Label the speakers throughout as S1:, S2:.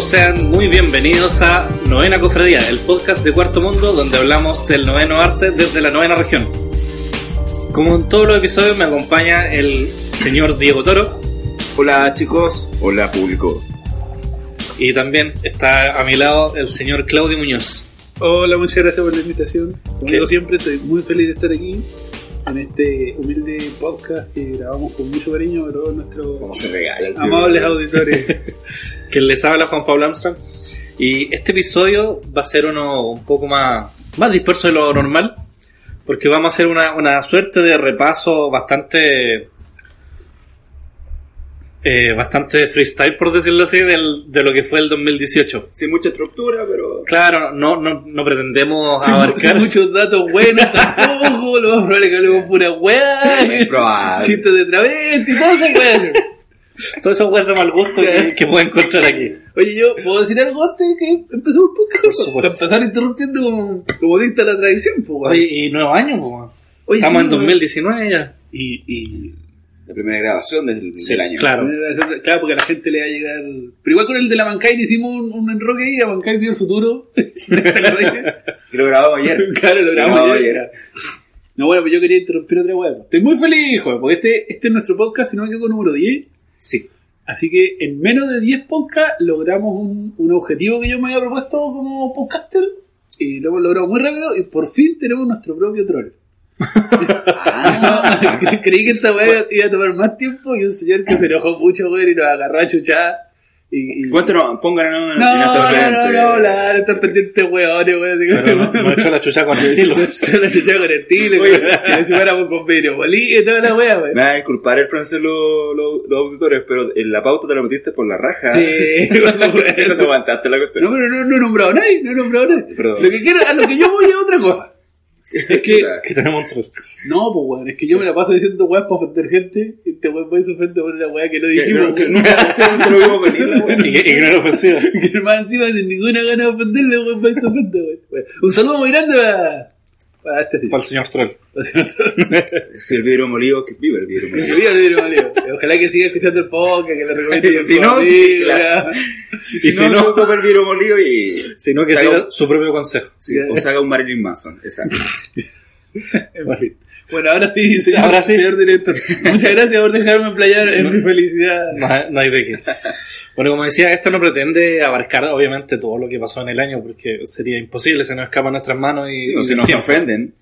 S1: sean muy bienvenidos a Novena Cofradía, el podcast de Cuarto Mundo donde hablamos del noveno arte desde la novena región. Como en todos los episodios me acompaña el señor Diego Toro
S2: Hola chicos, hola público.
S1: y también está a mi lado el señor Claudio Muñoz.
S3: Hola, muchas gracias por la invitación. Como
S1: ¿Qué?
S3: digo siempre, estoy muy feliz de estar aquí en este humilde podcast que grabamos con mucho cariño para todos
S2: ¿Cómo
S3: nuestros
S2: se regala? el
S3: amables
S2: tío?
S3: auditores.
S1: que les habla Juan Pablo Armstrong. Y este episodio va a ser uno un poco más, más disperso de lo normal, porque vamos a hacer una, una suerte de repaso bastante. eh, bastante freestyle, por decirlo así, del- de lo que fue el 2018.
S2: Sin mucha estructura, pero.
S1: Claro, no, no, no pretendemos
S3: Sin mu-
S1: abarcar.
S3: sin muchos datos buenos tampoco, lo más probable es que hablemos pura
S2: Es
S3: weá,
S2: probable.
S3: chistes de travesti, todo eso weá.
S1: Todos esos weas de mal gusto que, que pueden encontrar aquí.
S3: Oye, yo, ¿puedo decir algo antes de que empezamos el
S1: Por
S3: podcast?
S1: supuesto.
S3: Para empezar interrumpiendo como, como dicta la tradición, po, weá.
S1: Oye, y nuevo año, po, weón.
S3: Oye,
S1: Estamos
S3: sí,
S1: en
S3: weá.
S1: 2019 ya.
S3: Y, y
S2: La primera grabación del, del año.
S1: Claro.
S3: Claro. porque a la gente le va a llegar. Pero igual con el de la Mankind hicimos un, un enroque ahí, a Mankind vio el futuro. ¿Te acordás?
S2: Que lo grabamos ayer.
S3: claro, lo grabamos
S2: No,
S3: ayer.
S2: ayer.
S3: No, bueno, pues yo quería interrumpir otra hueá. Estoy muy feliz, joder, porque este, este es nuestro podcast, si no me equivoco, número 10.
S1: Sí.
S3: Así que en menos de 10 podcasts logramos un, un objetivo que yo me había propuesto como podcaster. Y lo hemos logrado muy rápido y por fin tenemos nuestro propio troll.
S2: Ah,
S3: Cre- Creí que esta weá iba a tomar más tiempo y un señor que se enojó mucho, weón, y nos agarró a chuchar. Y, y-
S2: Cuéntanos, pónganos en
S3: No,
S2: en
S3: no, no,
S2: antecedentes.
S3: no, hablar, estás pendiente, weón, weón. así que-
S1: Pero no, no he hecho la chucha con el estilo.
S3: Yo la chuchaba con el tilo,
S2: Oye.
S3: que nos chupáramos con vidrio bolí y toda la weá, weón.
S2: Me va a disculpar el francés lo- lo- los auditores, pero en la pauta te la metiste por la raja.
S3: Sí,
S2: no te
S3: weón.
S2: aguantaste la cuestión.
S3: No, pero no, no he nombrado a nadie, no he nombrado a nadie.
S2: Perdón.
S3: Lo que quiero, a lo que yo voy es otra cosa. Es que,
S2: Chuta.
S1: Que tenemos un
S3: no, pues weón, es que yo me la paso diciendo weá para ofender gente, y este weón va y se ofende por una weá que no
S2: Que-
S3: dijimos.
S2: no, que
S3: weón.
S2: nunca pensé que lo vimos venir, la
S1: Y
S2: wea.
S1: que, y que no era ofensiva.
S3: Que más encima sin ninguna gana de ofenderle, weón, va y se ofende, weón. Bueno, Un saludo muy grande para, para este
S1: Para
S3: señor.
S1: el señor Troll.
S2: Si el vidrio molido, que vive el vidrio molido.
S3: Viva el vidrio molido. Ojalá que siga escuchando el podcast, que le recomiende. con
S2: Si
S3: sus
S2: no,
S3: amigos,
S2: claro.
S3: ya.
S2: Y si, no, no ocupa el vidrio molido y.
S1: Sino que
S2: Claro.
S1: sea su propio consejo.
S2: sí, o saca un Marilyn Manson. Exacto.
S1: Eh,
S3: En fin. Bueno, ahora sí, señor,
S1: Ahora sí.
S3: señor director. Muchas gracias por dejarme playar en mi felicidad.
S1: No, hay- no hay de qué. Bueno, como decía, esto no pretende abarcar obviamente todo lo que pasó en el año, porque sería imposible, se nos escapa a nuestras manos y...
S2: Sí, o
S1: y
S2: si
S1: el
S2: nos
S1: tiempo.
S2: ofenden.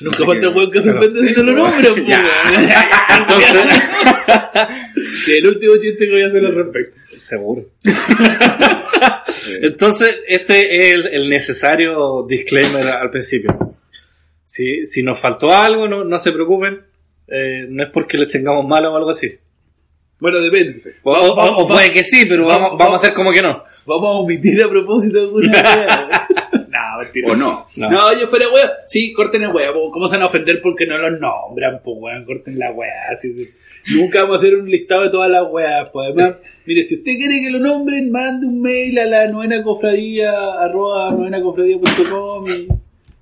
S3: Nunca falta un weón que se ofende si no lo nombran, po, weón.
S1: Entonces,
S3: Que el último chiste que voy a hacer al respecto.
S1: seguro. Entonces, este es el, el necesario disclaimer al principio. Si, si nos faltó algo, no, no se preocupen. Eh, no es porque les tengamos malo o algo así.
S3: Bueno, depende.
S1: O, o- o puede que sí, pero vamos, vamos a hacer como que no.
S3: Vamos a omitir a propósito alguna weá. No, mentira.
S2: O no.
S1: No.
S3: No. yo fuera weón. Sí, corten el weón. po. ¿Cómo se van a ofender porque no los nombran, pues weón? Corten la weá. sí, sí. Nunca vamos a hacer un listado de todas las weas. Pues además, mire, si usted quiere que lo nombren, mande un mail a la novena cofradía, arroba novenacofradía.com y,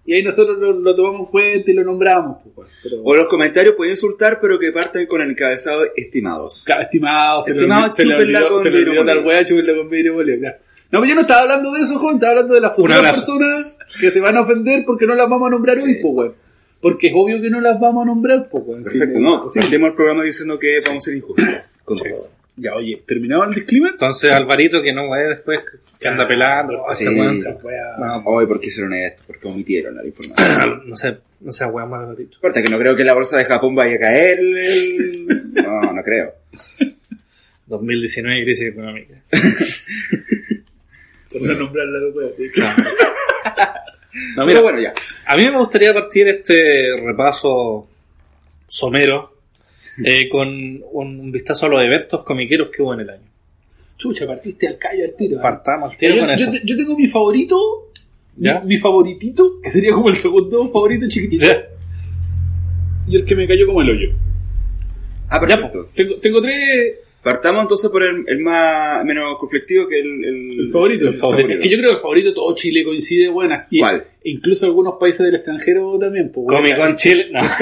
S3: y ahí nosotros lo, lo tomamos en cuenta y lo nombramos, pues weón. Pero,
S2: O los comentarios pueden insultar, pero que partan con el encabezado estimados.
S3: Ca- estimado, se le
S2: Estimado,
S3: olvidó- se le
S2: chúpenla
S3: olvidó
S2: con
S3: se le olvidó
S2: vidrio
S3: tal
S2: molido.
S3: weá, chúpenla con vidrio molido, claro. No, pero yo no estaba hablando de eso, Juan, estaba hablando de las futuras
S1: abrazo.
S3: personas que se van a ofender porque no las vamos a nombrar hoy, pues weón. Porque es obvio que no las vamos a nombrar, pues weón.
S2: Perfecto,
S3: Sí,
S2: no.
S3: sí.
S2: Partemos el programa diciendo que vamos a ser injustos con todo.
S3: Ya, oye, ¿terminado el disclaimer?
S1: Entonces, Alvarito, que no es después que anda pelando. oh, este
S2: Sí.
S1: esta weá,
S3: Esa weá.
S1: no,
S2: Hoy, ¿por qué hicieron esto? ¿Por qué omitieron la información?
S1: no sé, no sea weón mal, Alvarito.
S2: Aparte, que no creo que la bolsa de Japón vaya a caer. el- No, no creo.
S1: 2019 crisis económica.
S3: Por no nombrarla, weón.
S1: No, mira,
S2: Pero bueno, ya.
S1: a mí me gustaría partir este repaso somero eh, con un, un vistazo a los eventos comiqueros que hubo en el año.
S3: Chucha, partiste al callo al tiro. ¿eh?
S1: Partamos al
S3: Yo,
S1: tiro con eso.
S3: yo te- yo tengo mi favorito,
S1: ¿Ya?
S3: mi, mi favoritito, que sería como el segundo favorito chiquitito,
S1: Ya,
S3: y el que me cayó como el hoyo.
S2: Ah, perfecto.
S3: Tengo, tengo tres,
S2: Partamos entonces por el, el más menos conflictivo que el, el,
S3: El favorito, el favorito. Es que yo creo que el favorito de todo Chile coincide, bueno, y-
S2: ¿Cuál?
S3: e incluso algunos países del extranjero también. Pues, bueno.
S1: Comic Con Chile. No.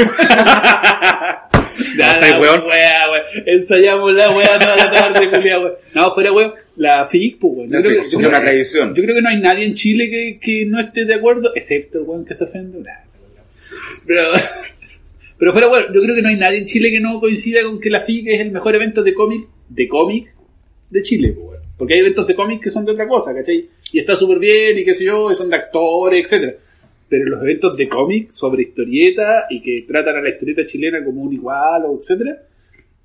S1: Ya,
S3: Nada,
S1: estáis, weón.
S3: wea, wea. Ensayamos la wea toda la tarde, culia, wea. No, fuera weón, la FIC, pues weón.
S2: La FIC, somos una tradición.
S3: Yo creo que no hay nadie en Chile que, que no esté de acuerdo, excepto el weón que se ofende. Nah, pero, pero fuera weón, yo creo que no hay nadie en Chile que no coincida con que la FIC es el mejor evento de cómic, de cómic, de Chile, pues, weón. Porque hay eventos de cómic que son de otra cosa, ¿cachai? Y está súper bien, y qué sé yo, y son de actores, etcétera pero los eventos de cómic sobre historieta y que tratan a la historieta chilena como un igual o etcétera,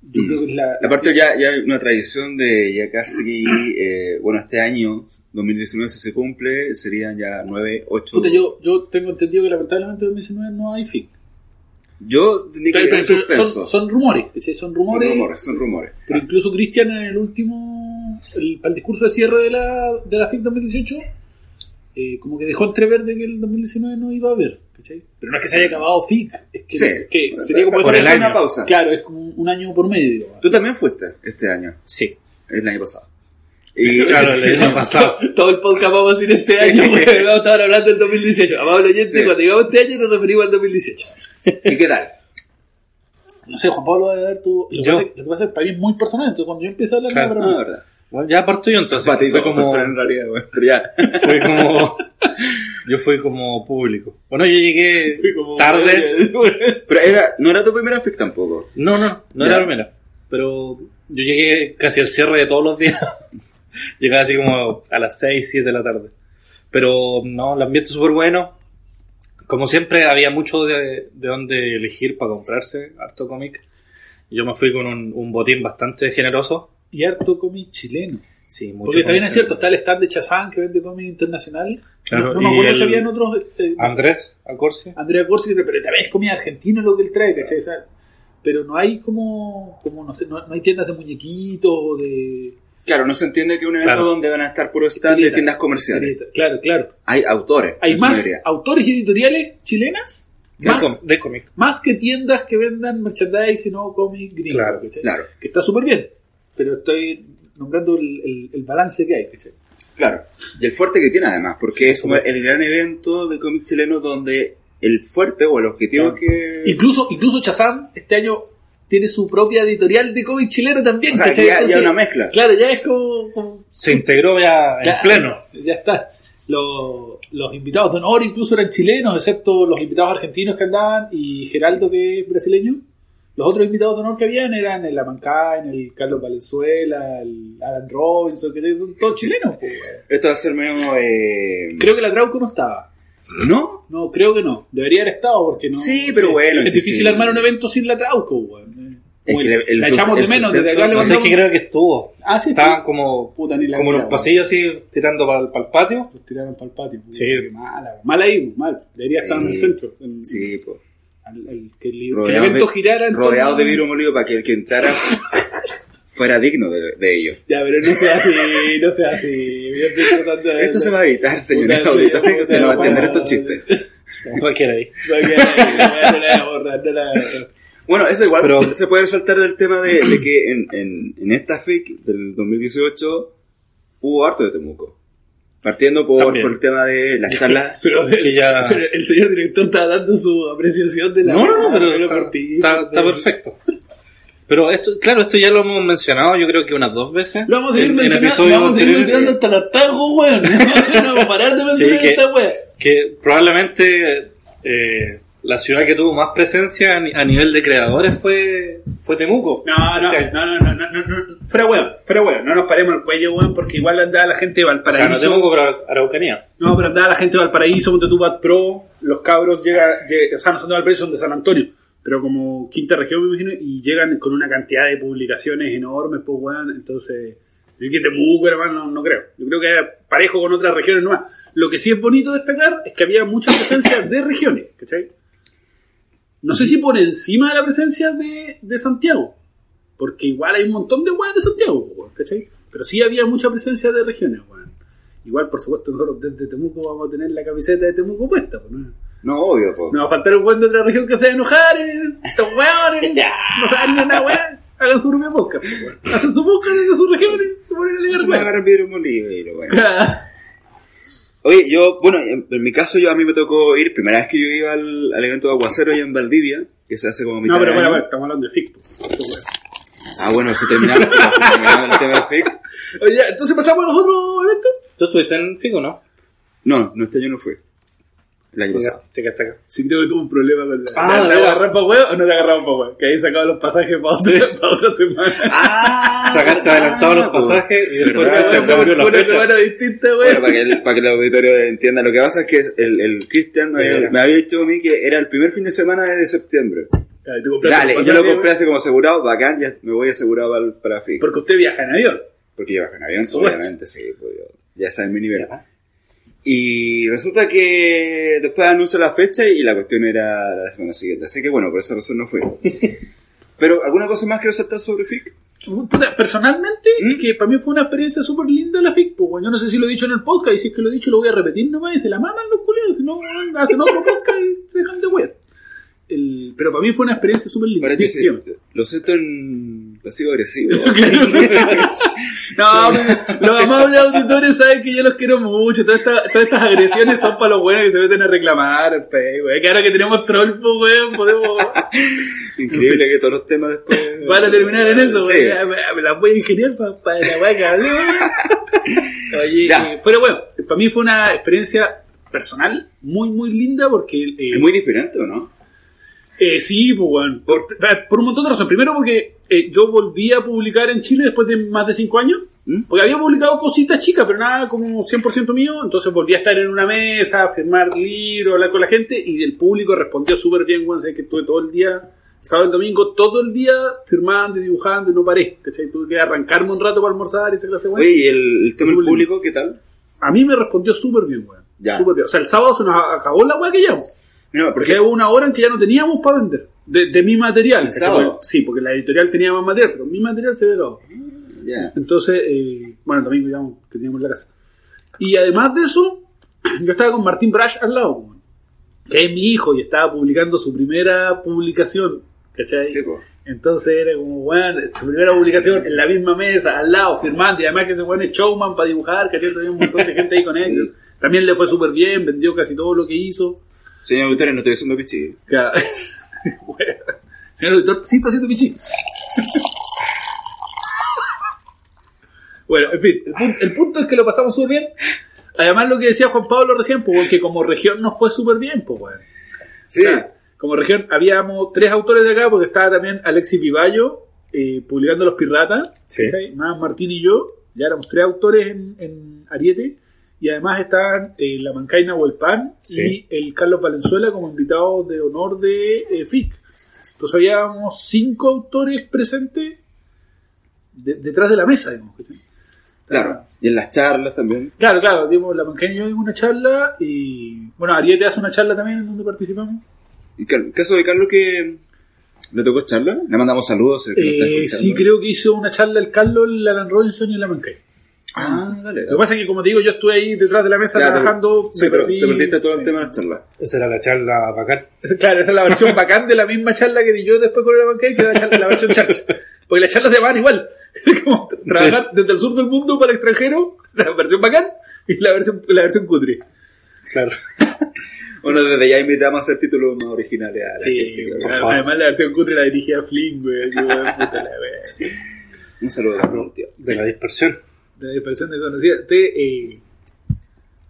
S3: yo
S2: Mm.
S3: creo que es la...
S2: Aparte ya, ya hay una tradición de ya casi, eh, bueno, este año, 2019, si se cumple, serían ya 9, 8...
S3: Puta, yo, yo tengo entendido que lamentablemente en 2019 no hay fin.
S2: yo tenía que
S3: Pero-
S2: ir en
S3: pero- pero
S2: suspenso.
S3: son, son rumores, ¿cachai? Son rumores.
S2: Son rumores, son rumores.
S3: Pero incluso Cristian en el último, el, para el discurso de cierre de la, de la FIC 2018, eh, como que dejó entrever de que el 2019 no iba a haber, ¿cachai? Pero no es que se haya acabado FIC, es que,
S2: Sí.
S3: que sería como
S2: Por
S3: este
S2: el año.
S3: Claro, es como un año por medio.
S2: Tú también fuiste este año,
S1: Sí.
S2: el año pasado. Y,
S1: Claro, el año pasado.
S3: Todo, todo el podcast vamos a decir este año, porque vamos a estar hablando del 2018. Amable oyente,
S2: Sí.
S3: cuando llegamos este año nos referimos al 2018.
S2: ¿Y qué tal?
S3: No sé, Juan Pablo, debe dar tu... Lo que,
S1: Yo.
S3: pasa, lo que pasa es que para mí es muy personal, entonces cuando yo empiezo a hablar...
S1: Claro.
S3: no,
S2: Ah,
S3: pero-
S2: verdad.
S1: Bueno, ya parto yo entonces.
S2: Patito,
S1: fue como,
S2: personal en realidad, bueno, pero ya.
S1: fue como, yo fui como público. Bueno, yo llegué tarde.
S3: "Eh,
S2: Pero era, no era tu primera FIC tampoco.
S1: No, no, no
S2: Ya.
S1: era la primera. Pero yo llegué casi al cierre de todos los días. Llegaba así como a las 6, 7 de la tarde. Pero no, el ambiente súper bueno. Como siempre, había mucho de, de donde elegir para comprarse, harto cómic. Yo me fui con un, un botín bastante generoso.
S3: Y harto cómic chileno.
S1: Sí, mucho
S3: Porque también
S1: cómic.
S3: es cierto, está el stand de Chazán que vende cómic internacional.
S1: Claro,
S3: no, Ah, no me
S1: y
S3: acuerdo si
S1: el-
S3: habían otros... eh, no sé,
S1: Andrés Acorsi.
S3: Andrea Corsi, pero también es comida argentina lo que él trae, ¿cachai? O sea, pero no hay como, como no sé, no, no hay tiendas de muñequitos o de...
S2: Claro, no se entiende que un evento
S1: Claro.
S2: donde van a estar puros stands de
S3: Historieta.
S2: tiendas comerciales.
S3: Claro, claro.
S2: Hay autores.
S3: Hay
S2: en su
S3: más
S2: mayoría.
S3: autores y editoriales chilenas,
S1: De
S3: más,
S1: com- de cómic.
S3: más que tiendas que vendan merchandising o cómic gringo,
S1: Claro,
S3: ¿cachai?
S2: Claro,
S3: Que está súper bien, pero estoy nombrando el, el- el balance que hay, ¿cachai?
S2: claro. Y el fuerte que tiene además, porque es como el gran evento de cómic chileno donde el fuerte o el
S1: Claro.
S2: objetivo que...
S3: Incluso, incluso Chazán este año tiene su propia editorial de cómic chileno también,
S2: O sea,
S3: ¿cachai?
S2: Ah, ya- ya
S3: Entonces,
S2: una mezcla.
S3: Claro, ya es como- como
S1: Se integró ya en
S3: Claro,
S1: pleno.
S3: Ya está. Los, los invitados de honor incluso eran chilenos, excepto los invitados argentinos que andaban y Geraldo, que es brasileño. Los otros invitados de honor que habían eran el Amancain, el Carlos Valenzuela, el Alan Robinson, que son todos chilenos. po, weón.
S2: Esto va a ser medio... eh,
S3: Creo que la Trauco no estaba.
S2: ¿No?
S3: No, creo que no. Debería haber estado porque no.
S2: Sí,
S3: no
S2: pero
S3: sé.
S2: bueno,
S3: Es
S2: es
S3: difícil
S2: que sí.
S3: armar un evento sin la Trauco, weón.
S2: Es que
S3: Bueno,
S2: el- el
S3: la
S2: sust-
S3: echamos
S2: el
S3: de menos. Desde
S2: sustento
S3: acá le
S1: No sé
S3: mandamos-
S1: qué creo que estuvo.
S3: Ah, sí,
S1: Estaban como,
S3: puta, ni la
S1: como en
S3: mira,
S1: un pasillo así tirando para el patio.
S3: Los tiraron para el patio.
S1: Sí.
S3: Qué Mala, weón. mal ahí, weón, mal. Debería
S2: Sí.
S3: estar en el centro. en-
S2: Sí, pues.
S3: al- al- que el, que el
S2: Rodeado
S3: evento
S2: de-
S3: girara. en
S2: Rodeado de
S3: torno-
S2: vidrio molido para que el que entrara fuera digno de, de ello.
S3: Ya, pero no sea así, no sea así. Yo estoy tratando de-
S2: Esto se va a editar, señores
S3: Puta, sí,
S2: auditores,
S3: puta,
S2: usted no va a
S3: bueno,
S2: entender estos chistes.
S1: Cualquiera ahí.
S3: No, que- no la voy a borrar, no la voy a borrar.
S2: Bueno, eso igual
S1: Pero-
S2: se puede resaltar del tema de, de que en, en, en esta FIC del 2018 hubo harto de Temuco. Partiendo por,
S1: También.
S2: por el tema de las charlas.
S3: Pero,
S1: Que ya-
S3: pero el señor director está dando su apreciación de la.
S1: No, no, no, pero
S3: de lo
S1: está,
S3: cortito,
S1: está- está
S3: de-
S1: perfecto. Pero esto, claro, esto ya lo hemos mencionado yo creo que unas dos veces.
S3: Lo vamos a
S1: en-
S3: seguir
S1: en
S3: mencionando,
S1: episodios
S3: vamos a seguir
S1: anteriores.
S3: mencionando hasta el hartazgo, weón. No vamos a parar de mencionar
S1: que-
S3: esta weón.
S1: que probablemente eh, la ciudad que tuvo más presencia a ni- a nivel de creadores fue, fue Temuco.
S3: No, no,
S1: Este-
S3: no, no, no, no, no, fuera weón, fuera weón, no nos paremos el cuello, weón, porque igual andaba la gente de
S1: O sea, no
S3: Valparaíso.
S1: Temuco, pero Araucanía.
S3: No, pero andaba la gente de Valparaíso, ponte tú Bad Pro, los cabros llega, lle- o sea, no son de Valparaíso, son de San Antonio, pero como quinta región me imagino, y llegan con una cantidad de publicaciones enormes, pues weón, entonces, decir que Temuco, hermano, no, no creo. Yo creo que era parejo con otras regiones nomás. Lo que sí es bonito destacar es que había mucha presencia de regiones, ¿cachai? No sé si por encima de la presencia de, de Santiago, porque igual hay un montón de weas de Santiago, pues, weón, ¿cachai? Pero sí había mucha presencia de regiones, weón. Igual, por supuesto, nosotros desde Temuco vamos a tener la camiseta de Temuco puesta. pues, ¿no?
S2: No, obvio, po.
S3: No va a faltar un buen de otra región que se va a enojar. ¿eh? Estos hueones. No saben nada, weón. Hagan su propia podcast. pues, weón. Hacen su podcast desde sus regiones. Se ponen a ligar,
S2: Se me
S3: weón.
S2: agarra el vidrio molido y lo bueno.
S3: Ah,
S2: Oye, yo, bueno, en, en mi caso, yo a mí me tocó ir, primera vez que yo iba al, al evento de Aguacero allá en Valdivia, que se hace como a mitad
S3: No, pero
S2: de año.
S3: bueno, bueno, estamos hablando de FIC. pues.
S2: Ah, bueno, si terminamos, si terminamos el tema de FIC.
S3: Oye, entonces pasamos a los otros eventos.
S1: ¿Tú estuviste en FICO, no?
S2: No, no, este año no fui. El año pasado.
S1: Sí, que está acá.
S3: Sí, creo que tuvo un problema con la.
S1: Ah,
S3: ¿Te
S1: la-
S3: agarraron para huevo o no te agarraron para huevo? Que ahí sacaba los pasajes para, otra- para otra semana.
S1: Ah, Sacaste adelantado los pasajes y después
S2: ¿Verdad?
S1: te cambió la
S3: una
S1: fecha.
S3: semana distinta, güey.
S2: Bueno, para que, el, para que el auditorio entienda, lo que pasa es que el, el Cristian me, había- me había dicho a mí que era el primer fin de semana de septiembre.
S3: Dale, tú compraste
S2: Dale,
S3: los
S2: y yo lo
S3: pasajes,
S2: compré así como asegurado, bacán, ya me voy asegurado para, el- para FIC.
S3: Porque usted viaja en avión.
S2: Porque yo bajé en avión,
S3: supuesto.
S2: obviamente, sí, pues yo- ya saben mi nivel. Y resulta que después anuncio la fecha y la cuestión era la semana siguiente. Así que bueno, por esa razón no fui. Pero, ¿alguna cosa más quiero saltar sobre FIC?
S3: Puta, Personalmente,
S2: ¿Mm?
S3: es que para mí fue una experiencia súper linda la FIC. Pues, güey. yo no sé si lo he dicho en el podcast y si es que lo he dicho lo voy a repetir nomás. y Se la maman los culiados. Si no, güey, hacen otro podcast y se dejan de weón. Pero para mí fue una experiencia súper linda.
S2: Parece que
S3: Dígame.
S2: se- lo siento en pasivo agresivo.
S3: No, pero los amables auditores saben que yo los quiero mucho. Todas estas, todas estas agresiones son para los buenos que se meten a reclamar. al Face, güey. Que ahora que tenemos troll, pues, weón, podemos.
S2: Increíble que todos los temas después...
S3: Van a terminar en eso,
S2: Sí.
S3: güey. Ya, Me, me las voy a ingeniar para la weá que hablé, güey. Oye,
S2: Ya.
S3: Eh, pero bueno, para mí fue una experiencia personal muy, muy linda porque. eh,
S2: Es muy diferente, ¿o no?
S3: eh, sí, pues, weón. Por, por un montón de razones. Primero porque eh, yo volví a publicar en Chile después de más de 5 años.
S2: ¿Mm?
S3: Porque había publicado cositas chicas, pero nada como 100% mío. Entonces volví a estar en una mesa, a firmar libros, hablar con la gente. Y el público respondió súper bien, weón. Sabes que estuve todo el día, sábado y domingo, todo el día firmando y dibujando y no paré. ¿Cachai? Tuve que arrancarme un rato para almorzar y esa clase, de weón.
S2: Oye, ¿y el, el tema del
S3: Súper
S2: público qué tal?
S3: A mí me respondió súper bien, weón.
S2: Ya.
S3: Súper bien. O sea, el sábado se nos acabó la weá que llevamos.
S2: No,
S3: Porque
S2: porque...
S3: hubo una hora en que ya no teníamos para vender. De, de mi material. ¿cachai?
S2: sábado?
S3: Porque- Sí, porque la editorial tenía más material, pero mi material se había acabado.
S2: Ya.
S3: Entonces, eh, bueno, el domingo digamos, que teníamos en la casa. Y además de eso, yo estaba con Martín Brash al lado, weón, que es mi hijo y estaba publicando su primera publicación. ¿Cachai?
S2: Sí, po.
S3: Entonces era como, bueno, su primera publicación en la misma mesa, al lado, firmando, y además que ese weón es showman para dibujar, que había un montón de gente ahí con él. También le fue súper bien, vendió casi todo lo que hizo.
S2: Señor auditorio, no estoy haciendo pichillo.
S3: Claro. Bueno. Señor auditor, sí está haciendo pichí. bueno, en fin, el, pun- el punto es que lo pasamos súper bien. Además, lo que decía Juan Pablo recién, pues, weón, que como región nos fue súper bien, pues, weón.
S2: Sí.
S3: O sea, como región habíamos tres autores de acá, porque estaba también Alexis Vivallo eh, publicando Los Piratas,
S1: Sí.
S3: ¿cachai? más Martín y yo, ya éramos tres autores en, en Ariete, y además estaban eh, la Mancaina Huelpan
S1: Sí.
S3: y el Carlos Valenzuela como invitados de honor de eh, FIC. Entonces habíamos cinco autores presentes de- detrás de la mesa, digamos. ¿cachai?
S2: Claro. Y en las charlas también.
S3: Claro, claro, dimos, la Mancaina y yo dimos una charla, y bueno, Ariete hace una charla también en donde participamos.
S2: Y Car- caso de Carlos que le tocó charla, le mandamos saludos. el que lo está
S3: Eh,
S2: escuchando.
S3: sí, creo que hizo una charla el Carlos, el Alan Robinson y el Alan Kay.
S2: Ah, dale.
S3: Lo que pasa es que, como te digo, yo estuve ahí detrás de la mesa
S2: Ya, te-
S3: trabajando.
S2: Sí,
S3: me
S2: pero
S3: perdí,
S2: te perdiste todo el
S3: sí.
S2: tema de las charlas.
S1: Esa era la charla bacán.
S3: Esa- Claro, esa es la versión bacán de la misma charla que di yo después con el Alan Kay, que era la, charla- la versión charcha. Porque las charlas se van igual. Como trabajar desde el sur del mundo para el extranjero, la versión bacán y la versión, la versión cutre.
S1: Claro.
S2: Bueno, desde ya invitamos a hacer títulos más originales. a la
S3: Sí,
S2: gente, claro.
S3: claro, además la versión cutre la dirigía Flynn, güey. así, güey, puta la wea.
S2: Un saludo a la tío.
S1: De la dispersión.
S3: de dispersión desconocida. ¿Usted, eh,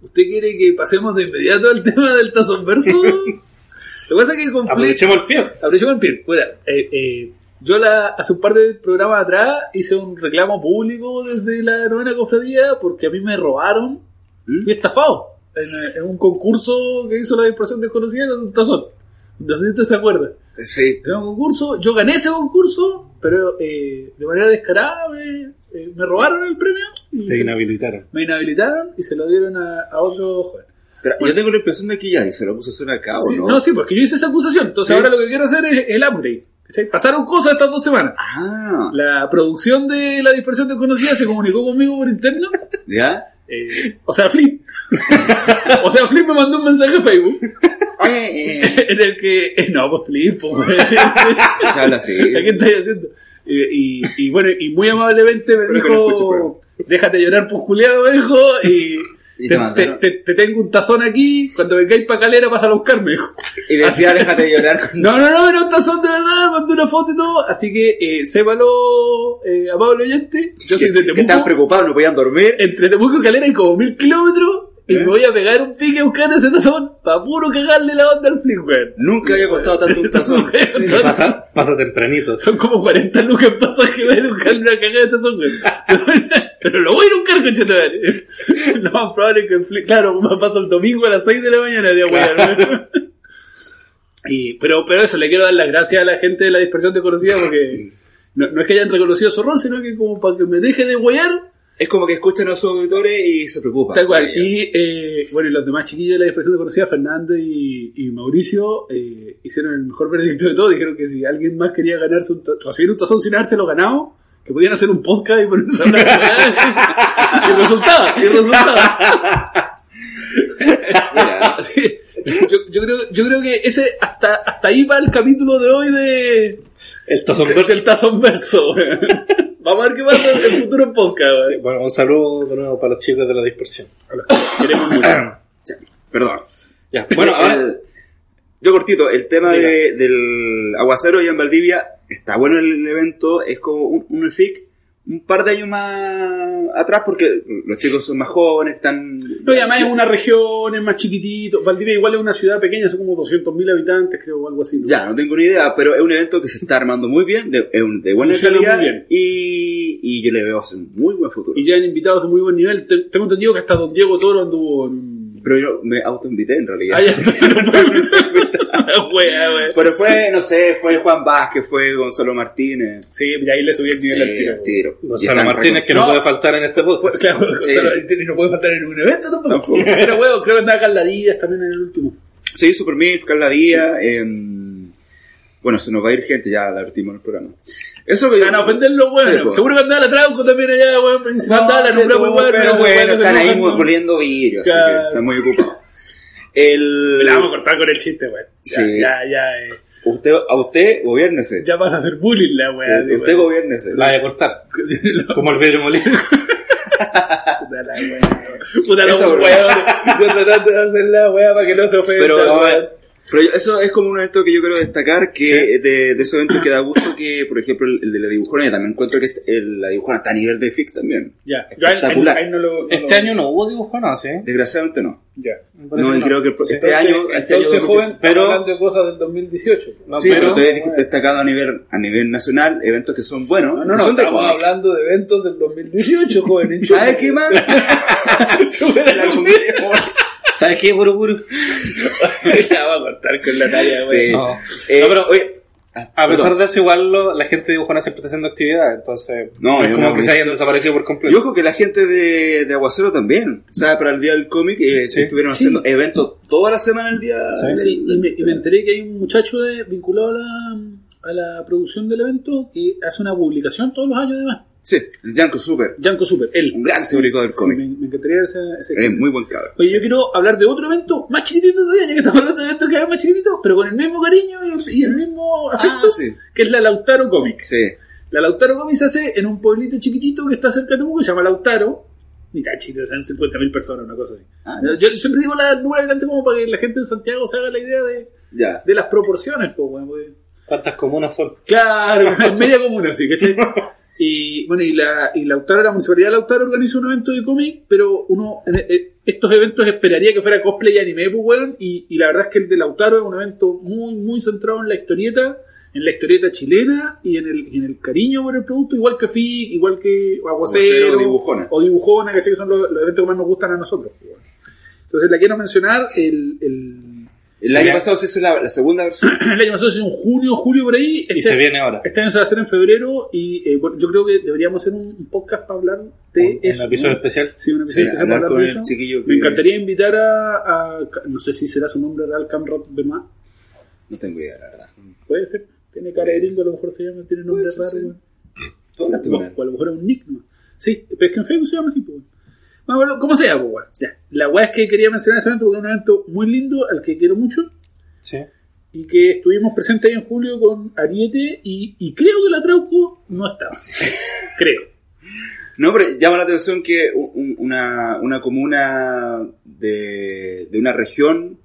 S3: ¿Usted quiere que pasemos de inmediato al tema del tazonverso? Lo que pasa es que completo.
S1: Aprovechemos el pie.
S3: Aprovechemos el pie. Bueno, eh, eh, yo la, hace un par de programas atrás hice un reclamo público desde la novena cofradía porque a mí me robaron.
S2: ¿Mm?
S3: Fui estafado en, en un concurso que hizo la dispersión desconocida con un tazón. No sé si usted se acuerda.
S2: Sí.
S3: Era un concurso, yo gané ese concurso, pero eh, de manera descarada me, eh, me robaron el premio y
S1: Te
S3: se-
S1: inhabilitaron.
S3: me inhabilitaron y se lo dieron a, a otro joven.
S2: Pero yo tengo la impresión de que ya se lo puso a hacer acá, ¿o
S3: Sí,
S2: no?
S3: no, sí, porque yo hice esa acusación. Entonces
S2: Ah, Sí.
S3: ahora lo que quiero hacer es el upgrade. ¿cachai? Pasaron cosas estas dos semanas.
S2: Ah,
S3: La producción de la dispersión desconocida se comunicó conmigo por interno.
S2: ¿ya?
S3: Eh, o sea, Flip. o sea, Flip me mandó un mensaje a Facebook en el que. eh, no, pues Flip, pues, güey.
S2: Se habla así.
S3: ¿A qué estáis haciendo? Y, y- y bueno, y muy amablemente me
S2: Espero que no escuche,
S3: dijo, déjate llorar, pues culiado, me dijo, y,
S2: Y te
S3: Te, te-
S2: mandaron.
S3: te- te tengo un tazón aquí, cuando vengáis para Calera pásalo a buscarme. dijo.
S2: Y decía, déjate de llorar. con-
S3: No, no, no, era un tazón de verdad, mandé una foto y todo. Así que eh, sépalo, eh, a Pablo Oyente. Yo soy de
S2: Que estaban
S3: Temuco.
S2: preocupados, no podían dormir.
S3: Entre Temuco y Calera hay como mil kilómetros.
S2: ¿Eh?
S3: Y me voy a pegar un pique buscando ese tazón para puro cagarle la onda al Flick, weón.
S2: Nunca había costado tanto un tazón.
S3: Sí.
S1: Pasa, pasa tempranito.
S3: Son como 40 lucas en pasaje para educar una cagada de tazón, güey. Pero lo voy a educar, conchetumare. Lo más probable es que, fli- claro, me paso el domingo a las 6 de la mañana de weón. Y, pero, pero eso, le quiero dar las gracias a la gente de la dispersión desconocida porque no, no es que hayan reconocido su rol, sino que como para que me deje de huear,
S2: Es como que escuchan a sus auditores y se preocupan.
S3: tal cual. Y, eh, bueno, y los demás chiquillos de la dispersión desconocida, Fernando y, y Mauricio, eh, hicieron el mejor veredicto de todo. Dijeron que si alguien más quería ganarse un ta- recibir un tazón sin habérselo ganado, que pudieran hacer un podcast y ponerse a hablar. y resultaba, y resultaba.
S2: Mira,
S3: Así que Yo, yo creo, yo creo que ese hasta, hasta ahí va el capítulo de hoy de,
S1: El tazón
S3: Es el tazón verso. weón. Vamos a ver qué pasa en el futuro podcast. weón.
S1: Sí, bueno, un saludo de nuevo para los chicos de la dispersión.
S3: Queremos mucho.
S2: Perdón.
S1: Ya, bueno,
S2: El-
S1: ahora
S2: el- yo cortito, el tema de- del aguacero allá en Valdivia, está bueno el evento, es como un, un fic un par de años más atrás porque los chicos son más jóvenes, están...
S3: No, y además es una región, es más chiquitito. Valdivia igual es una ciudad pequeña, son como 200.000 habitantes, creo, o algo así. ¿no?
S2: Ya, no tengo ni idea, pero es un evento que se está armando muy bien, de, es un- de buena
S3: Funciona
S2: calidad
S3: muy bien.
S2: Y, y yo le veo hacer un muy buen futuro.
S3: Y ya han invitados de muy buen nivel. Te- Tengo entendido que hasta Don Diego Toro anduvo en...
S2: Pero yo me autoinvité en realidad.
S3: Ah, ya, entonces no fue- Wea, wea.
S2: Pero fue, no sé, fue Juan Vázquez, fue Gonzalo Martínez.
S3: Sí, y ahí le subí el nivel
S2: Sí,
S3: al tiro.
S2: al tiro. Y
S1: Gonzalo
S2: están
S1: Martínez, que no,
S3: No.
S1: puede faltar en este
S3: Pues,
S1: podcast.
S3: Claro,
S2: Sí.
S3: Gonzalo Valentini no puede faltar en un evento tampoco.
S2: Tampoco.
S3: Pero, weón, creo que andaba Carla Díaz también en el último.
S2: Sí, Super Milf, Carla Díaz. em, bueno, se nos va a ir gente, ya la advertimos en el programa. Eso que
S3: Van a ofenderlo, weón.
S2: Sí, po.
S3: Seguro que andaba la Trauco también allá, weón.
S2: No,
S3: Principal andaba la nombramos, weón.
S2: pero bueno,
S3: weón,
S2: están
S3: se
S2: ahí
S3: enojan, ¿no?
S2: muriendo vidrio, así
S3: Claro.
S2: que están muy ocupados. El,
S3: La vamos a cortar con el chiste, weón. Ya,
S2: Sí.
S3: ya, ya. eh.
S2: usted, a usted, gobiernese.
S3: Ya vas a hacer bullying la weá.
S2: Sí, usted, gobiernese.
S1: La voy a cortar. Como el vidrio molido.
S3: Puta la weá. Puta la
S2: Eso,
S3: weá. Yo tratando de hacer la weá para que no se ofenda.
S2: Pero, eh,
S3: weón.
S2: pero yo- eso es como un evento que yo quiero destacar, que de, de esos eventos que da gusto que, por ejemplo, el, el de la dibujona, yo también encuentro que est- el- la dibujona está a nivel de FIC también.
S3: ya. Yo ahí- ahí,
S2: espectacular.
S3: ahí no lo.
S1: Este año no hubo dibujonadas, ¿eh?
S2: Desgraciadamente no.
S3: Ya.
S1: Me parece
S2: No, y
S1: que
S2: creo que el-
S1: Sí.
S2: este año... Este año
S3: Entonces, joven, pero
S1: pero-
S3: hablando de cosas del 2018. No,
S2: sí, pero,
S1: pero-
S2: te he dic- destacado a nivel, a nivel nacional eventos que son buenos,
S3: no,
S2: no,
S3: no, no,
S2: son de
S3: estamos
S2: cómic.
S3: hablando de eventos del 2018, joven.
S2: ¿Sabes qué, man?
S3: Chúpela la
S1: ¿Sabes qué, Buru Buru?
S3: La va a cortar con la talla,
S2: Sí.
S3: güey.
S1: No.
S2: Eh,
S1: No, pero-
S2: oye, ah,
S1: A pesar
S2: perdón.
S1: de eso, igual lo- la gente dibujona siempre está haciendo actividad, entonces
S2: No,
S1: no, es
S2: yo
S1: como
S2: no,
S1: que se
S2: eso-
S1: hayan desaparecido por
S2: Y
S1: completo.
S2: ojo que la gente de, de Aguacero también, o sea, para el Día del Cómic eh,
S1: Sí.
S2: estuvieron haciendo eventos toda la semana el día. del-
S3: Sí, y me, y me enteré que hay un muchacho de- vinculado a la, a la producción del evento que hace una publicación todos los años, además.
S2: Sí, el Yanko Super,
S3: Yanko Super, él.
S2: un gran público del
S3: Sí,
S2: cómic.
S3: me, me encantaría ese. ese
S2: Es muy buen cabrón.
S3: Oye, yo quiero hablar de otro evento más chiquitito todavía, ya que estamos hablando de eventos que es más chiquititos, pero con el mismo cariño y, y el mismo afecto,
S2: Ah, sí.
S3: que es la Lautaro Comics.
S2: Sí.
S3: La Lautaro Comics se hace en un pueblito chiquitito que está cerca de Temuco, que se llama Lautaro. Mira, chicos, son 50.000 personas, una cosa así.
S2: Ah,
S3: Yo siempre digo la número grande como para que la gente en Santiago se haga la idea de,
S2: Ya.
S3: de las proporciones, po, weón, porque-
S1: ¿Cuántas comunas son?
S3: Claro, en media comuna, sí, ¿cachai? Y bueno, y la, y Lautaro, la municipalidad de Lautaro organiza un evento de cómic, pero uno, en- en- estos eventos esperaría que fuera cosplay y anime, pues, weón, y, y la verdad es que el de Lautaro es un evento muy, muy centrado en la historieta, en la historieta chilena y en el, y en el cariño por el producto, igual que FIC, igual que Aguacero,
S2: Aguacero, Dibujona.
S3: o Dibujona, ¿cachai? Que son los, los eventos que más nos gustan a nosotros, pues, weón. Entonces la quiero mencionar, el, el,
S2: El año pasado se hizo la, la segunda versión.
S3: el año pasado, se hizo en junio, julio por ahí.
S1: Y
S3: este-
S1: se viene ahora.
S3: este año se va a hacer en febrero y eh, bueno, yo creo que deberíamos hacer un un podcast para hablar
S2: este
S3: de
S1: Un
S3: eso.
S1: un episodio
S3: ¿no?
S1: especial.
S3: Sí, un
S2: Sí,
S3: episodio especial para
S2: hablar
S3: hablar
S2: con
S3: de
S2: el
S3: eso.
S2: chiquillo. que-
S3: Me encantaría invitar a, a- no sé si será su nombre real, Camrod Bermá.
S2: No tengo idea, la verdad.
S3: Puede ser. Tiene cara de gringo, a lo mejor se llama, tiene nombre
S2: Puede ser,
S3: raro.
S2: sí.
S3: güey.
S2: Tú hablaste con él.
S3: O a lo mejor es un nick, ¿no? Sí, pero es que en Facebook se llama así, pues. Bueno, bueno, ¿cómo se llama, pues? güey? Ya. La weá es que quería mencionar ese evento porque es un evento muy lindo, al que quiero mucho,
S1: Sí.
S3: y que estuvimos presentes ahí en julio con Ariete, y, y creo que la Trauco no estaba. creo.
S2: No, pero llama la atención que un- un- una, una comuna de, de una región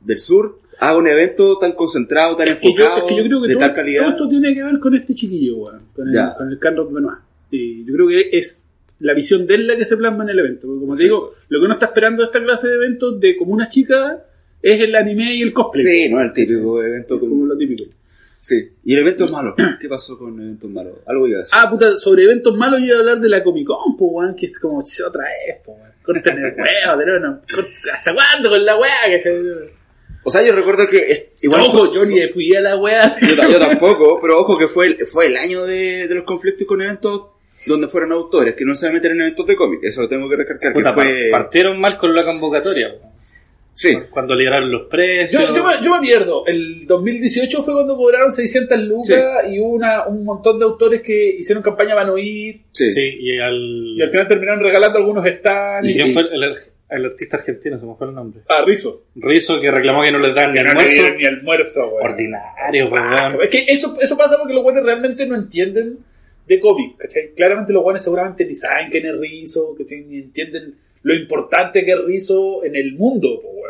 S2: del sur haga un evento tan concentrado, tan
S3: Es que, yo,
S2: enfocado,
S3: es que yo creo que
S2: de
S3: todo,
S2: tal
S3: todo
S2: calidad.
S3: esto tiene que ver con este chiquillo, weón, con el,
S2: Ya.
S3: con el Carlos Benoit. Y yo creo que es la visión de él la que se plasma en el evento. Porque como te digo, lo que uno está esperando de esta clase de eventos de como una chica es el anime y el cosplay.
S2: Sí, no el típico evento. con-
S3: como lo típico.
S2: Sí. Y el evento es malo. ¿Qué pasó con el evento malo? Algo iba a decir.
S3: Ah, puta, sobre eventos malos yo iba a hablar de la Comic Con, po, weón, que es como "Ch, otra vez, po, weón. Corten el huevo, pero no, cort- ¿hasta cuándo con la weá? Que se-
S2: O sea, yo recuerdo que. es- igual
S3: Ojo,
S2: fue-
S3: yo ni fui a la weá.
S2: Yo, ta- yo tampoco, pero ojo que fue el, fue el año de, de los conflictos con eventos donde fueron autores, que no se meten en eventos de cómic. Eso lo tengo que recalcar. que
S1: Puta, par-
S2: fue-
S1: partieron mal con la convocatoria. po.
S2: pues, Sí.
S1: Cuando liberaron los precios.
S4: Yo, yo me, yo me pierdo. El 2018 fue cuando cobraron 600 lucas y hubo una, un montón de autores que hicieron campaña para no ir.
S2: Sí.
S1: Sí, y al.
S4: Y al final terminaron regalando algunos stands.
S1: ¿Y
S4: Y...
S1: quién fue el, el- el artista argentino? Se me fue el nombre.
S4: Ah, Rizo.
S1: Rizo que reclamó que no les dan ni
S4: Que no le
S1: almuerzo.
S4: dieron ni almuerzo, weón.
S1: Ordinario, weón.
S4: Es que eso, eso pasa porque los guanes realmente no entienden de cómic, ¿cachai? Claramente los guanes seguramente ni saben quién es Rizzo, ¿cachai? Ni entienden lo importante que es Rizzo en el mundo, po, weón.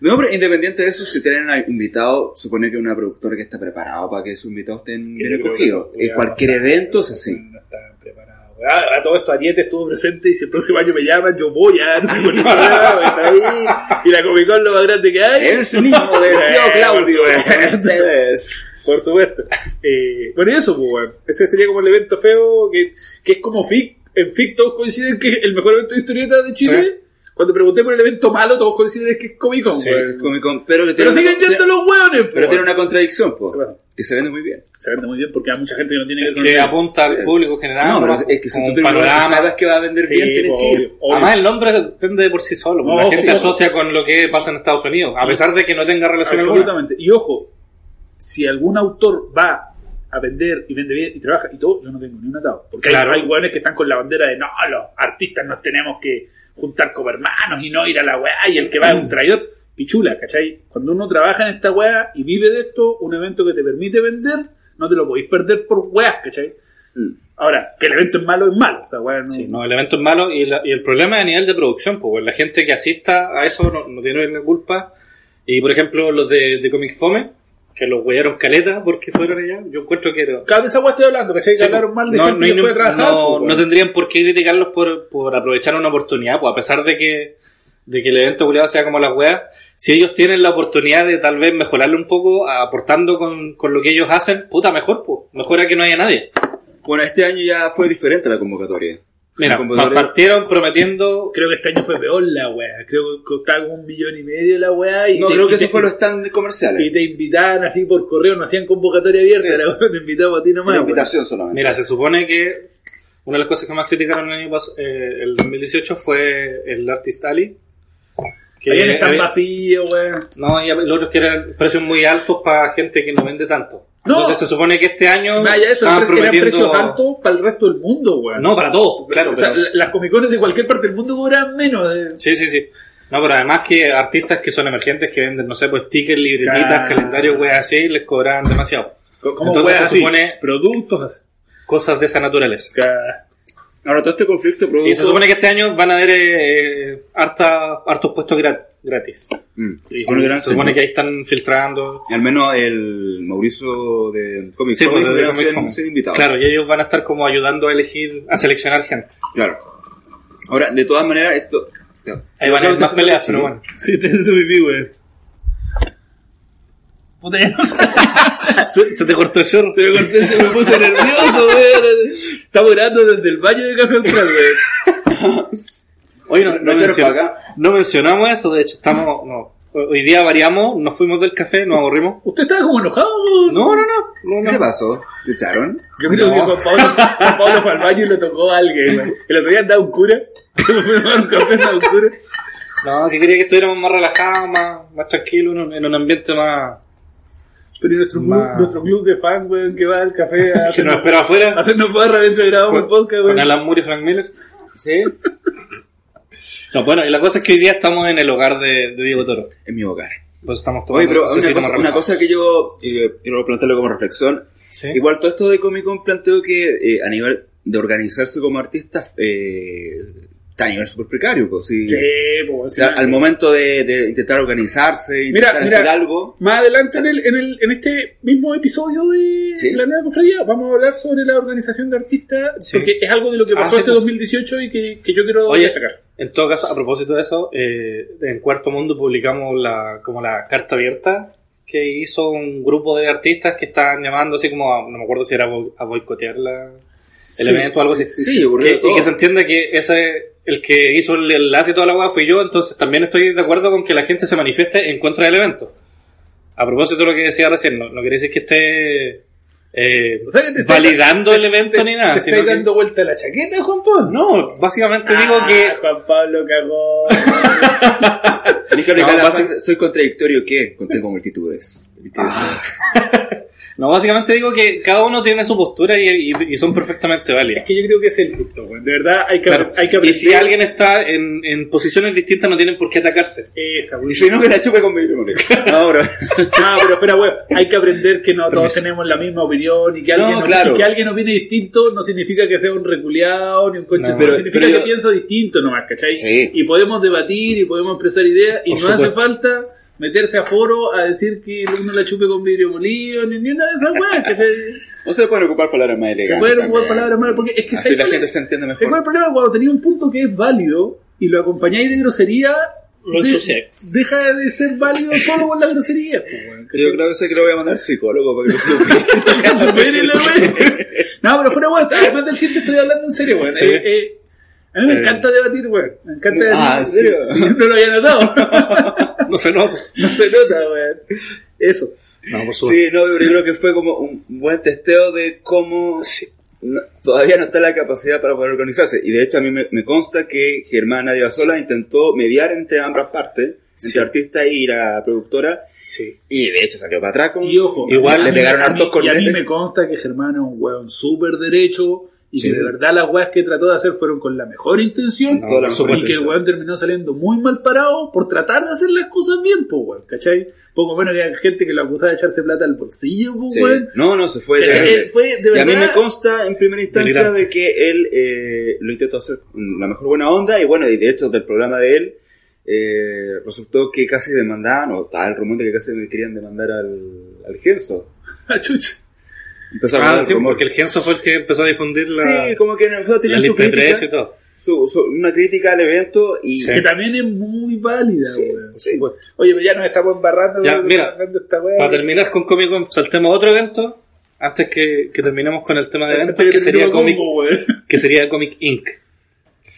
S2: No, pero independiente de eso, si tienen a invitado, supone que una productora que está preparada para que sus invitados estén bien
S4: Yo creo
S2: acogidos.
S4: que-
S2: En eh, cualquier evento es así.
S4: No estaban preparados, weón. Ah, A todo esto Ariete estuvo presente y si el próximo año me llaman, yo voy a... no tengo ni idea, weón, está ahí. Y la Comic Con lo más grande que hay.
S2: El cinismo del tío Claudio. Este con ustedes.
S4: Por supuesto. Eh, bueno, y eso, pues, weón. Ese sería como el evento feo que, que es como FIC. En FIC todos coinciden que es el mejor evento de historieta de Chile. Cuando pregunté por el evento malo, todos coinciden que es Comic Con,
S1: Sí.
S4: weón.
S2: Comic Con, pero que
S4: Pero
S2: tiene
S4: siguen
S2: una,
S4: yendo los weones,
S2: pero tiene
S4: weón.
S2: una contradicción, po,
S4: ¿Qué pasa?
S2: que se vende muy bien.
S4: Se vende muy bien porque hay mucha gente que no tiene que ver
S1: Es
S4: con
S1: que
S4: el-
S1: apunta al
S2: Sí.
S1: público general.
S2: No, pero
S1: ¿no?
S2: es que si
S1: Como
S2: tú
S1: un
S2: primero
S1: panorama.
S2: sabes que va a vender
S4: Sí,
S2: bien, tienes
S4: po,
S2: que ir.
S4: obvio, obvio.
S1: Además, el nombre depende de por sí solo. pues,
S4: No,
S1: la
S4: Oh, sí,
S1: gente
S4: ojo.
S1: asocia con lo que pasa en Estados Unidos, a pesar de que no tenga relación alguna.
S3: Absolutamente. Y ojo, si algún autor va a vender y vende bien y trabaja y todo, yo no tengo ni un atado. Porque hay-
S1: Claro.
S3: hay hueones que están con la bandera de no, los artistas nos tenemos que juntar como hermanos y no ir a la weá y el que va
S1: Mm.
S3: es un traidor. Pichula, ¿cachai? Cuando uno trabaja en esta weá y vive de esto, un evento que te permite vender, no te lo podéis perder por weás, ¿cachai?
S2: Mm.
S3: Ahora, que el evento es malo, es malo. Esta weá no-
S1: Sí, no, el evento es malo y, la- y el problema es a nivel de producción, pues bueno, la gente que asista a eso no, no tiene la culpa. Y por ejemplo, los de, de Comic Fome, que los huearon caleta porque fueron allá, yo encuentro que era-
S4: Cada vez esa weá estoy hablando, ¿cachai? Que
S1: Sí, pues,
S4: hablaron mal de
S1: no,
S4: gente
S1: no hay
S4: que fue a
S1: ni-
S4: trabajar. pues,
S1: no-
S4: po, weón.
S1: no tendrían por qué criticarlos por, por aprovechar una oportunidad, pues a pesar de que, de que el evento culiado sea como las weas, si ellos tienen la oportunidad de tal vez mejorarlo un poco, aportando con, con lo que ellos hacen, puta, mejor, pues, mejor a que no haya nadie.
S2: Bueno, este año ya fue diferente la convocatoria.
S1: Mira,
S2: Con computadores.
S1: partieron prometiendo
S3: Creo que este año fue peor la weá. Creo que costaba como un millón y medio la weá. Y
S2: No,
S3: te-
S2: creo que
S3: y te-
S2: eso fue los stand comerciales.
S3: Y te invitaban así por correo, no hacían convocatoria abierta,
S2: Sí.
S3: era bueno, te invitamos a ti nomás.
S2: Una
S3: weón.
S2: invitación solamente.
S1: Mira, se supone que una de las cosas que más criticaron el año pas- eh, el 2018 fue el Artist Alley. Que
S3: Ahí están
S1: eh,
S3: vacíos, weón.
S1: no, y los otros que eran precios muy altos para gente que no vende tanto.
S3: No.
S1: Entonces se supone que este año
S3: Más allá de eso,
S1: estaban
S3: eran
S1: prometiendo...
S3: precios altos para el resto del mundo, weón.
S1: No, para todos, claro.
S3: o sea,
S1: pero-
S3: la- las comicones de cualquier parte del mundo cobran menos. eh.
S1: Sí, sí, sí. No, pero además que artistas que son emergentes, que venden, no sé, pues stickers, libretitas,
S3: Claro.
S1: calendarios, weas así, les cobraban demasiado.
S3: ¿Cómo
S1: Entonces
S3: weón,
S1: se
S3: así?
S1: supone-
S3: Productos así.
S1: Cosas de esa naturaleza.
S3: Ca-
S2: Ahora, todo este conflicto produjo...
S1: Y se supone que este año van a haber eh, harta- hartos puestos gra- gratis.
S2: Mm.
S1: Y
S2: Fue un gran
S1: se supone
S2: señor.
S1: que ahí están filtrando.
S2: Al menos el Mauricio de Comic
S1: Sí,
S2: Con
S1: pues, de
S2: hubiera
S1: Comic
S2: sido-
S1: Con.
S2: sido invitado.
S1: Claro, y ellos van a estar como ayudando a elegir, a seleccionar gente.
S2: Claro. Ahora, de todas maneras, esto...
S1: Ahí van a
S2: Creo
S1: haber
S2: que
S1: más
S2: se-
S1: peleas,
S2: sí.
S1: pero bueno.
S3: Sí, te tu pipí, weón. Puta, ya no sé.
S1: Se, te cortó el short.
S3: Pero corté, se me puse nervioso, weón. Estamos orando desde el baño de Café Austral, weón.
S1: Oye, no,
S2: No
S1: no,
S2: echaron
S1: mencion-
S2: pa' acá.
S1: no mencionamos eso, de hecho, estamos... no. Hoy día variamos, nos fuimos del café, nos aburrimos.
S3: Usted estaba como enojado, weón.
S1: No, no, no. no,
S2: ¿Qué
S1: no.
S2: se pasó? ¿Te echaron?
S3: Yo creo
S1: No.
S3: que Juan Pablo, Juan Pablo fue al baño y lo tocó a alguien, güey. El otro día andaba un cura. Fue a tomar un café andaba un cura.
S1: No, que quería que estuviéramos más relajados, más, más tranquilos, en un- en un ambiente más...
S3: Pero nuestro club,
S1: Ma.
S3: nuestro club de fan, güey, que va al café a
S1: Que nos
S3: hacernos,
S1: espera
S3: a
S1: afuera,
S3: hacernos barra mientras grabamos el
S1: con,
S3: podcast,
S1: con
S3: güey.
S1: Alan Moore y Frank Miller.
S2: Sí.
S1: No, bueno, y la cosa es que hoy día estamos en el hogar de, de Diego Toro.
S2: En mi hogar.
S1: Pues estamos
S2: Oye, pero
S1: tomando
S2: una
S1: cafecito
S2: cosa,
S1: más
S2: una
S1: relajado.
S2: cosa que yo eh, quiero plantearlo como reflexión.
S1: Sí.
S2: Igual todo esto de Comic Con planteo que eh, a nivel de organizarse como artista eh, está a nivel súper precario. Pues, sí.
S3: Sí, pues,
S2: O sea,
S3: sí.
S2: al momento de, de intentar organizarse, intentar
S3: mira.
S2: hacer algo,
S3: Más adelante en, el, en, el, en este mismo episodio de
S2: Sí.
S3: La Nueva Cofradía vamos a hablar sobre la organización de artistas,
S1: Sí.
S3: porque es algo de lo que
S1: Ah,
S3: pasó
S1: sí,
S3: este
S1: pues.
S3: 2018 y que, que yo quiero
S1: Oye,
S3: destacar.
S1: En todo caso, a propósito de eso, eh, en Cuarto Mundo publicamos la, como la carta abierta que hizo un grupo de artistas que estaban llamando así como, a- no me acuerdo si era bo- a boicotear la, el evento o algo así.
S2: sí, ocurrió
S1: Que-
S2: todo.
S1: y que se entienda que ese, el que hizo el enlace y toda la hueá fui yo, entonces también estoy de acuerdo con que la gente se manifieste en contra del evento. A propósito de lo que decía recién, no, no quiere decir que esté eh,
S3: O sea, que te estáis-
S1: validando el evento ni nada.
S3: ¿Te
S1: sino
S3: estáis
S1: que-
S3: dando vuelta la chaqueta, Juan Pablo?
S1: no, básicamente
S3: Ah,
S1: digo que
S3: Juan Pablo cagó.
S2: Tenés que aplicar
S1: No,
S2: la
S1: basi-
S2: frase, soy contradictorio que contengo multitudes. Tenés que decir,
S3: Ah.
S1: No, básicamente digo que cada uno tiene su postura y, y- y son perfectamente
S3: es
S1: válidas.
S3: que yo creo que es el punto, güey. De verdad, hay que,
S1: Claro.
S3: hay que
S1: Y
S3: aprender.
S1: si alguien está en, en posiciones distintas no tienen por qué atacarse.
S3: Esa, güey.
S2: Y si no, que la chupe con vidrio, moleque. No, bro.
S3: No, pero espera, güey. Hay que aprender que no todos tenemos la misma opinión y que
S2: No,
S3: alguien, no,
S2: claro.
S3: y que alguien opine distinto no significa que sea un reculeado ni un coche.
S1: No.
S3: pero,
S2: Pero-
S3: significa
S2: pero
S3: que
S2: yo-
S3: piensa distinto nomás, ¿cachai?
S2: Sí.
S3: Y podemos debatir y podemos expresar ideas y
S1: Por
S3: no hace
S1: supuesto.
S3: falta meterse a foro a decir que uno la chupe con vidrio molido ni, ni una de esas weas, ¿cachai?
S2: O se pueden ocupar palabras más elegantes.
S3: Se pueden ocupar
S2: también.
S3: palabras malas porque es que
S2: Así
S3: ¿sabes
S2: la
S3: cuál
S2: gente
S3: es?
S2: se entiende
S3: ¿Sabes cuál es
S2: mejor.
S3: el problema? Cuando tenéis un punto que es válido y lo acompañáis de grosería,
S1: Lo
S3: de-
S1: ensuciáis.
S3: deja de ser válido solo con la grosería. po, weón, ¿cachai?
S2: Yo creo que sé que lo voy a mandar al psicólogo para que lo supere.
S3: Supérelo, güey. No, pero fuera weón, además del chiste estoy hablando en serio, weón.
S1: Sí.
S3: Eh, eh, a mí me
S1: Eh.
S3: encanta debatir, weón. Me encanta debatir.
S2: Ah, ¿en serio?
S3: Sí, no lo había notado.
S1: No se nota.
S3: No se nota, weón. Eso.
S1: No, por supuesto.
S2: Sí, no, pero yo creo que fue como un buen testeo de cómo no- todavía no está la capacidad para poder organizarse. Y de hecho a mí me, me consta que Germana Sola intentó mediar entre ambas partes, entre
S1: Sí.
S2: artista y la productora,
S1: Sí.
S2: y de hecho salió para atrás con...
S3: Y ojo,
S1: Igual
S3: a
S2: le
S3: mí-
S2: pegaron
S3: a mí-
S2: hartos
S3: Y a mí
S2: cornetes.
S3: me consta que Germán es un weón súper derecho y
S2: Sí.
S3: que de verdad las weas que trató de hacer fueron con la mejor intención.
S1: No,
S2: Toda la
S1: por supuesto.
S3: Y que el weón terminó saliendo muy mal parado por tratar de hacer las cosas bien, pues weón, ¿cachai? Poco menos que había gente que lo acusaba de echarse plata al bolsillo, pues
S2: Sí.
S3: weón.
S2: No, no, se fue.
S3: ¿Cachai?
S2: terrible.
S3: Eh, Fue de
S2: Y
S3: verdad.
S2: a mí me consta en primera instancia
S1: Delirante.
S2: de que él eh, lo intentó hacer con la mejor buena onda y bueno, y de hecho del programa de él eh, resultó que casi demandaban, o tal rumor de que casi le querían demandar al, al Genso.
S3: Ah, chucha.
S2: Empezó a
S1: Ah,
S2: hablar
S1: sí,
S2: rumor.
S1: porque el Genso fue el que empezó a difundir la,
S2: Sí, como que en el fondo
S1: la
S2: tenía su
S1: lista de precios y
S2: crítica,
S1: todo.
S2: su- su- una crítica al evento y...
S1: Sí.
S3: Que también es muy válida,
S2: Sí,
S3: weón.
S2: sí.
S3: Oye, pero ya nos estamos embarrando.
S1: Ya,
S3: weón,
S1: mira,
S3: hablando de esta weá.
S1: Para terminar con Comic Con, saltemos a otro evento antes que, que terminemos con el tema de eventos, que
S3: Pero
S1: sería
S3: terminó
S1: Comic,
S3: combo, weón.
S1: que sería Comic Inc.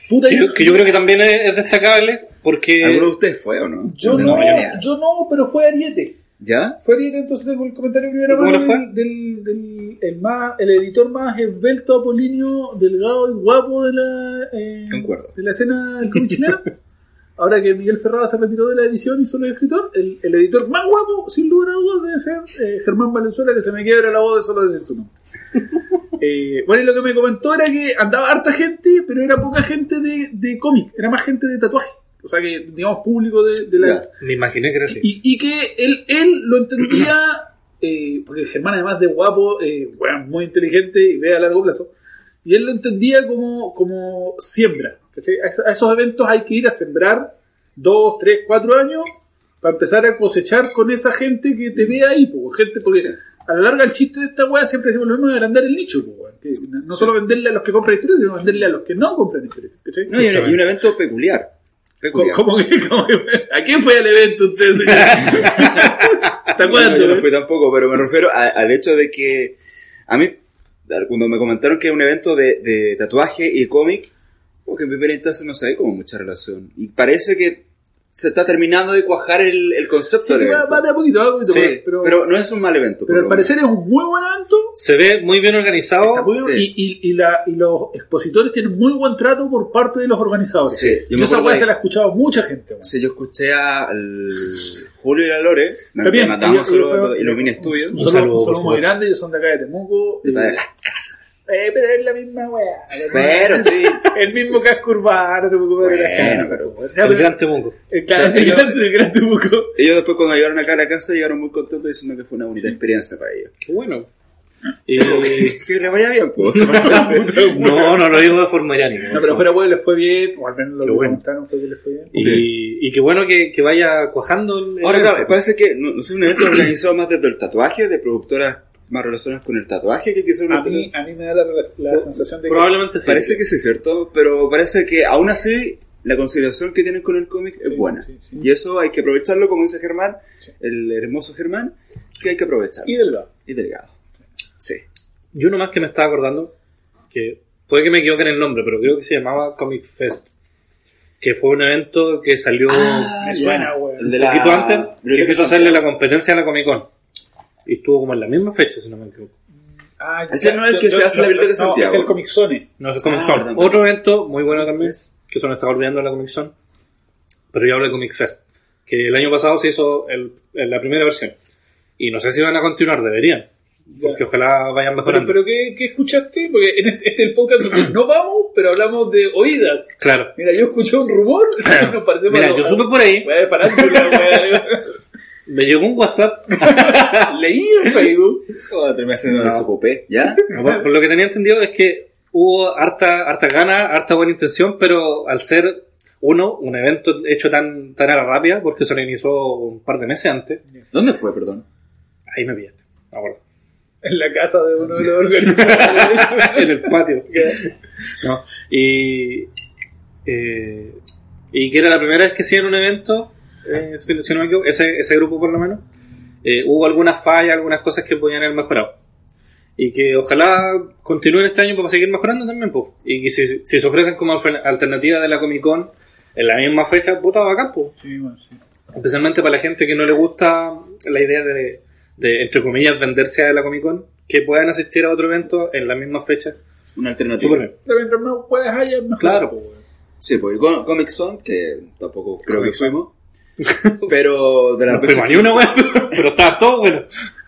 S3: Puta,
S1: Que yo, que yo creo que también es, es destacable
S2: ¿Alguno de
S1: porque...
S2: ustedes fue o no?
S3: Yo
S2: tengo
S3: no,
S2: mayor idea.
S3: yo no, pero fue Ariete.
S2: ¿Ya?
S3: Fue Ariete, entonces tengo el comentario primero.
S1: ¿Cómo le
S3: del-
S1: fue?
S3: Del, del- el, más, el editor más esbelto, Apolinio, delgado y guapo de la, eh,
S2: Concuerdo.
S3: de la escena del cómic chileno. Ahora que Miguel Ferrada se retiró de la edición y solo es escritor, el, el editor más guapo, sin lugar a dudas, debe ser eh, Germán Valenzuela, que se me quiebra la voz de solo decir su nombre. Eh, bueno, y lo que me comentó era que andaba harta gente, pero era poca gente de, de cómic, era más gente de tatuaje. O sea que, digamos, público de, de la,
S2: Ya.
S1: Me imaginé que era así.
S3: y, y que él, él lo entendía, eh, porque Germán además de guapo, eh, weón, muy inteligente y ve a largo plazo, y él lo entendía como, como siembra. ¿cachai? A esos- A esos eventos hay que ir a sembrar dos, tres, cuatro años para empezar a cosechar con esa gente que te ve ahí, po, gente, porque
S2: Sí.
S3: a la larga el chiste de esta weá siempre decimos lo mismo de agrandar el nicho, po, weón, que no no solo venderle a los que compran historias, sino venderle a los que no compran historias. ¿cachai?
S2: No, y, un- y un evento peculiar.
S3: ¿Cómo,
S2: peculiar.
S3: cómo que, cómo que- ¿A quién fue al evento usted, señor? ¿Te acuerdas?
S2: No, yo no fui tampoco, pero me refiero a- al hecho de que a mí, cuando me comentaron que era un evento de, de tatuaje y cómic, porque en primera instancia no sabía como mucha relación. Y parece que se está terminando de cuajar el, el concepto
S3: Sí,
S2: del
S3: va,
S2: evento.
S3: va de a poquito, va de a poquito,
S2: Sí,
S3: weón,
S2: pero,
S3: pero, pero,
S2: no es un mal evento. por
S3: al
S2: lo
S3: parecer es un muy buen evento.
S1: Se ve muy bien organizado.
S3: está muy bien,
S2: sí.
S3: y, y, y, la- y los expositores tienen muy buen trato por parte de los organizadores.
S2: Sí, yo me
S3: yo esa
S2: acuerdo
S3: weá
S2: de-
S3: se la he escuchado a mucha gente. weón.
S2: menos. Sí, yo escuché al Julio y la Lore, me
S3: También,
S2: matamos
S3: ellos- ellos
S2: solo
S3: fueron-
S2: Ilumina Estudio.
S3: Un
S1: Un saludo,
S3: saludo, un
S1: por
S3: saludo muy
S1: supuesto.
S3: grande, ellos son de acá de Temuco.
S2: de
S3: y-
S2: para las-
S3: Eh, pero es la misma weá.
S2: Pero sí,
S3: El mismo casco urbano, Temuco, pero
S2: Bueno,
S3: las casas,
S2: pero- pues,
S3: weón. O sea,
S1: El
S3: pero-
S1: gran Temuco.
S3: el- claro,
S2: Pero
S3: el
S2: ellos-
S3: gran- el gran Temuco.
S2: ellos después cuando llegaron acá a la casa llegaron muy contentos diciendo que fue una bonita experiencia para ellos.
S1: Qué bueno.
S4: Eh,
S2: Que le vaya bien, pues.
S1: No, no lo digo de forma irónica.
S3: No, pero fuera bueno, les fue bien, o al menos lo
S1: Qué
S3: que
S1: bueno.
S3: comentaron fue que les fue bien.
S1: y,
S2: Sí.
S1: y qué bueno que, que vaya cuajando el. el
S2: Ahora, claro,
S1: evento.
S2: parece que, no, no sé, un evento organizado más desde el tatuaje, de productoras más relacionadas con el tatuaje que quizás
S3: A
S2: una
S3: mí, a mí me da la, la sensación de que
S1: Probablemente sí.
S2: Parece que sí, ¿cierto? Pero parece que aún así la consideración que tienen con el cómic es
S3: Sí,
S2: buena.
S3: sí, sí.
S2: Y eso hay que aprovecharlo, como dice Germán, el hermoso Germán, que hay que aprovecharlo.
S3: Y delgado.
S2: Y delgado. Sí.
S1: Yo nomás que me estaba acordando, que puede que me equivoque en el nombre, pero creo que se llamaba Comic Fest. Que fue un evento que salió
S3: Ah, me
S2: ya.
S3: suena, weón.
S2: El de
S1: un
S2: la...
S1: poquito antes, que
S2: Biblioteca
S1: quiso
S2: Santa.
S1: hacerle la competencia a la Comic Con. Y estuvo como en la misma fecha, si no me equivoco.
S3: Ah,
S2: Ese
S3: ya,
S2: no es el
S3: yo-
S2: que
S3: yo-
S2: se hace
S3: yo-
S2: la Biblioteca
S3: no,
S2: Santiago.
S3: Es el Comic Zone.
S1: No, eso es Comic
S2: Ah,
S1: Con.
S2: verdad.
S1: Otro evento muy bueno también, que se nos está olvidando de la Comic Con, pero yo hablo de Comic Fest, que el año pasado se hizo el- en la primera versión. Y no sé si van a continuar, deberían, porque ojalá vayan
S3: Pero,
S1: mejorando.
S3: pero ¿qué, qué escuchaste? Porque en este, este es el podcast donde no vamos, pero hablamos de oídas.
S1: claro.
S3: Mira, yo escuché un rumor, nos parecemos
S1: Mira,
S3: a-
S1: yo supe por ahí,
S3: Weá de farándula, weá.
S1: me llegó un WhatsApp,
S3: Leí en Facebook.
S2: Oh, terminé haciendo
S1: No.
S2: su copé, ¿ya?
S1: por, por lo que tenía entendido es que hubo harta, harta gana, harta buena intención, pero al ser uno, un evento hecho tan, tan a la rápida, porque se organizó un par de meses antes,
S2: ¿Dónde fue, perdón?
S1: ahí me pillaste, me acuerdo.
S3: En la casa de uno de los organizadores.
S1: en el patio. No, y, eh, y que era la primera vez que hacían un evento, eh, si si no me equivoco, ese, ese grupo por lo menos, eh, hubo algunas fallas, algunas cosas que podían haber mejorado. Y que ojalá continúen este año para seguir mejorando también, pues. Y que si, si se ofrecen como alfer- alternativa de la Comic Con en la misma fecha, puta bacán, pues.
S3: Sí, bueno, sí.
S1: Especialmente para la gente que no le gusta la idea de, de, entre comillas, venderse a la Comic Con, que puedan asistir a otro evento en la misma fecha.
S2: Una alternativa.
S1: Súper bien.
S3: Pero mientras más puedas haya, mejor.
S1: Claro,
S3: po, weón.
S2: Sí, porque con Comic Zone, que tampoco creo
S1: Comic
S2: que fuimos. Pero de la
S1: No fuimos a ni una wea, pero, pero estaba todo bueno.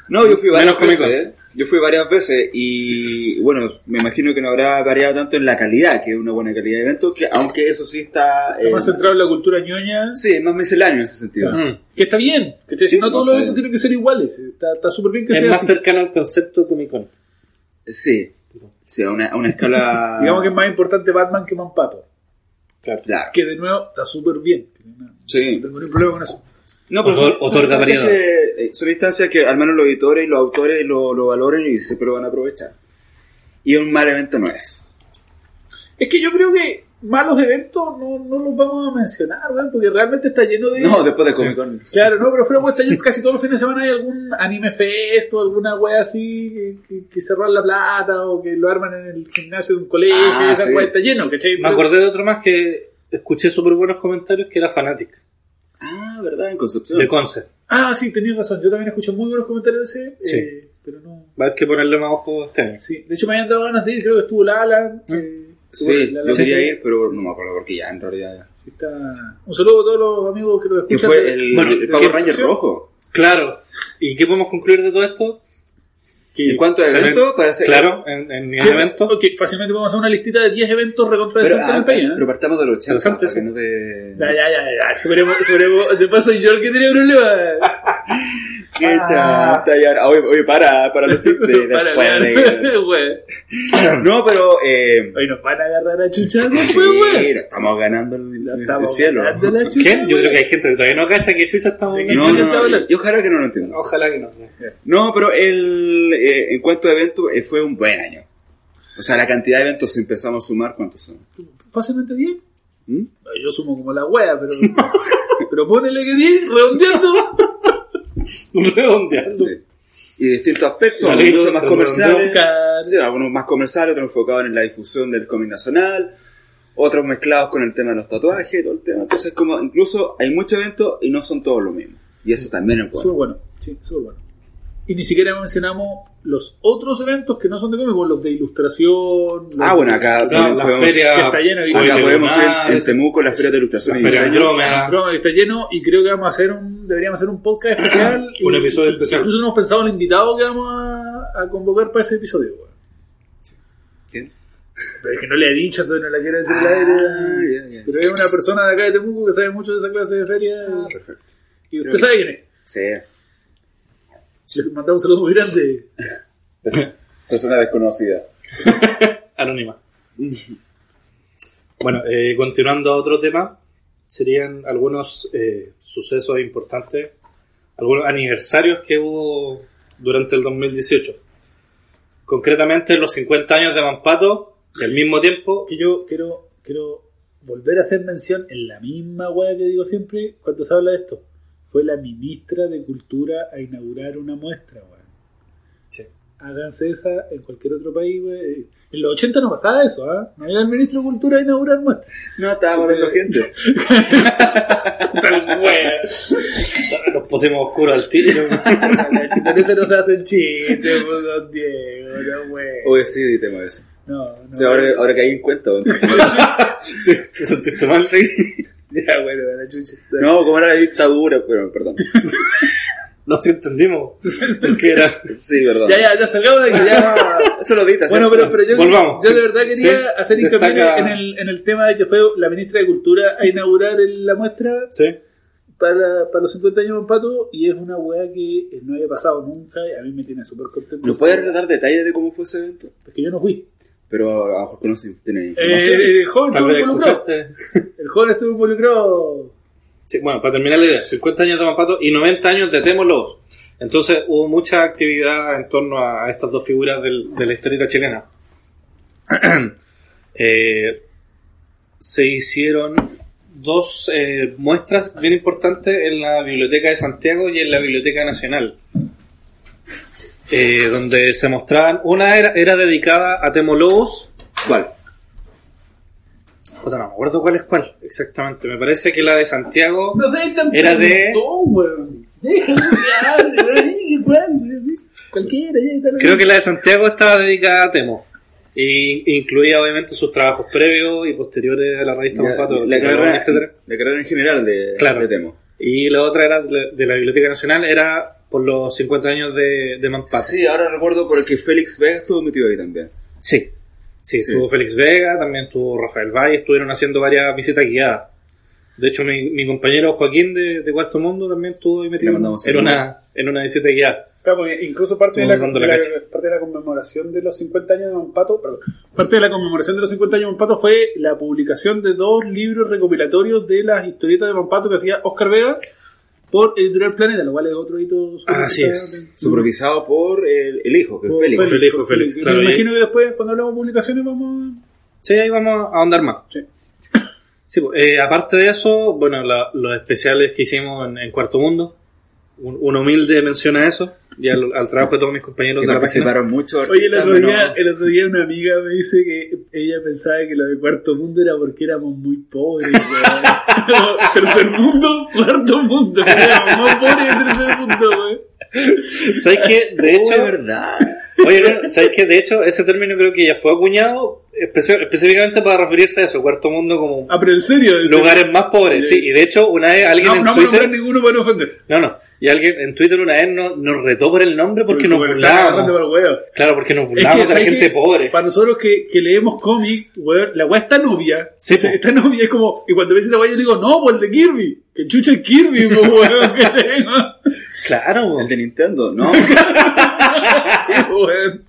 S2: No, yo fui varias
S1: Menos Comic-Con.
S2: veces. ¿eh? Yo fui varias veces y bueno, me imagino que no habrá variado tanto en la calidad, que es una buena calidad de evento, que aunque eso sí está...
S3: Está
S2: eh,
S3: más centrado en la cultura ñoña.
S2: Sí, es más misceláneo en ese sentido.
S1: Mm.
S3: Que está bien. Que si
S2: Sí,
S3: no,
S2: no,
S3: todos los
S2: está bien.
S3: eventos tienen que ser iguales. Está está súper bien que
S1: Es
S3: sea
S1: más
S3: así.
S1: cercano al concepto de Comic Con.
S2: Sí, sí, a una, a una escala...
S3: Digamos que es más importante Batman que Manpato.
S1: Claro.
S2: Claro.
S3: Que de nuevo está súper bien.
S2: Sí.
S3: No tengo ningún problema con eso.
S2: No, pero
S1: Otor-
S2: son, son
S1: otorga
S2: instancias
S1: variedad.
S2: que, eh, son instancias que al menos los editores y los autores lo, lo valoren y siempre lo van a aprovechar. Y un mal evento no es.
S3: Es que yo creo que malos eventos no, no los vamos a mencionar, weón, porque realmente está lleno de.
S2: No, después de Comic Con.
S3: Claro, no, pero fuera de cuenta, yo casi todos los fines de semana hay algún anime fest o alguna wea así que, que, que se roban la plata o que lo arman en el gimnasio de un colegio,
S2: Ah,
S3: esa
S2: sí.
S3: wea está lleno, ¿cachai?
S1: Me acordé de otro más que escuché súper buenos comentarios que era Fanatic,
S2: Ah, verdad, en Concepción.
S1: de Concept.
S3: Ah, sí, tenías razón, yo también escucho muy buenos comentarios de ese,
S1: Sí.
S3: eh, pero no.
S1: Va a haber que ponerle más ojo este año.
S3: Sí, de hecho me habían dado ganas de ir, creo que estuvo Lala. eh,
S2: Ah, Sí,
S3: la-
S2: yo
S3: la-
S2: quería ir, pero no me acuerdo porque ya en realidad.
S3: sí, está- Un saludo a todos los amigos que lo
S2: Que
S3: escuchan.
S2: fue el,
S1: Bueno,
S2: el Power
S1: ¿qué-
S2: Ranger
S3: sí?
S2: rojo.
S1: Claro. ¿Y qué podemos concluir de todo esto? Que
S2: ¿En cuanto a
S1: se ven-
S2: eventos? Parece-
S1: Claro, en, en nivel
S3: ¿Qué
S1: de evento.
S3: Ok, fácilmente podemos hacer una listita de 10 eventos
S2: Pero,
S3: recontradesantes en
S2: ah,
S3: el país. ¿eh?
S2: pero partamos de los 80
S1: Interesante,
S2: para que
S1: sí.
S2: no te...
S3: Ya, ya, ya, ya, superemos, superemos. De paso, yo el que tiene problema.
S2: ¡Qué
S3: Ah.
S2: chata! y ahora- Oye, oye, para, para los chistes.
S3: Para,
S2: después de-
S3: para, güey.
S2: No, pero... Eh,
S3: Hoy nos van a agarrar a chuchar
S2: sí,
S3: después, güey.
S2: lo estamos ganando el,
S3: La
S2: el
S3: estamos
S2: cielo.
S3: ganando la chucha,
S1: ¿Quién? Yo
S3: güey.
S1: creo que hay gente que todavía no cacha que chucha estamos
S3: ¿De qué
S2: No,
S1: hablando.
S2: no,
S3: está
S2: no,
S3: hablando?
S2: y ojalá que no lo entiendan.
S1: Ojalá que no.
S2: No, pero el, eh, en cuanto a eventos, eh, fue un buen año. O sea, la cantidad de eventos, si empezamos a sumar, ¿cuántos son?
S3: Fácilmente 10.
S2: ¿Mm?
S3: Yo sumo como la wea, pero. pero ponele que 10, redondeando.
S1: Redondeando.
S2: Sí. Y distintos aspectos,
S1: La ley
S2: muchos
S1: del
S2: más
S1: rondón.
S2: comerciales.
S3: Nunca-
S2: Sí, algunos más comerciales, otros enfocados en la difusión del cómic nacional, otros mezclados con el tema de los tatuajes, todo el tema. Entonces, como incluso hay muchos eventos y no son todos lo mismo. Y eso también es
S3: Súper
S2: bueno.
S3: bueno, sí, súper bueno. Y ni siquiera mencionamos los otros eventos que no son de cómic, como los de ilustración. los
S2: Ah,
S3: de-
S2: bueno,
S1: Claro,
S2: acá también
S1: la
S2: podemos,
S1: feria.
S3: Que está llena,
S1: Hoy
S2: acá
S1: de
S2: podemos ir en,
S1: Lunares,
S2: Temuco las ferias de ilustración
S1: la
S2: y
S1: feria
S2: diseño.
S1: Andrómeda.
S3: Broma, que está lleno y creo que vamos a hacer un, deberíamos hacer un podcast especial.
S1: Un
S3: y-
S1: episodio especial.
S3: Incluso no hemos pensado en el invitado que vamos a, a convocar para ese episodio. weón.
S2: ¿Quién?
S3: Pero es que no le he dicho, entonces no la quiero decir al
S2: Ah,
S3: aire.
S2: ya, ya.
S3: Pero es una persona de acá de Temuco que sabe mucho de esa clase de series.
S2: perfecto.
S3: y usted sabe quién es.
S2: Sí.
S3: Le mandamos un saludo muy grande.
S2: Persona desconocida.
S1: Anónima. Bueno, eh, continuando a otro tema, serían algunos eh, sucesos importantes, algunos aniversarios que hubo durante el 2018. Concretamente los 50 años de Mampato, al mismo tiempo,
S3: que yo quiero, quiero volver a hacer mención en la misma weá que digo siempre cuando se habla de esto. Fue la ministra de Cultura a inaugurar una muestra, weón.
S1: Sí.
S3: Háganse esa en cualquier otro país, weón. En los 80 no pasaba eso, ¿ah? No había el ministro de Cultura a inaugurar muestras.
S2: No, estábamos viendo gente.
S1: Tal wea. nos pusimos oscuros al tiro.
S3: Con eso no se hacen chistes, po, don Diego, no, weón.
S2: Oye, sí, editemos eso.
S3: No, no.
S2: O sea, ahora, ahora que hay en cuenta. weón.
S1: ¿Te sentiste mal, sí?
S3: Ya, bueno, la chucha.
S2: No, como era la dictadura, pero perdón.
S1: No sí entendimos. Es que era...
S2: Sí, perdón.
S3: Ya, ya, ya salgamos de aquí, ya.
S2: Eso lo editas.
S3: Bueno, pero, pero yo,
S1: Volvamos.
S3: yo de verdad quería
S1: Sí.
S3: hacer hincapié
S1: Destaca-
S3: en el, en el tema de que fue la ministra de Cultura a inaugurar el- la muestra
S1: Sí.
S3: para, para los 50 años de Pato y es una weá que eh, no había pasado nunca y a mí me tiene súper contento.
S2: ¿Nos puedes dar detalles de cómo fue ese evento?
S3: Porque yo no fui.
S2: Pero a lo mejor conocen, tienen
S3: Eh,
S2: información.
S3: el joven
S1: Tal
S3: estuvo
S1: vez
S3: involucrado.
S1: escuchaste.
S3: El joven estuvo involucrado.
S1: Sí, bueno, para terminar la idea, 50 años de Mampato y 90 años de Temo Lobos. Entonces hubo mucha actividad en torno a, a estas dos figuras del- de la historieta chilena. Eh, se hicieron dos eh, muestras bien importantes en la Biblioteca de Santiago y en la Biblioteca Nacional, eh, donde se mostraban, una era, era dedicada a Temo Lobos,
S2: ¿Cuál?
S1: Puta, no me acuerdo cuál es cuál exactamente, me parece que la de Santiago...
S3: No sé, él también.
S1: Era de-
S3: No, weón. Déjalo, que hable, weón, igual, weón. Cualquiera, ya está.
S1: Creo que la de Santiago estaba dedicada a Temo. Y incluía obviamente sus trabajos previos y posteriores de la revista
S2: Ya,
S1: Mampato,
S2: la, carrera,
S1: etcétera.
S2: la carrera en general de,
S1: Claro.
S2: de Temo.
S1: Y la otra era de de la Biblioteca Nacional, era por los 50 años de, de Mampato.
S2: Sí, ahora recuerdo porque Félix Vega estuvo metido ahí también.
S3: Mm.
S1: Sí. Sí,
S2: Sí.
S1: estuvo Félix Vega, también estuvo Rafael Valle, estuvieron haciendo varias visitas guiadas. De hecho, mi, mi compañero Joaquín de, de Cuarto Mundo también estuvo ahí metido
S2: Le mandamos
S1: en
S2: un
S1: una, en una visita guiada.
S3: Claro, porque incluso parte de, la,
S1: Estamos dando la
S3: de la-
S1: cacha.
S3: parte de la conmemoración de los 50 años de Mampato, perdón, parte de la conmemoración de los 50 años de Mampato fue la publicación de dos libros recopilatorios de las historietas de Mampato que hacía Oscar Vega por Editorial Planeta, lo cual es otro hito. súper
S1: Ah, Así es.
S3: importante.
S2: Supervisado por el, el hijo, que es
S3: Por
S2: Félix.
S1: Félix. por Félix, claro,
S3: Me
S1: y-
S3: imagino que después, cuando hablemos de publicaciones, vamos.
S1: Sí, ahí vamos a ahondar más.
S3: Sí.
S1: Sí, pues, eh, aparte de eso, bueno, la- los especiales que hicimos en, en Cuarto Mundo, un, un humilde menciona eso, y al, al trabajo de todos mis compañeros
S2: Que
S1: de la página.
S2: participaron muchos
S3: Oye, el otro,
S2: artistas,
S3: día,
S2: ¿no?
S3: el otro día una amiga me dice que ella pensaba que lo de cuarto mundo era porque éramos muy pobres. weón. tercer mundo, cuarto mundo. weón. Éramos más pobres que tercer mundo, weón.
S1: ¿Sabes qué? De
S2: Oh, es
S1: hecho,
S2: verdad.
S1: oye, no, ¿sabes qué? De hecho, ese término creo que ya fue acuñado espe- específicamente para referirse a eso, Cuarto Mundo como
S3: Ah, pero en serio.
S1: lugares más pobres, sí, y de hecho, una vez alguien
S3: No,
S1: en
S3: no vamos a nombrar
S1: Twitter...
S3: ninguno para no ofender.
S1: No, no, y alguien en Twitter una vez no- nos retó por el nombre porque nos
S3: Porque están agarrando
S1: burlábamos.
S3: para el huevo.
S1: Claro, porque nos
S3: Es que,
S1: burlábamos de la
S3: ¿sabes
S1: gente
S3: qué?
S1: pobre.
S3: Para nosotros que, que leemos cómic, weón, la weá está novia.
S1: Sí,
S3: O sea,
S1: po.
S3: está novia, es como. Y cuando ves esa weá, yo digo, no, por el de Kirby. Que chucha el Kirby, po, weón. que tengo.
S1: Claro, po.
S2: El de Nintendo, ¿no?
S3: Weón.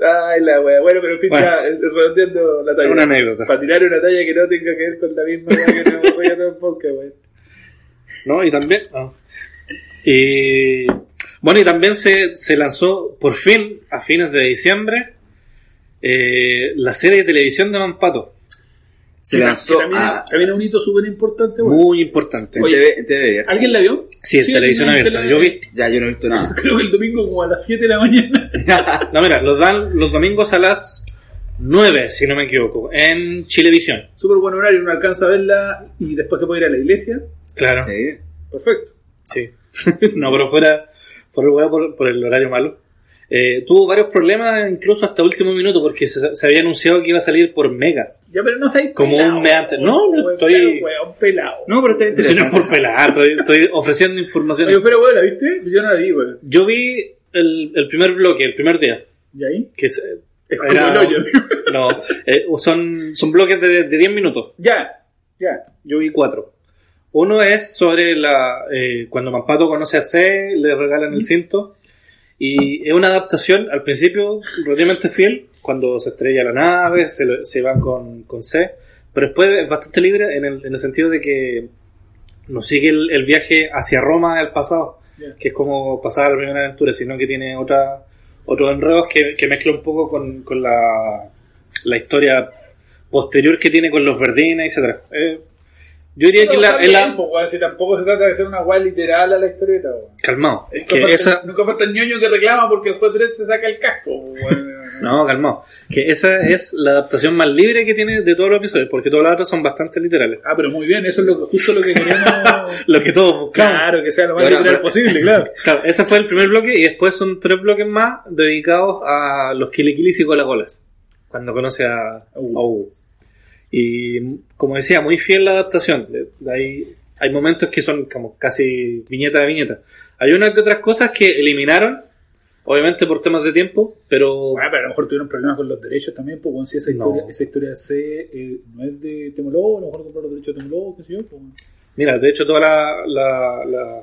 S3: Ay, la wea. Bueno, pero en fin,
S1: Bueno.
S3: ya, eh, redondeando la talla.
S1: Una anécdota.
S3: Para tirar una talla que no tenga que ver con la misma wea que tenemos hoy en el podcast, weón.
S1: ¿no? Y también. ah. Y, bueno, y también se, se lanzó por fin, a fines de diciembre, eh, la serie de televisión de Mampato.
S2: Se
S3: Que ta-
S2: lanzó
S3: que también,
S2: a-
S3: también es un hito súper importante, weón.
S1: Muy importante.
S2: en TV, en TV abierta.
S3: ¿Alguien la vio?
S1: Uh, Sí, en televisión
S3: en
S1: abierta.
S3: tele-
S1: Yo vi.
S2: Ya, yo no he visto nada.
S3: Creo que el domingo como a las 7 de la mañana.
S1: No, mira, los dan los domingos a las 9, si no me equivoco, en Chilevisión.
S3: Súper buen horario, uno alcanza a verla y después se puede ir a la iglesia.
S1: Claro. Sí.
S2: Sí.
S3: Perfecto.
S1: no, pero fuera por el, huevo, por, por el horario malo. Eh, tuvo varios problemas incluso hasta último minuto porque se, se había anunciado que iba a salir por Mega.
S3: Ya, pero no sé.
S1: Como un mes antes. No, no estoy-
S3: Weón, pelado.
S2: No, pero está
S1: Eso no es
S2: interesante.
S1: por pelar, estoy, estoy ofreciendo información.
S3: Oye, pero weón, ¿la viste? Yo no la vi, weón.
S1: Yo vi el, el primer bloque, el primer día,
S3: ¿Y ahí?
S1: que es-
S3: Es como
S1: Era-
S3: el hoyo.
S1: no, eh, son, son bloques de, de 10 minutos.
S3: ya, ya.
S1: Yo vi cuatro.
S2: ¿Mm?
S1: Uno es sobre la eh, cuando Mampato conoce a C, le regalan el cinto. Y es una adaptación, al principio, relativamente fiel, cuando se estrella la nave, se, lo- se van con, con C, pero después es bastante libre en el, en el sentido de que nos sigue el, el viaje hacia Roma del pasado,
S3: Ya.
S1: que es como pasar a la primera aventura, sino que tiene otra, otros enredos que, que mezcla un poco con, con la, la historia posterior que tiene con los Verdines, etcétera. Eh, yo diría que
S3: Pero
S1: la-
S3: está
S1: es la-
S3: bien, po, weón, si tampoco se trata de ser una weá literal a la historieta, weón.
S1: Calmado. Es
S3: Nunca
S1: que
S3: falta-
S1: esa...
S3: Nunca falta el ñoño que reclama porque el juez Dredd se saca el casco, weón.
S1: No, calmado. Que esa es la adaptación más libre que tiene de todos los episodios, porque todos los otros son bastante literales.
S3: Ah, pero muy bien, eso es lo que- justo lo que queremos.
S1: Lo que todos buscamos.
S3: claro, que sea lo más
S2: Ahora,
S3: literal
S2: ahora-
S3: posible, claro.
S1: Claro, ese fue el primer bloque y después son tres bloques más dedicados a los kilikilis y colacolas. Cuando conoce a, a Hugo. Y como decía, muy fiel la adaptación. De- de Hay, hay momentos que son como casi viñeta de viñeta. Hay una que otras cosas que eliminaron, obviamente por temas de tiempo, pero
S3: Bueno, Ah, pero a lo mejor tuvieron problemas con los derechos también, pues, weón, si esa
S1: No.
S3: historia, esa historia C eh, no es de Temolobo, a lo mejor compraron los derechos de Temolobo, qué sé yo, pues, weón.
S1: Mira, de hecho todas la- la- la-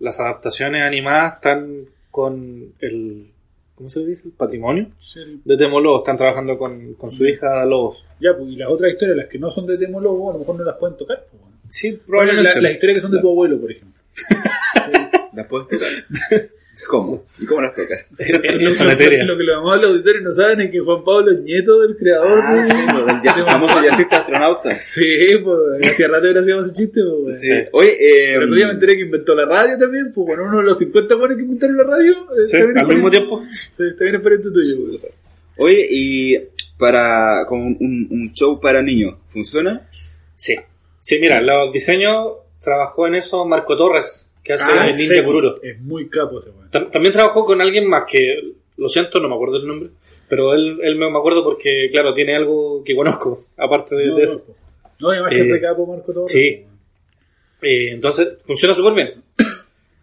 S1: las adaptaciones animadas están con el, ¿cómo se dice? El patrimonio
S3: Sí.
S1: de Temolobo. Están trabajando con, con su hija Lobos.
S3: Ya, pues, y las otras historias, las que no son de Temolobo, a lo mejor no las pueden tocar, pues, weón.
S1: Sí,
S3: Bueno,
S1: probablemente.
S3: la- las historias que son de tu abuelo, por ejemplo.
S2: ¿Las puedes tocar? ¿Cómo? ¿Y cómo las tocas?
S1: Son
S3: lo, que,
S1: etéreas.
S3: lo que los amables auditores no saben es que Juan Pablo es nieto del creador
S2: Ah,
S3: de-
S2: sí, pues, del ya- famoso jazzista astronauta.
S3: Sí, pues, hacía rato que no hacíamos ese chiste, pues. weón.
S2: Sí. Oye, eh,
S3: El otro día me enteré que inventó la radio también, pues bueno, uno de los 50 buenos que inventaron la radio. eh,
S1: Sí,
S3: también es
S1: al mismo
S3: pariente-
S1: tiempo.
S3: sí, también es pariente tuyo, weón.
S2: oye, y para con un, un show para niños, ¿funciona?
S1: Sí. Sí, mira, los diseños trabajó en eso Marco Torres, que hace
S3: Ah,
S1: el Ninja
S3: seco.
S1: Kururo.
S3: Es muy capo ese weón.
S1: Tam- También trabajó con alguien más que, lo siento, no me acuerdo el nombre, pero él, él me me acuerdo porque, claro, tiene algo que conozco, aparte de-
S3: No,
S1: de eso.
S3: no, po. No, y además que
S1: Eh,
S3: es de capo Marco Torres.
S1: sí.
S3: po, weón.
S1: Eh, entonces, funciona súper bien.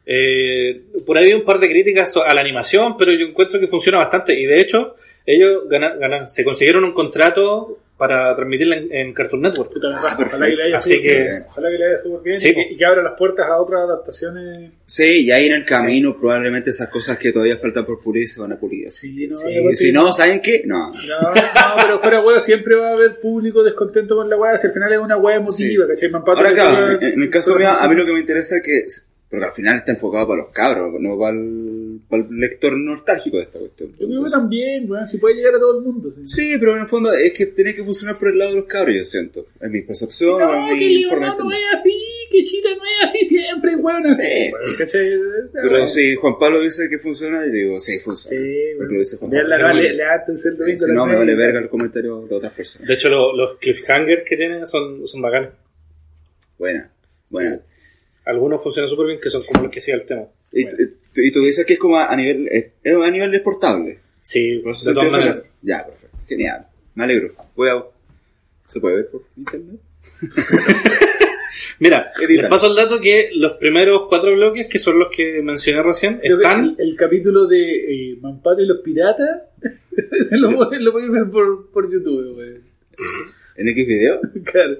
S1: Eh, por ahí hay un par de críticas so- a la animación, pero yo encuentro que funciona bastante. Y de hecho, ellos gana- ganan- se consiguieron un contrato para transmitirla en, en Cartoon Network.
S3: Puta la raja, ojalá
S2: perfecto.
S3: que le haya
S1: Así
S3: sido
S1: que-
S3: bien, Ojalá que le haya sido bien
S1: Sí, pues.
S3: y,
S1: po.
S3: que- y que abra las puertas a otras adaptaciones.
S2: Sí, ya en el camino probablemente esas cosas que todavía faltan por pulir se van a pulir. así.
S3: Sí, no,
S1: Sí,
S2: Y
S3: aparte-
S2: si no, ¿saben qué? No.
S3: No, no, pero fuera weá, siempre va a haber público descontento con la weá. Si al final es una weá emotiva, ¿cachai? Me empato
S2: Ahora,
S3: que
S2: claro,
S3: sea-
S2: en, en el caso mío, a mí lo que me interesa es que. Porque al final está enfocado para los cabros, no para el, para el lector nostálgico de esta cuestión.
S3: Yo creo que
S2: Entonces-
S3: también, weón, si puede llegar a todo el mundo. sí.
S2: Sí, pero en el fondo es que tiene que funcionar por el lado de los cabros, yo siento. Es mi percepción,
S3: No,
S2: es
S3: que
S2: mi forma de
S3: Leonardo no
S2: entender.
S3: es así, que Chile no es así siempre, weón, así.
S2: Sí.
S3: weón, ¿Cachai?
S2: Pero si Juan Pablo dice que funciona, yo digo, sí,
S3: Sí,
S2: funciona. Porque lo
S3: weón.
S2: dice Juan
S3: Vean la
S2: Pablo.
S3: le, le atense el domingo. a
S2: Si
S3: las
S2: no, me
S3: nueve.
S2: vale verga el comentario de otras personas.
S1: De hecho, lo- los cliffhangers que tienen son, son bacanes.
S2: Buena, buena.
S1: Algunos funcionan súper bien, que son como los que hacía el tema.
S2: Y,
S1: Bueno.
S2: y- y tú dices que es como a, a nivel es- es a nivel exportable.
S1: Sí, de
S2: Por eso
S1: todas
S2: se interesa-
S1: maneras.
S2: Ya, perfecto. Genial. Me alegro. Voy a... ¿Se puede ver por internet?
S1: Mira,
S2: Edítalo.
S1: les paso el dato que los primeros cuatro bloques, que son los que mencioné recién,
S3: Creo que
S1: están...
S3: el, el capítulo de eh, Mampato y los piratas lo, pueden- lo pueden ver por, por YouTube, weón.
S2: ¿En X video?
S3: Claro.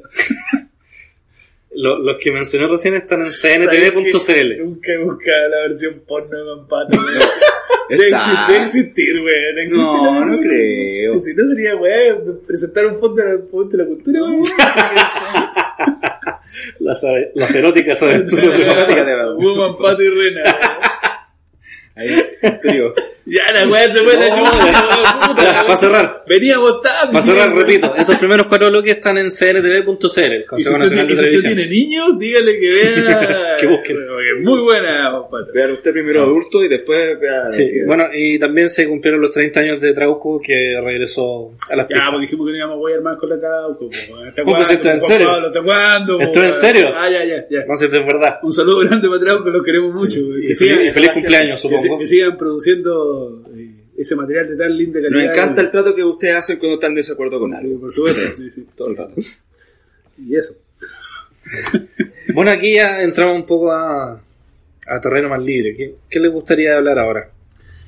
S1: lo- los que mencioné recién están en
S3: ¿Sabes qué?
S1: cntv.cl.
S3: Nunca he buscado la versión porno de Mampato, weón. Debe
S2: Está.
S3: exi- debe existir, weón. existe
S2: No,
S3: la-
S2: no creo.
S3: Si no sería, weón, presentar un fondo de fondo de la cultura, weón.
S1: Las, ave- las eróticas aventuras de San Juan.
S3: Woman, Pato y Rena. weón.
S2: Ahí, trío.
S3: Ya la weá se fue la
S1: No,
S3: chucha, weón, puta,
S1: Ya, para
S3: weón.
S1: cerrar.
S3: Veníamos tan
S1: Para cerrar,
S3: bien,
S1: repito, esos primeros cuatro bloques están en cntv.cl, el
S3: Y si
S1: Consejo
S3: usted,
S1: Nacional
S3: tiene,
S1: de
S3: y si usted
S1: Televisión.
S3: tiene niños, dígale que vea.
S1: Que busquen.
S3: Porque es Muy buena, Woman, Pato.
S2: Vean usted primero adulto y después vean...
S1: Sí,
S2: que-
S1: bueno, y también se cumplieron los 30 años de Trauco que regresó a las
S3: Ya,
S1: pistas.
S3: pues dijimos que no íbamos a wear más con la cauca. ¿Está
S1: Pues, esto es en serio.
S3: ¿Está cuándo? po,
S1: Esto es en
S3: weón?
S1: serio.
S3: Ah, ya, ya, ya.
S1: No sé, es verdad.
S3: Un saludo grande para Trauco, los queremos mucho. weón.
S1: Y
S3: Que
S1: feliz,
S3: sigan-
S1: y feliz cumpleaños,
S3: que se-
S1: supongo.
S3: que sigan produciendo eh, ese material de tan linda calidad.
S2: Nos encanta el trato que ustedes hacen cuando están en desacuerdo con
S3: Sí,
S2: algo.
S3: por supuesto. sí, sí.
S2: Todo el rato.
S3: Y eso.
S1: Bueno, aquí ya entramos un poco a, a terreno más libre. ¿Qué, qué les gustaría hablar ahora?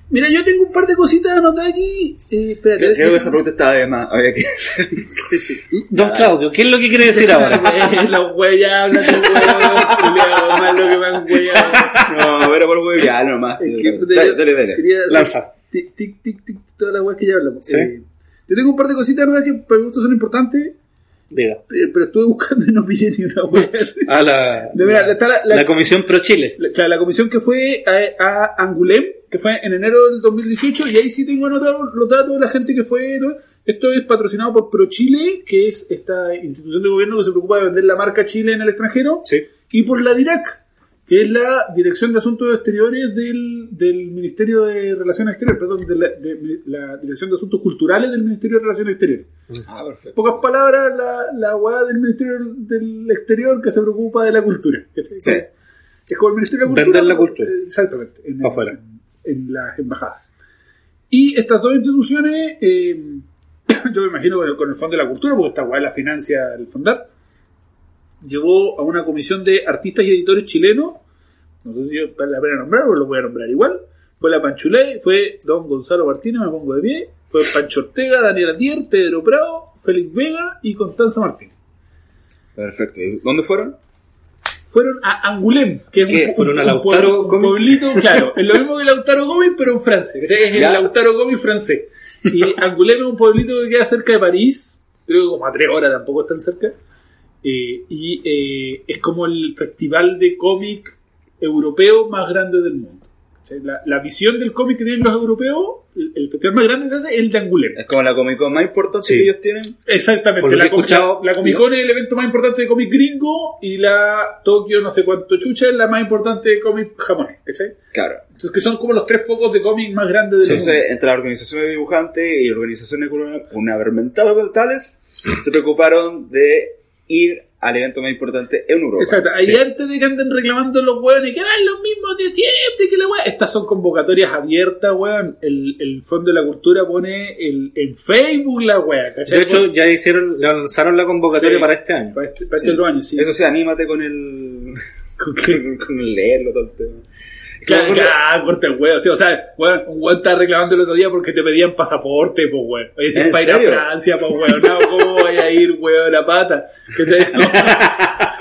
S3: Mira, yo tengo un par de cositas anotadas aquí. Eh, espérate,
S2: Creo, creo que esa
S3: déjame-
S2: pregunta estaba de más. Había que...
S3: Ah.
S1: Don Claudio, ¿qué es lo que quiere decir ahora?
S3: Eh, Los güeyes hablan de huevos, culiao, más lo que me han hueveado.
S2: No, era por huevear nomás.
S3: Es que, puta,
S2: Dale,
S3: yo
S2: dale, dale.
S3: quería-
S1: Lanza.
S3: Tic, tic, tic, tic, todas las weas que ya hablamos.
S1: Sí.
S3: Eh, yo tengo un par de cositas ¿verdad? que para mi gusto son importantes, eh,
S1: Diga.
S3: pero estuve buscando y no pillé ni una wea.
S1: A la,
S3: No, mira, está la- la-
S1: la Comisión Pro Chile.
S3: La, claro, la comisión que fue a, a Angulem, que fue en enero del 2018, y ahí sí tengo anotados los datos de la gente que fue. ¿no? Esto es patrocinado por ProChile, que es esta institución de gobierno que se preocupa de vender la marca Chile en el extranjero,
S1: Sí.
S3: y por la DIRAC, que es la Dirección de Asuntos Exteriores del, del Ministerio de Relaciones Exteriores, perdón, de la, de la Dirección de Asuntos Culturales del Ministerio de Relaciones Exteriores.
S2: Ah,
S3: En
S2: perfecto.
S3: pocas palabras, la, la weá del Ministerio del Exterior que se preocupa de la cultura. ¿cachai?
S2: Sí.
S3: Es como el Ministerio de la Cultura.
S1: Vender la cultura.
S3: eh, Exactamente. En, el-
S1: Afuera.
S3: en las embajadas. Y estas dos instituciones, eh, yo me imagino con el, con el Fondo de la Cultura, porque esta weá la financia el Fondar, llevó a una comisión de artistas y editores chilenos, no sé si vale la pena nombrar o lo voy a nombrar igual, fue la Panchuley, fue Don Gonzalo Martínez, me pongo de pie, fue Pancho Ortega, Daniel Andier, Pedro Prado, Félix Vega y Constanza Martínez.
S2: Perfecto. ¿Y ¿Dónde fueron?
S3: Fueron a Angoulême, que es
S1: ¿Qué?
S3: un,
S1: ¿Fueron a
S3: un
S1: Lautaro
S3: pueblo- un
S1: Gómez?
S3: pueblito, claro, es lo mismo que Lautaro Gómez, pero en Francia, ¿cachai? es el
S2: Ya.
S3: Lautaro Gómez francés. Y Angoulême es un pueblito que queda cerca de París, creo que como a tres horas, tampoco es tan cerca, eh, y eh, es como el festival de cómic europeo más grande del mundo. ¿cachai? La, la visión del cómic que tienen los europeos, el, el festival más grande que se hace es el de Angoulême.
S2: Es como la Comic Con más importante
S1: Sí.
S2: que ellos tienen.
S3: Exactamente.
S1: Por lo
S3: la,
S1: que he escuchado,
S3: la Comic Con es el evento más importante de cómic gringo y la Tokio no sé cuánto chucha es la más importante de cómic japonés, ¿cachai?
S2: Claro.
S3: Entonces que son como los tres focos de cómic más grandes del mundo.
S2: Entonces, entre la organización de dibujantes y organizaciones gubernamentales se preocuparon de ir al evento más importante en Europa.
S3: Exacto, ahí
S1: Sí.
S3: antes de que anden reclamando los hueones que van los mismos de siempre, que la hueá. Estas son convocatorias abiertas, hueón. El, el Fondo de la Cultura pone el, en Facebook la hueá, ¿cachai?
S1: De hecho, ya hicieron, lanzaron la convocatoria
S3: Sí.
S1: para este año.
S3: para este, para este otro año, sí.
S2: Eso sí, anímate con el,
S3: Con que-
S2: con, con el leerlo, todo el tema.
S3: Claro,
S2: Como-
S3: ya, corta el huevo. sí, o sea, weón, un weón estaba reclamando el otro día porque te pedían pasaporte, pues weón. Oye, si
S2: ¿En
S3: es para ir a
S2: serio?
S3: Francia, pues weón, no, ¿cómo voy a ir, weón, la pata? Que te- no.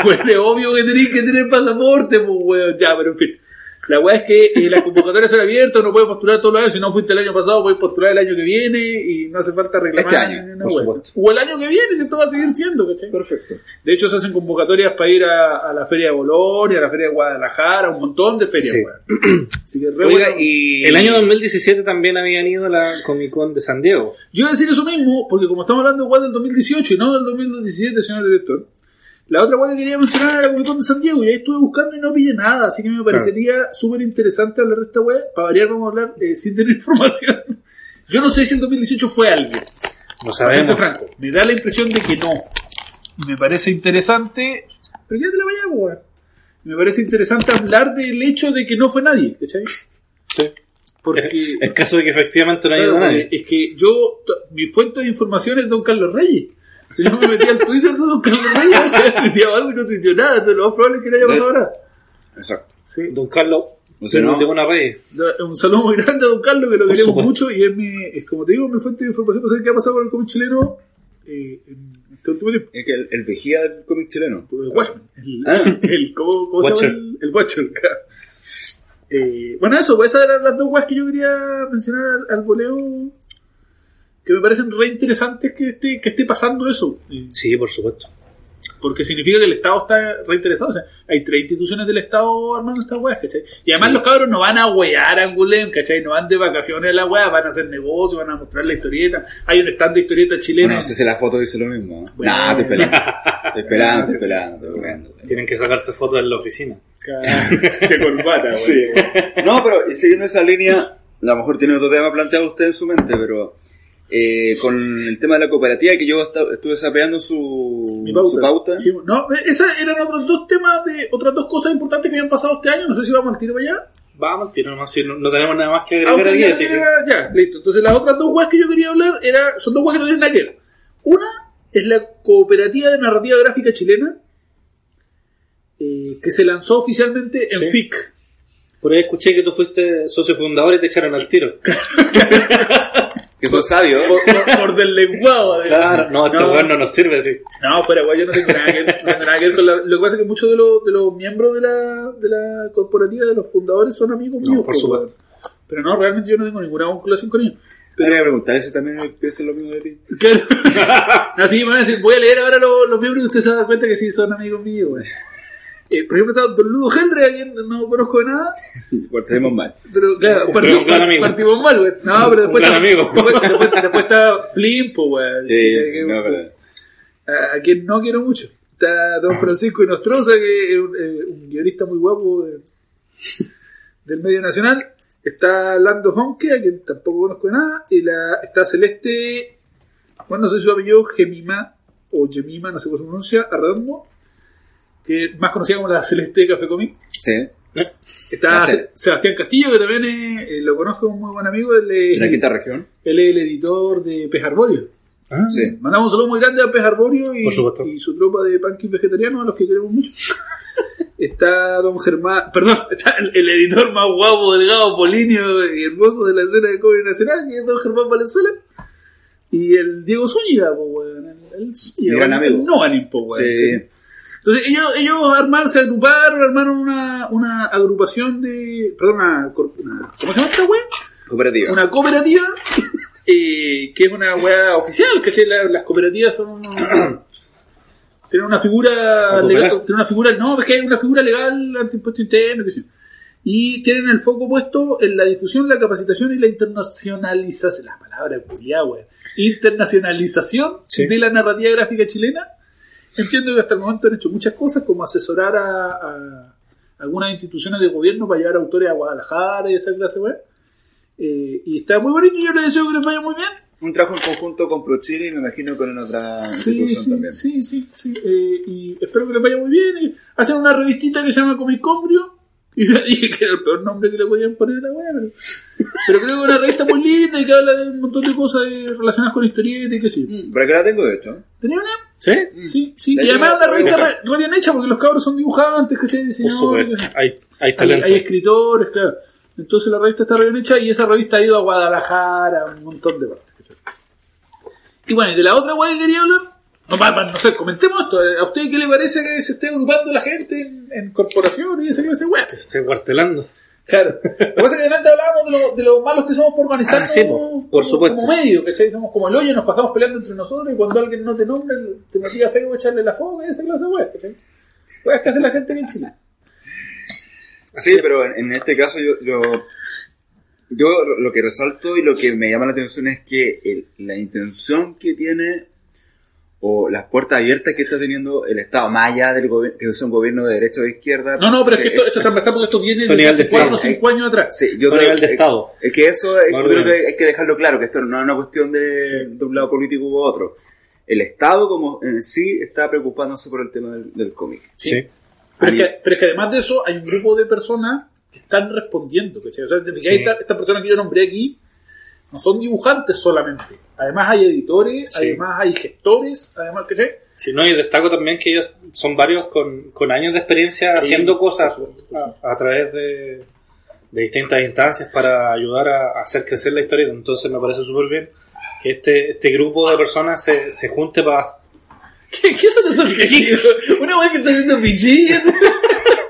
S3: Weón, es obvio que tenés que tener pasaporte, pues weón, ya, pero en fin. La weá es que eh, las convocatorias son abiertas, no puedes postular todos los años, si no fuiste el año pasado, puedes postular el año que viene y no hace falta reclamar.
S2: Este año,
S3: ni una
S1: por
S3: weá.
S1: supuesto.
S3: O el año que viene, si esto va a seguir siendo, ¿cachai?
S2: Perfecto.
S3: De hecho, se hacen convocatorias para ir a, a la Feria de Bolonia, a la Feria de Guadalajara, un montón de ferias,
S1: Sí.
S3: weón. Así que re
S2: Oiga,
S3: bueno.
S2: y...
S1: El año 2017 también habían ido a la Comic Con de San Diego.
S3: Yo voy a decir eso mismo, porque como estamos hablando de weá del 2018 y no del 2017, señor director, la otra weá que quería mencionar era la Comic Con de San Diego, y ahí estuve buscando y no pillé nada, así que me parecería súper interesante hablar de esta weá. Para variar, vamos a hablar eh, sin tener información. Yo no sé si el 2018 fue algo.
S1: No
S3: Bastante
S1: sabemos.
S3: franco. Me da la impresión de que no. Y Me parece interesante. Pero ya te la vaya, weón. Me parece interesante hablar del hecho de que no fue nadie, ¿cachai?
S1: Sí.
S3: Porque.
S1: En caso de que efectivamente no haya
S3: claro,
S1: ido
S3: porque
S1: nadie.
S3: es que yo. t- Mi fuente de información es Don Carlos Reyes. Yo me metí al Twitter de Don Carlos Reyes, o sea, tuiteaba algo y no tuiteó nada. Entonces, lo más probable es que le haya pasado nada.
S2: Exacto.
S3: Sí.
S1: Don Carlos
S2: No sé, ¿no?
S1: de una rey.
S3: Un saludo muy grande a Don Carlos, que lo
S1: Por
S3: queremos
S1: supuesto.
S3: mucho y es, mi, es, como te digo, mi fuente de información para saber qué ha pasado con el cómic chileno eh, en este último tiempo.
S2: Es que el, el vigía del cómic chileno.
S3: Eh, Watchmen. El,
S2: Ah.
S3: el- ¿Cómo, cómo se
S1: Watcher.
S3: llama? El, el Watcher, claro. Eh, bueno, eso, pues esas eran las dos weas que yo quería mencionar al, al voleo que me parecen re interesantes que esté, que esté pasando eso. eh,
S1: Sí, por supuesto.
S3: Porque significa que el Estado está re interesado. O sea, hay tres instituciones del Estado armando estas weas, ¿cachai? Y además los cabros no van a wear a Angulem, ¿cachai? No van de vacaciones a la wea, van a hacer negocio, van a mostrar la historieta. Hay un stand de historieta chilena.
S2: Bueno, no sé si la foto dice lo mismo. ¿eh?
S3: Bueno.
S2: Nah, te esperando. te esperando, te esperando, te esperando.
S1: Tienen que sacarse fotos en la oficina.
S3: de corbata, wea.
S2: No, pero siguiendo esa línea, a lo mejor tiene otro tema planteado usted en su mente, pero eh, con el tema de la cooperativa que yo esta- estuve sapeando su
S3: Mi pauta.
S2: su pauta.
S3: Sí, no, esas eran otros dos temas de otras dos cosas importantes que habían pasado este año. No sé si vamos al tiro para allá.
S1: Vamos, tiro nomás, si no, no tenemos nada más que
S3: Ah,
S1: agregar aquí,
S3: usted ya,
S1: así que-
S3: ya, ya, listo. Entonces las otras dos weas que yo quería hablar era, son dos weas que no tienen nada que ver. Una es la cooperativa de narrativa gráfica chilena eh, que se lanzó oficialmente en
S1: Sí.
S3: FIC.
S1: Por ahí escuché que tú fuiste socio fundador y te echaron al tiro.
S2: Que sos sabio. ¿eh?
S3: Por, por, por del lenguado. además.
S1: Claro, no, este weón no nos sirve así.
S3: No, fuera, güey, yo no tengo nada que ver, no tengo nada que ver con la- Lo que pasa es que muchos de los, de los miembros de la, de la corporativa, de los fundadores, son amigos míos.
S1: por
S3: pues,
S1: supuesto.
S3: güey. Pero no, realmente yo no tengo ninguna vinculación con ellos.
S2: Debería preguntar eso también piensa lo mismo de ti.
S3: Claro. Así me van a decir, voy a leer ahora lo- los miembros y usted se va a dar cuenta que sí son amigos míos, güey. Eh, por ejemplo, está Don Ludo Henry, a quien no conozco de nada,
S2: Portaremos mal.
S3: pero claro,
S1: Pero un
S3: partimos,
S1: gran amigo.
S3: partimos mal, güey. No, pero después,
S1: gran
S3: está,
S1: amigo.
S3: después, después- después está Flimpo, güey.
S2: Sí,
S3: Que-
S2: no, verdad.
S3: a, a quien no quiero mucho. Está Don Francisco Inostroza, que es un, eh, un guionista muy guapo de- del medio nacional. Está Lando Honke, a quien tampoco conozco de nada. Y la, está Celeste, bueno, no sé si su apellido, Gemima o Gemima, no sé cómo se pronuncia, Arredondo, que es más conocida como la Celeste de Café Comic.
S2: Sí.
S1: ¿Eh?
S3: Está
S2: La Cel.
S3: Se- Sebastián Castillo, que también es- eh, lo conozco, es un muy buen amigo. Él
S2: ¿De
S3: es,
S2: la quinta región?
S3: él es el editor de Pez Arborio.
S1: Ah,
S2: Sí.
S3: Mandamos un saludo muy grande a Pez Arborio y,
S1: Por supuesto.
S3: y su tropa de panquis vegetarianos, a los que queremos mucho. está Don Germán, perdón, está el, el editor más guapo, delgado, polinio y hermoso de la escena de Cobre Nacional, que es Don Germán Valenzuela. Y el Diego Zúñiga, po, weón. El, el Zúñiga,
S2: Mi gran
S3: weón,
S2: amigo.
S3: el No anim, po, weón.
S2: Sí.
S3: Entonces ellos, ellos armaron, se agruparon, armaron una, una agrupación de. Perdón, una, cor- una- ¿Cómo se llama esta weón?
S2: Cooperativa.
S3: una cooperativa eh, que es una weá oficial, ¿cachai? La- las cooperativas son unos- tienen una figura
S1: Algo
S3: legal,
S1: legal.
S3: tienen una figura, no, es que hay una figura legal ante impuesto interno, qué sé yo. Y tienen el foco puesto en la difusión, la capacitación y la internacionalización, las palabras culiá, weón. internacionalización
S1: Sí.
S3: de la narrativa gráfica chilena. Entiendo que hasta el momento han hecho muchas cosas, como asesorar a, a algunas instituciones de gobierno para llevar autores a Guadalajara y esa clase, weón. Eh, y está muy bonito, yo le deseo que les vaya muy bien.
S2: Un trabajo en conjunto con ProChile y me imagino con otra
S3: Sí,
S2: institución
S3: sí,
S2: también.
S3: sí, sí, sí. Eh, y espero que les vaya muy bien. Y hacen una revistita que se llama Comicombrio. Y yo dije que era el peor nombre que le podían poner a la weá. Pero, pero creo que es una revista muy linda y que habla de un montón de cosas eh, relacionadas con historietas y qué sé
S1: Mm.
S3: yo.
S2: ¿Para qué la tengo, de hecho?
S3: ¿Tenía una?
S1: ¿Sí?
S3: Sí, sí.
S2: La
S3: Y además es una
S2: tengo-
S3: revista re, re bien hecha porque los cabros son dibujantes, ¿cachai?
S1: Por
S3: Diseñadores. qué
S1: supuesto.
S3: sé yo.
S1: Hay, hay
S3: Hay,
S1: talento.
S3: hay escritores, claro. Entonces la revista está re bien hecha y esa revista ha ido a Guadalajara, a un montón de partes. ¿cachai? Y bueno, y de la otra guay que quería hablar, no, pa- pa- no sé, comentemos esto. Eh, ¿A usted qué le parece que se esté agrupando la gente en, en corporaciones y esa clase de weas?
S1: Que se esté cuartelando.
S3: Claro. Lo que pasa es que delante hablábamos de lo, de lo malos que somos por organizarnos
S1: Ah, sí, po, por supuesto.
S3: como medio, ¿cachai? Somos como el hoyo, nos pasamos peleando entre nosotros y cuando alguien no te nombra, te metía feo echarle la foga y esa clase de weas, ¿cachai? Weas que hace la gente bien china.
S2: Sí, pero en, en este caso yo, yo, yo lo que resalto y lo que me llama la atención es que el- la intención que tiene o las puertas abiertas que está teniendo el Estado, más allá del gobi- que es un gobierno de derecha o de izquierda.
S3: No, no, pero es que
S2: eh,
S3: esto, esto es transversal porque esto viene
S1: Son
S3: de
S1: nivel de
S3: hace 4 o
S2: cien,
S3: 5 años atrás.
S2: sí, yo
S1: Con
S2: creo
S1: nivel de
S2: que-
S1: estado.
S2: Es que eso es,
S1: Más
S2: yo creo
S1: ordenado.
S2: que hay que dejarlo claro, que esto no es una cuestión de, de un lado político u otro. El Estado como en sí está preocupándose por el tema del, del cómic.
S1: Sí.
S3: Pero es,
S2: Ahí-
S3: que, pero es que además de eso, hay un grupo de personas que están respondiendo. ¿cachai? O sea, desde que
S1: Sí.
S3: hay esta- estas personas que yo nombré aquí no son dibujantes solamente. Además hay editores,
S1: Sí.
S3: además hay gestores, además, ¿cachai?
S1: Si no, y destaco también que ellos son varios con, con años de experiencia
S3: Sí,
S1: haciendo cosas
S3: por supuesto,
S1: a, a través de, de distintas instancias para ayudar a, a hacer crecer la historia. Entonces me parece súper bien que este, este grupo de personas se, se junte para...
S3: ¿Qué, qué son esos quejidos? Una vez que está haciendo pichillas.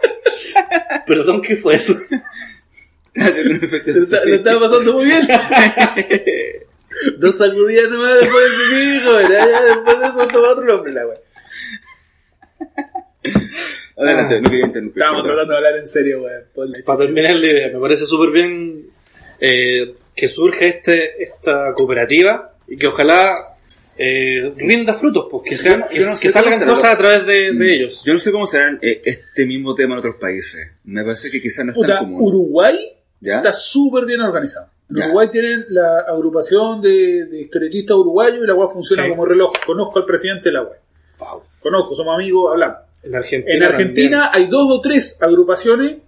S1: Perdón, ¿qué fue eso?
S2: Haciendo un efecto
S3: Lo está- lo estaba pasando muy bien. Dos sacudidas nomás después de mi hijo. ya, ya, Después de eso toma otro nombre la wea.
S2: Adelante, no quería interrumpir.
S3: ah. Estábamos
S2: perdón.
S3: tratando de hablar en serio, weón. Ponle
S1: Para terminar la idea, me parece súper bien eh, que surge este, esta cooperativa y que ojalá eh, rinda frutos, pues, que, sean,
S2: Yo no- yo no
S1: que
S2: sé
S1: salgan
S2: cómo será.
S1: cosas a través de,
S3: Mm.
S1: de ellos.
S2: mm, Yo no sé cómo será este mismo tema en otros países. Me parece que quizás no es
S3: Puta,
S2: tan común.
S3: Uruguay
S2: ¿Ya?
S3: está súper bien organizado. En
S2: Ya.
S3: Uruguay tienen la agrupación de, de historietistas uruguayos y la web funciona
S1: Sí.
S3: como reloj. Conozco al presidente de la web.
S2: Wow.
S3: Conozco, somos amigos, hablamos.
S1: En Argentina.
S3: En Argentina hay dos o tres agrupaciones.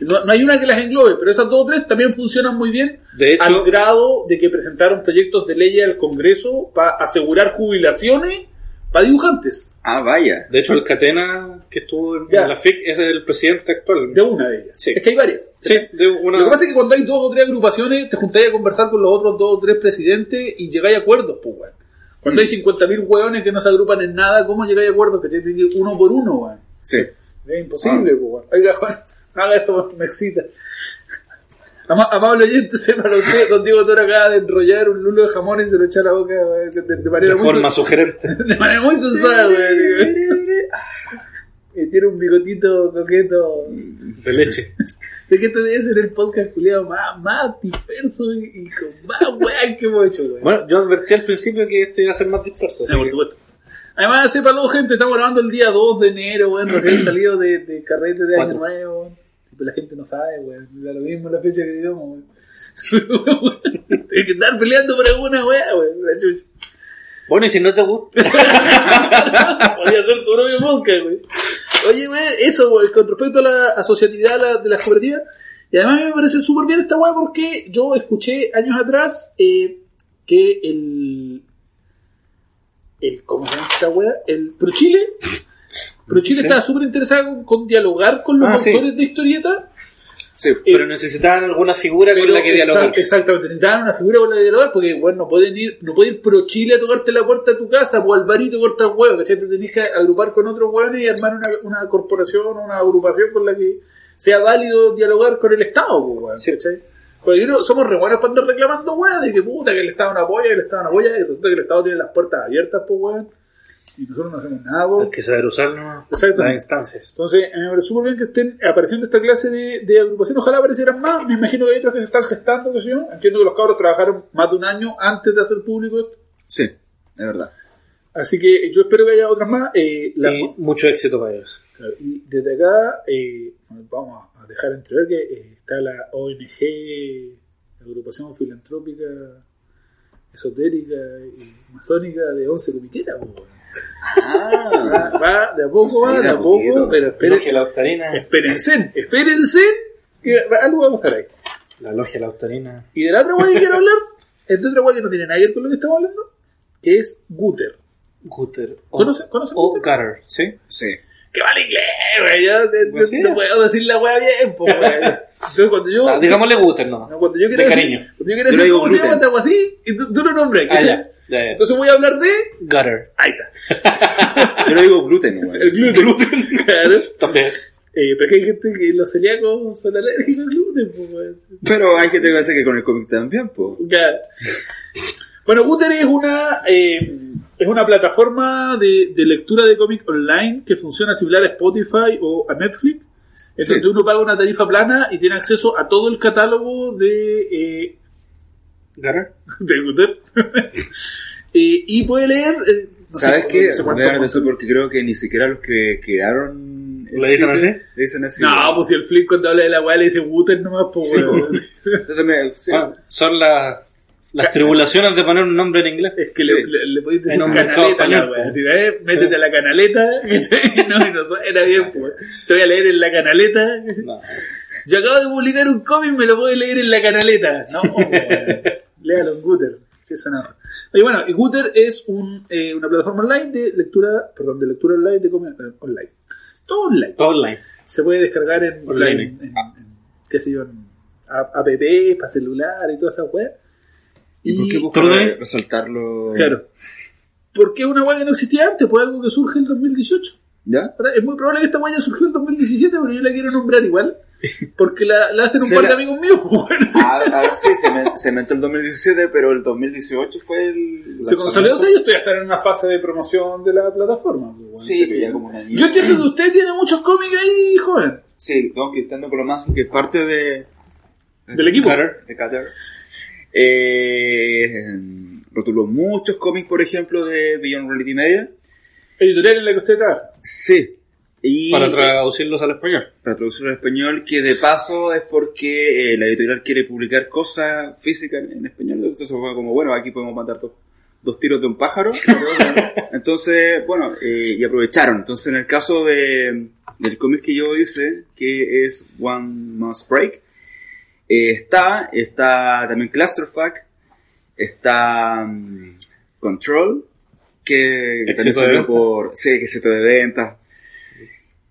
S3: No, no hay una que las englobe, pero esas dos o tres también funcionan muy bien.
S1: también. De hecho,
S3: al grado de que presentaron proyectos de ley al Congreso para asegurar jubilaciones para dibujantes,
S2: Ah, vaya.
S1: De hecho, el Catena que estuvo en
S3: Ya.
S1: la FIC es el presidente actual.
S3: de una de ellas.
S1: Sí.
S3: Es que hay varias.
S1: Sí, de una.
S3: Lo que pasa es que cuando hay dos o tres agrupaciones, te juntáis a conversar con los otros dos o tres presidentes y llegáis a acuerdos, pues, weón. Cuando hay 50.000 weones que no se agrupan en nada, ¿cómo llegáis a acuerdos? Que te tiene que ir uno por uno, weón.
S2: Sí.
S3: Es imposible, pues, weón. Oiga, weón, haga eso, me excita. Ama- Amable oyente, sepa lo que Don Diego Toro acaba de enrollar un lulo de jamón y se lo echa a la boca weón, de, de- de manera
S1: de
S3: muy
S1: forma
S3: sen-
S1: sugerente.
S3: de manera muy sensual, weón. Y tiene un bigotito coqueto.
S1: De leche.
S3: Sé que este debe ser el podcast culiado más, más disperso y, y con más weas que hemos hecho, weón.
S1: Bueno, yo advertí al principio que este iba a ser más disperso. así
S3: Sí, Ah, por
S1: que-
S3: supuesto. Además, sépanlo, gente, estamos grabando el día 2 de enero, weón, recién salido de, de carrete de año
S1: Cuatro.
S3: nuevo, weón. Pero la gente no sabe, weón. Da lo mismo la fecha que digamos, weón. Hay que estar peleando por alguna wea, weón. La chucha.
S1: Bueno, y si no te gusta.
S3: Podría ser tu propio podcast, güey. Oye, güey, eso, güey, con respecto a la asociatividad la- de las cooperativas. Y además me parece súper bien esta weá porque yo escuché años atrás eh, que el. el ¿Cómo se llama esta weá? El ProChile. ProChile
S1: Sí.
S3: estaba súper interesado con, con dialogar con los
S1: Ah, sí.
S3: autores de historietas.
S2: Sí.
S1: Pero necesitaban alguna figura con la que
S3: Pero
S1: dialogar.
S3: exact- Exactamente, necesitaban una figura con la de dialogar porque, bueno, no pueden ir, no puede ir pro Chile a tocarte la puerta de tu casa o Alvarito a cortar huevos, ¿cachai? Te tenés que agrupar con otros huevones y armar una, una corporación o una agrupación con la que sea válido dialogar con el Estado, pues, weón,
S1: Sí.
S3: ¿cachai? Porque yo no- somos re buenos para andar reclamando, weón, de que puta, que el Estado no apoya, que el Estado no apoya, y resulta que el Estado tiene las puertas abiertas, pues, weón, y nosotros no hacemos nada, weón.
S1: Hay que saber usar ¿no?
S3: Exacto.
S1: las instancias.
S3: Entonces, eh, me parece súper bien que estén apareciendo esta clase de, de agrupación. Ojalá aparecieran más. Me imagino que hay otras que se están gestando, que sé yo. Entiendo que los cabros trabajaron más de un año antes de hacer público esto.
S2: Sí, es verdad.
S3: Así que eh, yo espero que haya otras más. Eh, la-
S1: Y mucho éxito para ellos.
S3: y desde acá eh, vamos a dejar entrever que eh, está la ONG, la agrupación filantrópica, esotérica y masónica de Once Comiquera. po, weón. Va,
S2: Ah,
S3: va de a poco,
S2: Sí,
S3: va de
S2: de
S3: a
S2: a
S3: poco,
S2: poquito.
S3: pero Eh. esperen.
S1: Logia Lautarina.
S3: Espérense, espérense, que algo va a pasar ahí.
S1: La logia Lautarina.
S3: Y de la otra weá que quiero hablar, es de otra weá que no tiene nada que ver con lo que estamos hablando, que es Guter.
S1: Gutter.
S3: ¿Conoce- conoce
S1: o
S3: Gutter?
S1: Gutter, ¿sí?
S2: sí.
S3: Que vale inglés, wey, yo de- de-
S1: Pues sí.
S3: no puedo decir la weá bien, po, weá. Entonces cuando yo...
S1: Ah, digámosle Gutter nomás.
S3: no, cuando yo
S1: de
S3: quería decir-
S1: cariño.
S3: Cuando yo quería
S2: Yo le
S3: decir
S2: digo
S3: cómo se
S2: gluten.
S3: llama esta weá así, y tú, tú lo nombres.
S1: Ah,
S3: ¿cachai?
S1: ya. ya, ya.
S3: Entonces voy a hablar de...
S1: Gutter.
S3: Ahí está.
S2: Yo le digo gluten, güey.
S3: El gluten. claro.
S1: También.
S3: Eh, pero es que hay gente que los celíacos son alérgicos al gluten, po, weá.
S2: Pero hay gente que hace que con el cómic también, po.
S3: Ya. Bueno, Guter es una eh, es una plataforma de, de lectura de cómic online que funciona similar a Spotify o a Netflix, en
S2: Sí.
S3: donde uno paga una tarifa plana y tiene acceso a todo el catálogo de, eh,
S1: Gutter.
S3: de Guter. Eh, y puede leer. eh, no sé,
S2: ¿Sabes qué?
S3: no sé
S2: Voy
S3: cuánto-
S2: a hablar de eso porque creo que ni siquiera los que quedaron.
S1: ¿Lo dicen así?
S2: Le dicen así.
S3: No, pues si el flip cuando habla de la weá le dice Guter nomás, pues
S2: Sí,
S3: weón.
S2: Entonces me. sí.
S1: Ah, son las las tribulaciones de poner un nombre en inglés.
S3: Es que
S2: Sí.
S3: le, le, le podéis decir
S1: En un
S3: canaleta a la
S1: mercado
S3: wea.
S1: español,
S3: Así, eh, métete
S1: Sí.
S3: a la canaleta. no, y no era bien, pues. Te voy a leer en la canaleta.
S1: No.
S3: Yo acabo de publicar un cómic, me lo puedes leer en la canaleta. No, pues, weón. léalo en Guter. Sí, eso no. Oye, bueno, y Guter es un, eh, una plataforma online de lectura, perdón, de lectura online, de cómic eh, online. Todo online.
S1: Todo online.
S3: Se puede descargar en,
S1: online.
S3: en- en- en- qué sé yo, en a- app, para celular y toda esa web.
S2: ¿Y por qué
S1: perdón.
S2: buscar resaltarlo?
S3: Claro. Porque es una guay que no existía antes, pues algo que surge en 2018.
S2: ¿Ya?
S3: Ahora, Es muy probable que esta guay haya surgido en 2017, pero yo la quiero nombrar igual. Porque la, la hacen un
S2: Se
S3: par de
S2: la-
S3: amigos míos, pues, bueno, sí.
S2: A, a ver, Ah, sí, se, me, se inventó el 2017, pero el 2018 fue el.
S3: Se consolidó, o sea,
S2: lanzamiento.
S3: yo estoy hasta en una fase de promoción de la plataforma. pues, bueno.
S2: Sí, que ya como un año.
S3: Yo entiendo que usted tiene muchos cómics ahí, joven,
S2: Sí, Don Quintando Colomazo, que es parte de.
S3: del equipo.
S1: Gutter.
S2: de Qatar. Eh, rotuló muchos cómics, por ejemplo, de Beyond Reality Media.
S3: Editorial en la que usted trabaja.
S2: Sí. Y
S1: Para traducirlos al español.
S2: para traducirlo al español, que de paso es porque eh, la editorial quiere publicar cosas físicas en, en español. Entonces fue como, bueno, aquí podemos matar dos, dos tiros de un pájaro. Entonces, bueno, eh, y aprovecharon. Entonces, en el caso de, del cómic que yo hice, que es One Must Break, eh, está, está también Clusterfuck, está mm, Control, que, que también
S1: Éxito de
S2: salió
S1: ventas.
S2: por. Sí, éxito de ventas.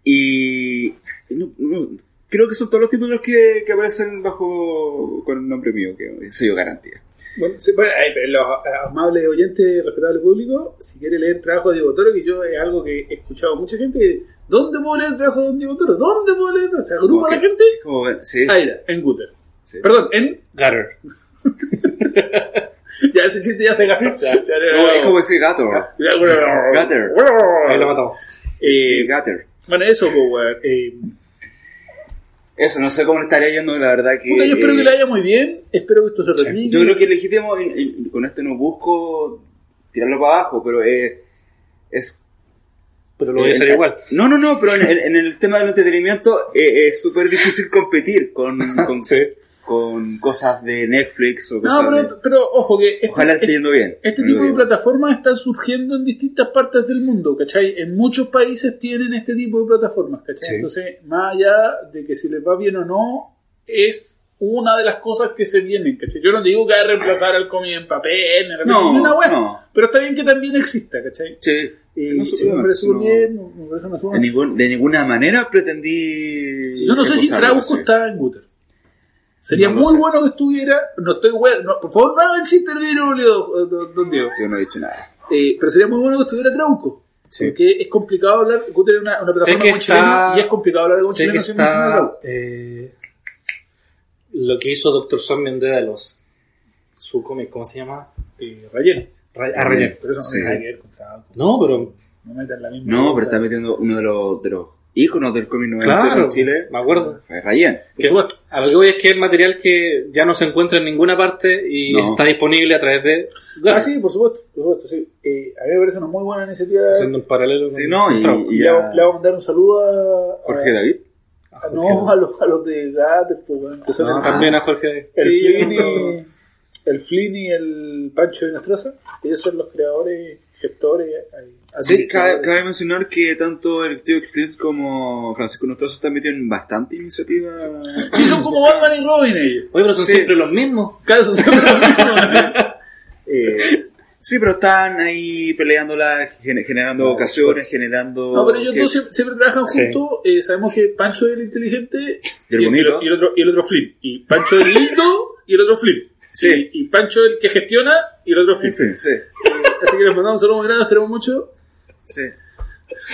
S2: Y. no- no, creo que son todos los títulos que, que aparecen bajo. con el nombre mío, que es sello garantía.
S3: Bueno, sí, bueno, eh, los eh, amables oyentes, respetable público, si quiere leer trabajo de Diego Toro, que yo es algo que he escuchado a mucha gente, que, ¿dónde puedo leer el trabajo de don Diego Toro? ¿Dónde puedo leer? Se agrupa
S2: Como
S3: la
S2: que-
S3: gente,
S2: como que- sí,
S3: ahí está, en Guter.
S2: sí.
S3: Perdón, en...
S1: Gatter.
S3: Ya ese chiste ya se gastó. Ya, ya,
S2: No, pues, es como decir gato.
S3: ya, bueno,
S2: Gutter.
S3: bueno.
S1: Ahí lo matamos.
S3: Eh,
S2: Y Gutter.
S3: bueno, eso, pues, weón. Eh,
S2: Eso, no sé cómo le estaría yendo, la verdad que.
S3: puta, yo espero que
S2: eh,
S3: le vaya muy bien, espero que esto se repita.
S2: Yo creo que es legítimo, y- y con esto no busco tirarlo para abajo, pero eh, es...
S1: Pero lo voy a hacer
S2: eh,
S1: igual.
S2: No, no, no, pero en, en- en el tema del entretenimiento eh, es súper difícil competir con, con,
S1: Sí.
S2: con cosas de Netflix o
S3: No,
S2: cosas de...
S3: pero, pero ojo que este,
S2: Ojalá esté
S3: este-
S2: yendo bien.
S3: este
S2: no
S3: tipo
S2: lo
S3: de
S2: digo.
S3: plataformas están surgiendo en distintas partes del mundo, ¿cachai? En muchos países tienen este tipo de plataformas, ¿cachai?
S1: Sí.
S3: Entonces, más allá de que si les va bien o no, es una de las cosas que se vienen, ¿cachai? Yo no digo que hay que reemplazar al cómic en papel, ni
S2: No,
S3: una wea,
S2: no.
S3: pero está bien que también exista, ¿cachai?
S2: Sí,
S3: Y
S2: sí, no,
S3: sí, me
S2: absolutamente,
S3: parece
S2: no-
S3: muy bien, me parece una suma.
S2: de, ningún- de ninguna manera pretendí...
S3: Yo no sé si
S2: acusarlo,
S3: Trauco
S2: sí.
S3: está en Guter. Sería
S2: No lo
S3: muy
S2: sé.
S3: bueno que estuviera. No estoy hue- no, por favor, no hagan chiste del vidrio, boludo, eh, don, don Diego.
S2: Yo no he dicho nada.
S3: Eh, pero sería muy bueno que estuviera Trauco.
S1: Sí.
S3: Porque es complicado hablar. Guter es una, una
S1: Sé
S3: plataforma
S1: que
S3: con
S1: está-
S3: chileno y es complicado hablar de un
S1: Sé que
S3: chileno sin mencionar a
S1: está
S3: Trauco.
S1: eh, lo que hizo Doctor Zombie en Daedalus. Su cómic, ¿cómo se llama?
S3: Eh, relleno.
S1: Ray- ah, Rayet.
S3: Pero eso no
S2: Sí.
S3: tiene nada que ver con Trauco.
S1: No, pero
S3: No metan la misma.
S2: No,
S3: cosa.
S2: pero está metiendo uno de los, de los íconos del cómic noventero
S1: Claro,
S2: en Chile.
S1: me acuerdo.
S2: Fue Rayen.
S3: Por supuesto.
S1: a lo que voy es que es material que ya no se encuentra en ninguna parte y
S2: No.
S1: está disponible a través de
S3: Ah, sí, por supuesto. Por supuesto sí. Eh, a mí me parece una muy buena iniciativa.
S1: haciendo un paralelo con
S2: Sí, no, y,
S1: Trauco.
S2: y
S3: Le,
S2: ya-
S3: vamos- le vamos a mandar un saludo a.
S2: Jorge
S3: a-
S2: David. Ah,
S1: A Jorge
S3: Ah, No, a los, a los de Gates, pues, weón, que son
S1: No,
S3: el-
S1: también a Jorge
S3: El,
S2: Sí,
S3: Flynn
S2: yo
S3: y, el Flynn y el Pancho de Nostroza, ellos son los creadores, gestores. eh,
S2: Sí,
S3: administradores.
S2: cabe, cabe mencionar que tanto el tío Clips como Francisco Nostroza están metidos en bastante iniciativa.
S3: Sí, son como Batman y Robin ellos.
S1: Oye, pero son
S2: Sí.
S1: siempre los mismos.
S3: Claro, son siempre los mismos, sí. Eh,
S2: Sí, pero están ahí peleándola, gen- generando
S1: No,
S2: ocasiones, generando...
S3: no, pero ellos
S2: que-
S3: dos siempre, siempre trabajan
S1: Sí.
S3: juntos. eh, sabemos que Pancho es el inteligente
S2: Y el bonito.
S3: Y, el otro, y el otro Flynn. Y Pancho es el lindo y el otro Flynn.
S2: Sí.
S3: Y, y Pancho es el que gestiona y el otro Flynn. Eh,
S2: En fin, sí,
S3: Así que les mandamos un saludo muy grande, los queremos mucho.
S2: sí.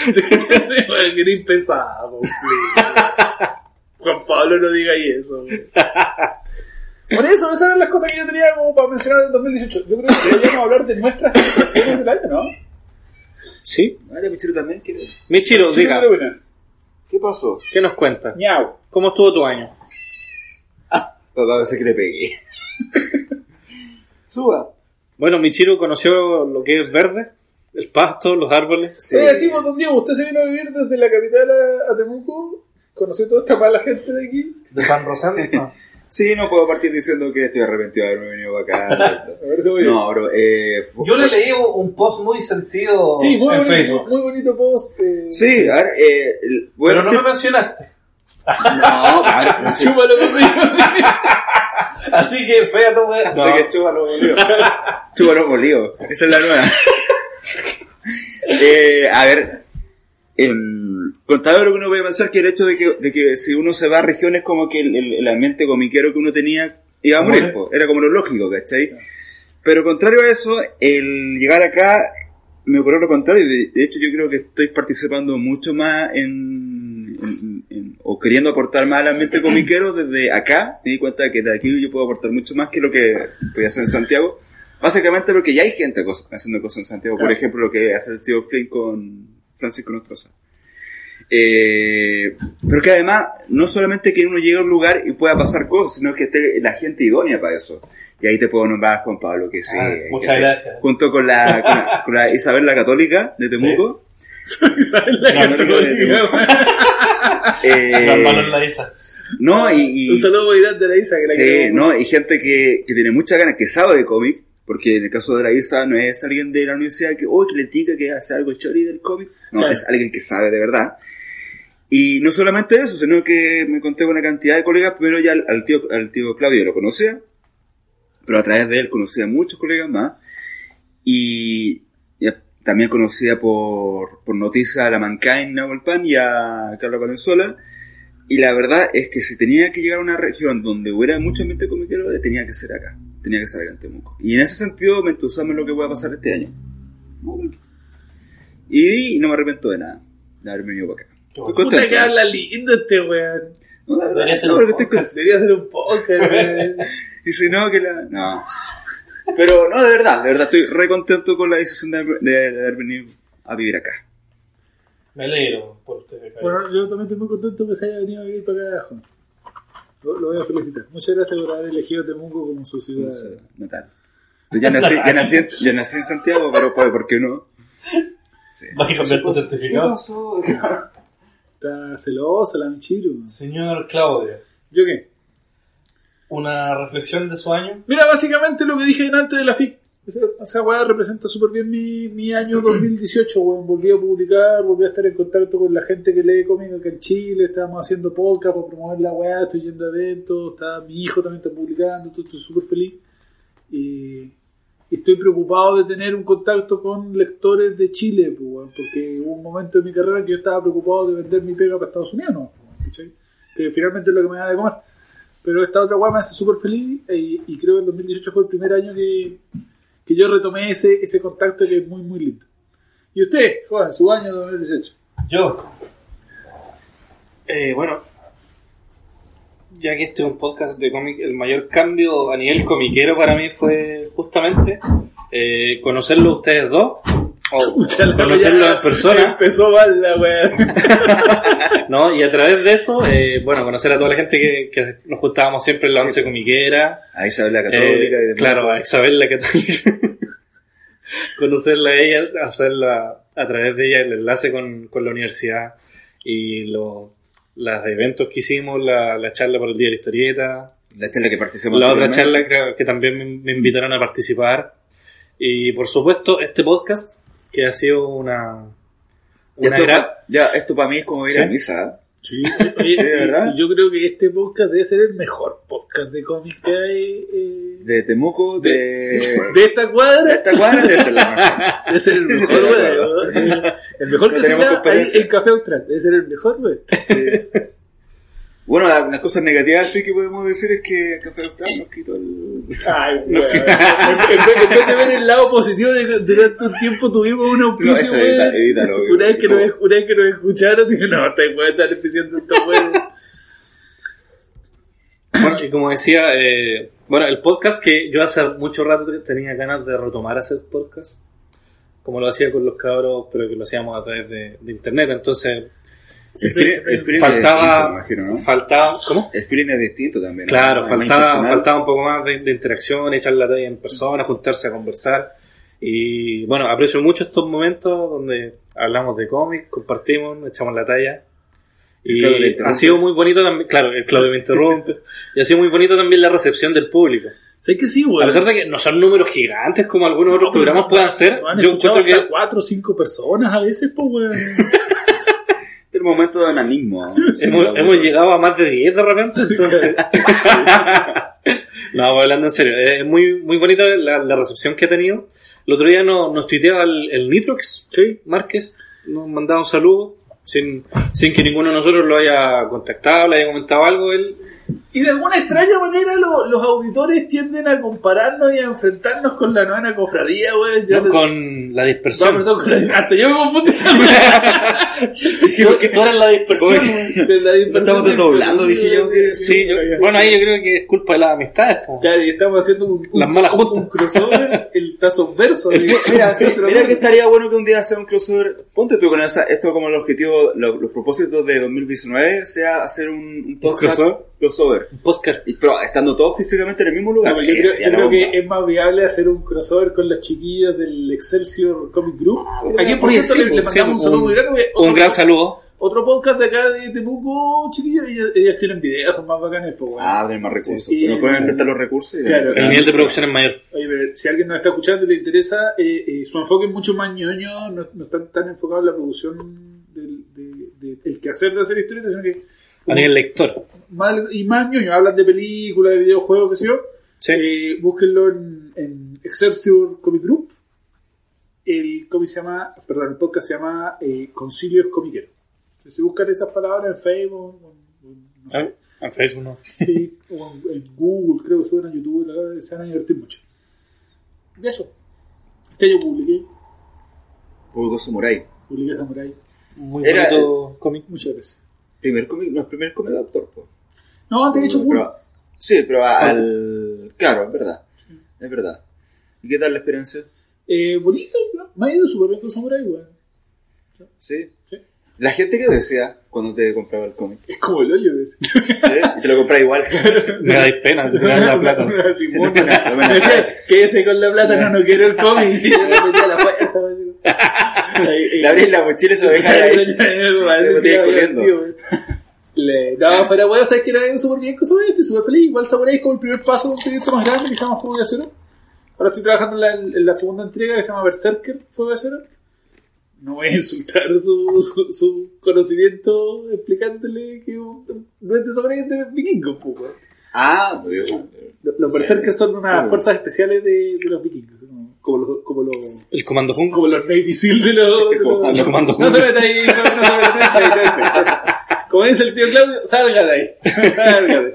S3: El gris pesado, please. Juan Pablo no diga ahí eso. güey. Por eso, esas eran las cosas que yo tenía como para mencionar del 2018. Yo creo que deberíamos hablar de nuestras presentaciones del año, ¿no?
S1: Sí.
S2: Vale, Pichero también, ¿qué,
S1: Michiro,
S3: Yo
S1: diga,
S3: creo que no.
S2: qué pasó?
S1: ¿qué nos cuenta?
S3: Ñau.
S1: ¿Cómo estuvo tu año?
S2: Papá, parece que le pegué. Suba.
S1: Bueno, Michiro conoció lo que es verde, el pasto, los árboles.
S2: Sí.
S3: Oye, decimos, don Diego, usted se vino a vivir desde la capital a, a Temuco, conoció toda esta mala gente de aquí.
S1: ¿De San Rosario?
S2: Sí, no puedo partir diciendo que estoy arrepentido de haberme venido para acá.
S3: Me parece muy bien.
S2: no, bro, eh... fu-
S5: Yo le leí un post muy sentido
S3: Sí, muy
S5: en
S3: bonito,
S5: Facebook.
S3: muy bonito post. eh,
S2: Sí, a ver, eh... el-
S5: Pero
S2: bueno,
S5: no
S2: este-
S5: me mencionaste.
S2: No, claro, no sé.
S3: Chúpalo conmigo.
S5: Así que fea tu wea.
S2: Así que chúbalo molido. chúbalo molido. Esa es la nueva. eh, a ver. em, contado lo que uno puede pensar que el hecho de que, de que si uno se va a regiones como que el, el- el ambiente comiquero que uno tenía iba a morir, po. era como lo lógico, ¿cachai? Pero contrario a eso, el llegar acá me ocurrió lo contrario. y De, de hecho, yo creo que estoy participando mucho más en, en- en- o queriendo aportar más al ambiente comiquero desde acá. Me di cuenta que de aquí yo puedo aportar mucho más que lo que podía hacer en Santiago. Básicamente porque ya hay gente cos- haciendo cosas en Santiago. Por ejemplo, lo que hace el tío Flynn con Francisco Nostroza. Eh, pero que además, no solamente que uno llegue a un lugar y pueda pasar cosas, sino que esté la gente idónea para eso. Y ahí te puedo nombrar a Juan Pablo, que sí.
S5: Ah,
S2: hay
S5: muchas
S2: gente-
S5: gracias.
S2: Junto con la, con la- con la Isabel la Católica de Temuco.
S3: ¿Sabes la
S2: No, no
S3: gente
S2: creo que
S3: que diga, güey?
S5: Gran
S2: Eh,
S5: valor la Isa.
S2: no, y,
S3: Un
S2: y,
S3: saludo muy grande a la Isa, que la
S2: sí,
S3: queremos
S2: no, y gente que, que tiene muchas ganas, que sabe de cómic, porque en el caso de la Isa no es alguien de la universidad que, hoy que le diga que hace algo chori del cómic. No,
S3: Claro.
S2: es alguien que sabe de verdad. Y no solamente eso, sino que me conté con una cantidad de colegas, primero ya al, al tío, al tío Claudio lo conocía, pero a través de él conocía a muchos colegas más. Y, y a- también conocida por, por noticias a la Mankind Nahuel Pan y a Carlos Valenzuela. Y la verdad es que si tenía que llegar a una región donde hubiera mucho ambiente comiquero, tenía que ser acá, tenía que ser acá en Temuco. Y en ese sentido me entusiasma lo que voy a pasar este año. Y no me arrepiento de nada, de haberme venido para acá. Estoy
S3: Puta
S2: contento.
S3: que habla lindo este weón.
S2: No, la verdad,
S5: Debería ser
S2: no,
S5: un
S2: porque estoy
S5: podcast.
S3: Debería hacer un póker, weón.
S2: Y si no, que la... No. Pero no, de verdad, de verdad, estoy re contento con la decisión de, de- de haber venido a vivir acá.
S5: Me alegro por ustedes.
S3: Bueno,
S5: caballero.
S3: yo también estoy muy contento que se haya venido a vivir para acá abajo. Lo, lo voy a felicitar. Muchas gracias por haber elegido Temuco como su ciudad.
S2: Entonces, no tal. Yo ya nací, ya, nací, en- ya nací en Santiago, pero pues, ¿por qué no? Sí.
S5: ¿Vas a cambiar tu certificado?
S3: Está celosa la Michiru.
S5: Señor Claudio,
S3: ¿Yo qué?
S5: una reflexión de su año.
S3: Mira, básicamente lo que dije antes de la FIC. Esa- Esa weá representa súper bien mi, mi año 2018, weón. Volví a publicar, volví a estar en contacto con la gente que lee cómics acá en Chile. Estábamos haciendo podcast para promover la weá, estoy yendo a eventos. Está, mi hijo también está publicando, estoy estoy súper feliz. Y estoy preocupado de tener un contacto con lectores de Chile, pues, weón, porque hubo un momento en mi carrera que yo estaba preocupado de vender mi pega para Estados Unidos, ¿no? ¿Cachai? que finalmente es lo que me da de comer. Pero esta otra weá me hace súper feliz y, y creo que el 2018 fue el primer año que, que yo retomé ese, ese contacto que es muy, muy lindo. ¿Y usted, joven, su año 2018?
S5: Yo,
S1: Eh, bueno, ya que este es un podcast de cómic, el mayor cambio a nivel comiquero para mí fue justamente eh, conocerlo a ustedes dos. O conocerlo en persona,
S3: Empezó mal la weá.
S1: ¿no? Y a través de eso, eh, bueno, conocer a toda la gente que, que nos juntábamos siempre en la once comiquera,
S2: Ahí se habla católica
S1: Eh,
S2: y demás. pues.
S1: Claro, a Isabel que Conocerla a ella, hacerla a través de ella el enlace con, con la universidad y los los eventos que hicimos, la, la charla por el Día de la Historieta,
S2: La charla que participamos.
S1: la otra
S2: anteriormente.
S1: charla que, que también me, me invitaron a participar y por supuesto este podcast que ha sido una...
S2: Ya
S1: una
S2: esto,
S1: gran-
S2: pa- ya, esto para mí es como ir
S1: Sí.
S2: a misa. ¿eh?
S3: Sí, oye,
S2: Sí,
S3: y-
S2: ¿verdad?
S3: y yo creo que este podcast debe ser el mejor podcast de cómics que hay eh,
S2: De Temuco, de.
S3: de esta
S2: de
S3: cuadra.
S2: esta cuadra debe ser la mejor.
S3: Debe ser el mejor,
S2: Sí, de
S3: weón. Eh, El mejor
S2: No
S3: que se
S2: tenemos
S3: da ahí
S2: competencia.
S3: en Café Austral. Debe ser el mejor, weón.
S2: Sí. Bueno, la- las cosas negativas sí que podemos decir es que Café Austral nos quitó el.
S3: Ay, weón. en, vez, en vez de ver el lado positivo de que durante un tiempo tuvimos un
S2: No,
S3: auspicio,
S2: eso, edita-
S3: weón.
S2: edítalo.
S3: una, vez que
S2: no
S3: nos, una vez que nos escucharon, dije, no, te puedes estar diciendo esto, weón.
S1: Bueno, y como decía, eh, bueno, el podcast que yo hace mucho rato que tenía ganas de retomar hacer podcast, como lo hacía con los cabros, pero que lo hacíamos a través de, de internet, entonces
S2: El feeling- el feeling es
S1: faltaba,
S2: distinto, me imagino, ¿no?
S1: faltaba, ¿cómo?
S2: El feeling es distinto también. ¿no?
S1: Claro,
S2: Es más
S1: faltaba,
S2: impersonal.
S1: faltaba un poco más de, de interacción, echar la talla en persona, juntarse a conversar. Y bueno, aprecio mucho estos momentos donde hablamos de cómics, compartimos, nos echamos la talla. Y
S2: Claudio le
S1: ha
S2: interrumpe.
S1: sido muy bonito también, claro, el Claudio me interrumpe. y ha sido muy bonito también la recepción del público.
S3: ¿Sabes que sí,
S1: A
S3: weón?
S1: pesar de que no son números gigantes como algunos otros programas puedan ser,
S3: Nos han
S1: yo
S3: escuchado
S1: encuentro
S3: hasta
S1: que
S3: cuatro o cinco personas a veces, pues, weón.
S2: El momento de ananismo.
S1: hemos, hemos llegado a más de 10 de repente, entonces... no, pues, hablando en serio, es muy, muy bonita la, la recepción que ha tenido. El otro día nos, nos tuiteaba el, el Nitrox
S3: Sí.
S1: Márquez, nos mandaba un saludo, sin, sin que ninguno de nosotros lo haya contactado, le haya comentado algo, él...
S3: Y de alguna extraña manera lo- los auditores tienden a compararnos y a enfrentarnos con la nueva cofradía, weón. Yo
S1: ¿no?
S3: les-
S1: Con la
S3: No,
S1: dispersión.
S3: perdón, con la... Hasta yo me confundí.
S1: Porque tú eres la dispersión.
S3: De la dispersión
S2: estamos
S3: de-
S2: desdoblando, dije yo, que-
S1: Sí, yo- bueno, ahí yo creo que es culpa de las amistades. po.
S3: Claro, y estamos haciendo un, un-
S1: Las malas
S3: un-
S1: juntas.
S3: un crossover, el tazo verso.
S2: Mira, mira, sí, mira que estaría bueno que un día sea un crossover. Ponte tú con esa, esto como el objetivo, lo- los propósitos de 2019 sea hacer un, un podcast
S1: crossover?
S2: crossover.
S1: Oscar.
S2: Y- pero estando todos físicamente en el mismo lugar.
S3: No, yo creo,
S2: Sería
S3: yo
S2: la
S3: creo
S2: bomba.
S3: que es más viable hacer un crossover con las chiquillas del Excelsior Comic Group.
S2: bueno,
S3: Aquí, por
S1: oye,
S3: cierto,
S1: sí,
S3: le, le
S2: pues,
S3: mandamos
S1: sí,
S3: un saludo
S1: un-
S3: muy grande. porque
S1: Un
S3: otro-
S1: gran saludo.
S3: Otro podcast de acá de Temuco, chiquillos, ellas, ellas tienen videos son más bacanes, pues, bueno.
S2: Ah, tienen más recursos.
S3: Sí, sí,
S2: pero
S3: sí.
S2: pueden prestar los recursos y
S3: Claro.
S1: El nivel de producción es mayor.
S3: Oye, pero si alguien nos está escuchando y le interesa, eh, eh, su enfoque es mucho más ñoño, no, no están tan enfocados en la producción del de- de- el quehacer de hacer historietas, sino que
S1: A nivel lector.
S3: más, y más ñoño, hablan de películas, de videojuegos, qué sé yo.
S1: Sí.
S3: Eh, búsquenlo en, en Excelsior Comic Group. el cómic se llama, perdón, el podcast se llama eh, Concilios Comiqueros. Si buscan esas palabras en Facebook, en- en- no sé,
S1: En Facebook no.
S3: sí, o en, en Google, creo que suben a YouTube, la verdad, se van a divertir mucho. Y eso. Este yo publiqué,
S2: Hugo Samurai.
S3: publiqué Samurai.
S1: Muy
S2: Era-
S1: bonito cómic.
S3: Muchas gracias.
S2: Primer cómic, no, primer cómic de autor, po.
S3: No, antes he Ah, hecho puro.
S2: Pero- Sí, pero al. Claro, es verdad. Es verdad. ¿Y qué tal la experiencia?
S3: Eh, bonito, ¿no? me ha ido súper bien con Samurai, weón.
S2: ¿Sí?
S3: Sí.
S2: La gente que decía cuando te compraba el cómic.
S3: Es como el hoyo de ese.
S2: ¿sí? Y te lo compraba igual.
S1: Me dais pena, te tiran la plata.
S2: Lo
S3: Simón, Me
S2: menos.
S3: decía, quédese con la plata, no, no quiero el cómic. Y yo le metía la fuerza, weón. Ahí,
S2: Le
S3: eh,
S2: abrís la mochila y se lo dejás ahí.
S3: Me parece
S2: Te
S3: que
S2: metía
S3: era
S2: corriendo.
S3: divertido, weón. Le- No, pero bueno, sabes que era súper bien con Samurai, estoy súper feliz. Igual Samurai es como el primer paso de un proyecto más grande que se llama Fuego de Acero. Ahora estoy trabajando en la, en la segunda entrega que se llama Berserker Fuego de Acero. No voy a insultar su, su, su conocimiento explicándole que un- no es de Samurai, es de vikingo, pues, weón.
S2: Ah, por eso.
S3: Los los berserkers son unas
S2: Sí.
S3: fuerzas especiales de, de los vikingos, ¿no? como los, como los,
S1: El comando Funko.
S3: como los Navy Seal de los... de los-
S1: Los comando
S3: No
S1: Funko.
S3: te metas ahí, no, no te metas ahí, no te metas ahí. Como dice el tío Claudio, salga de ahí, salga de ahí.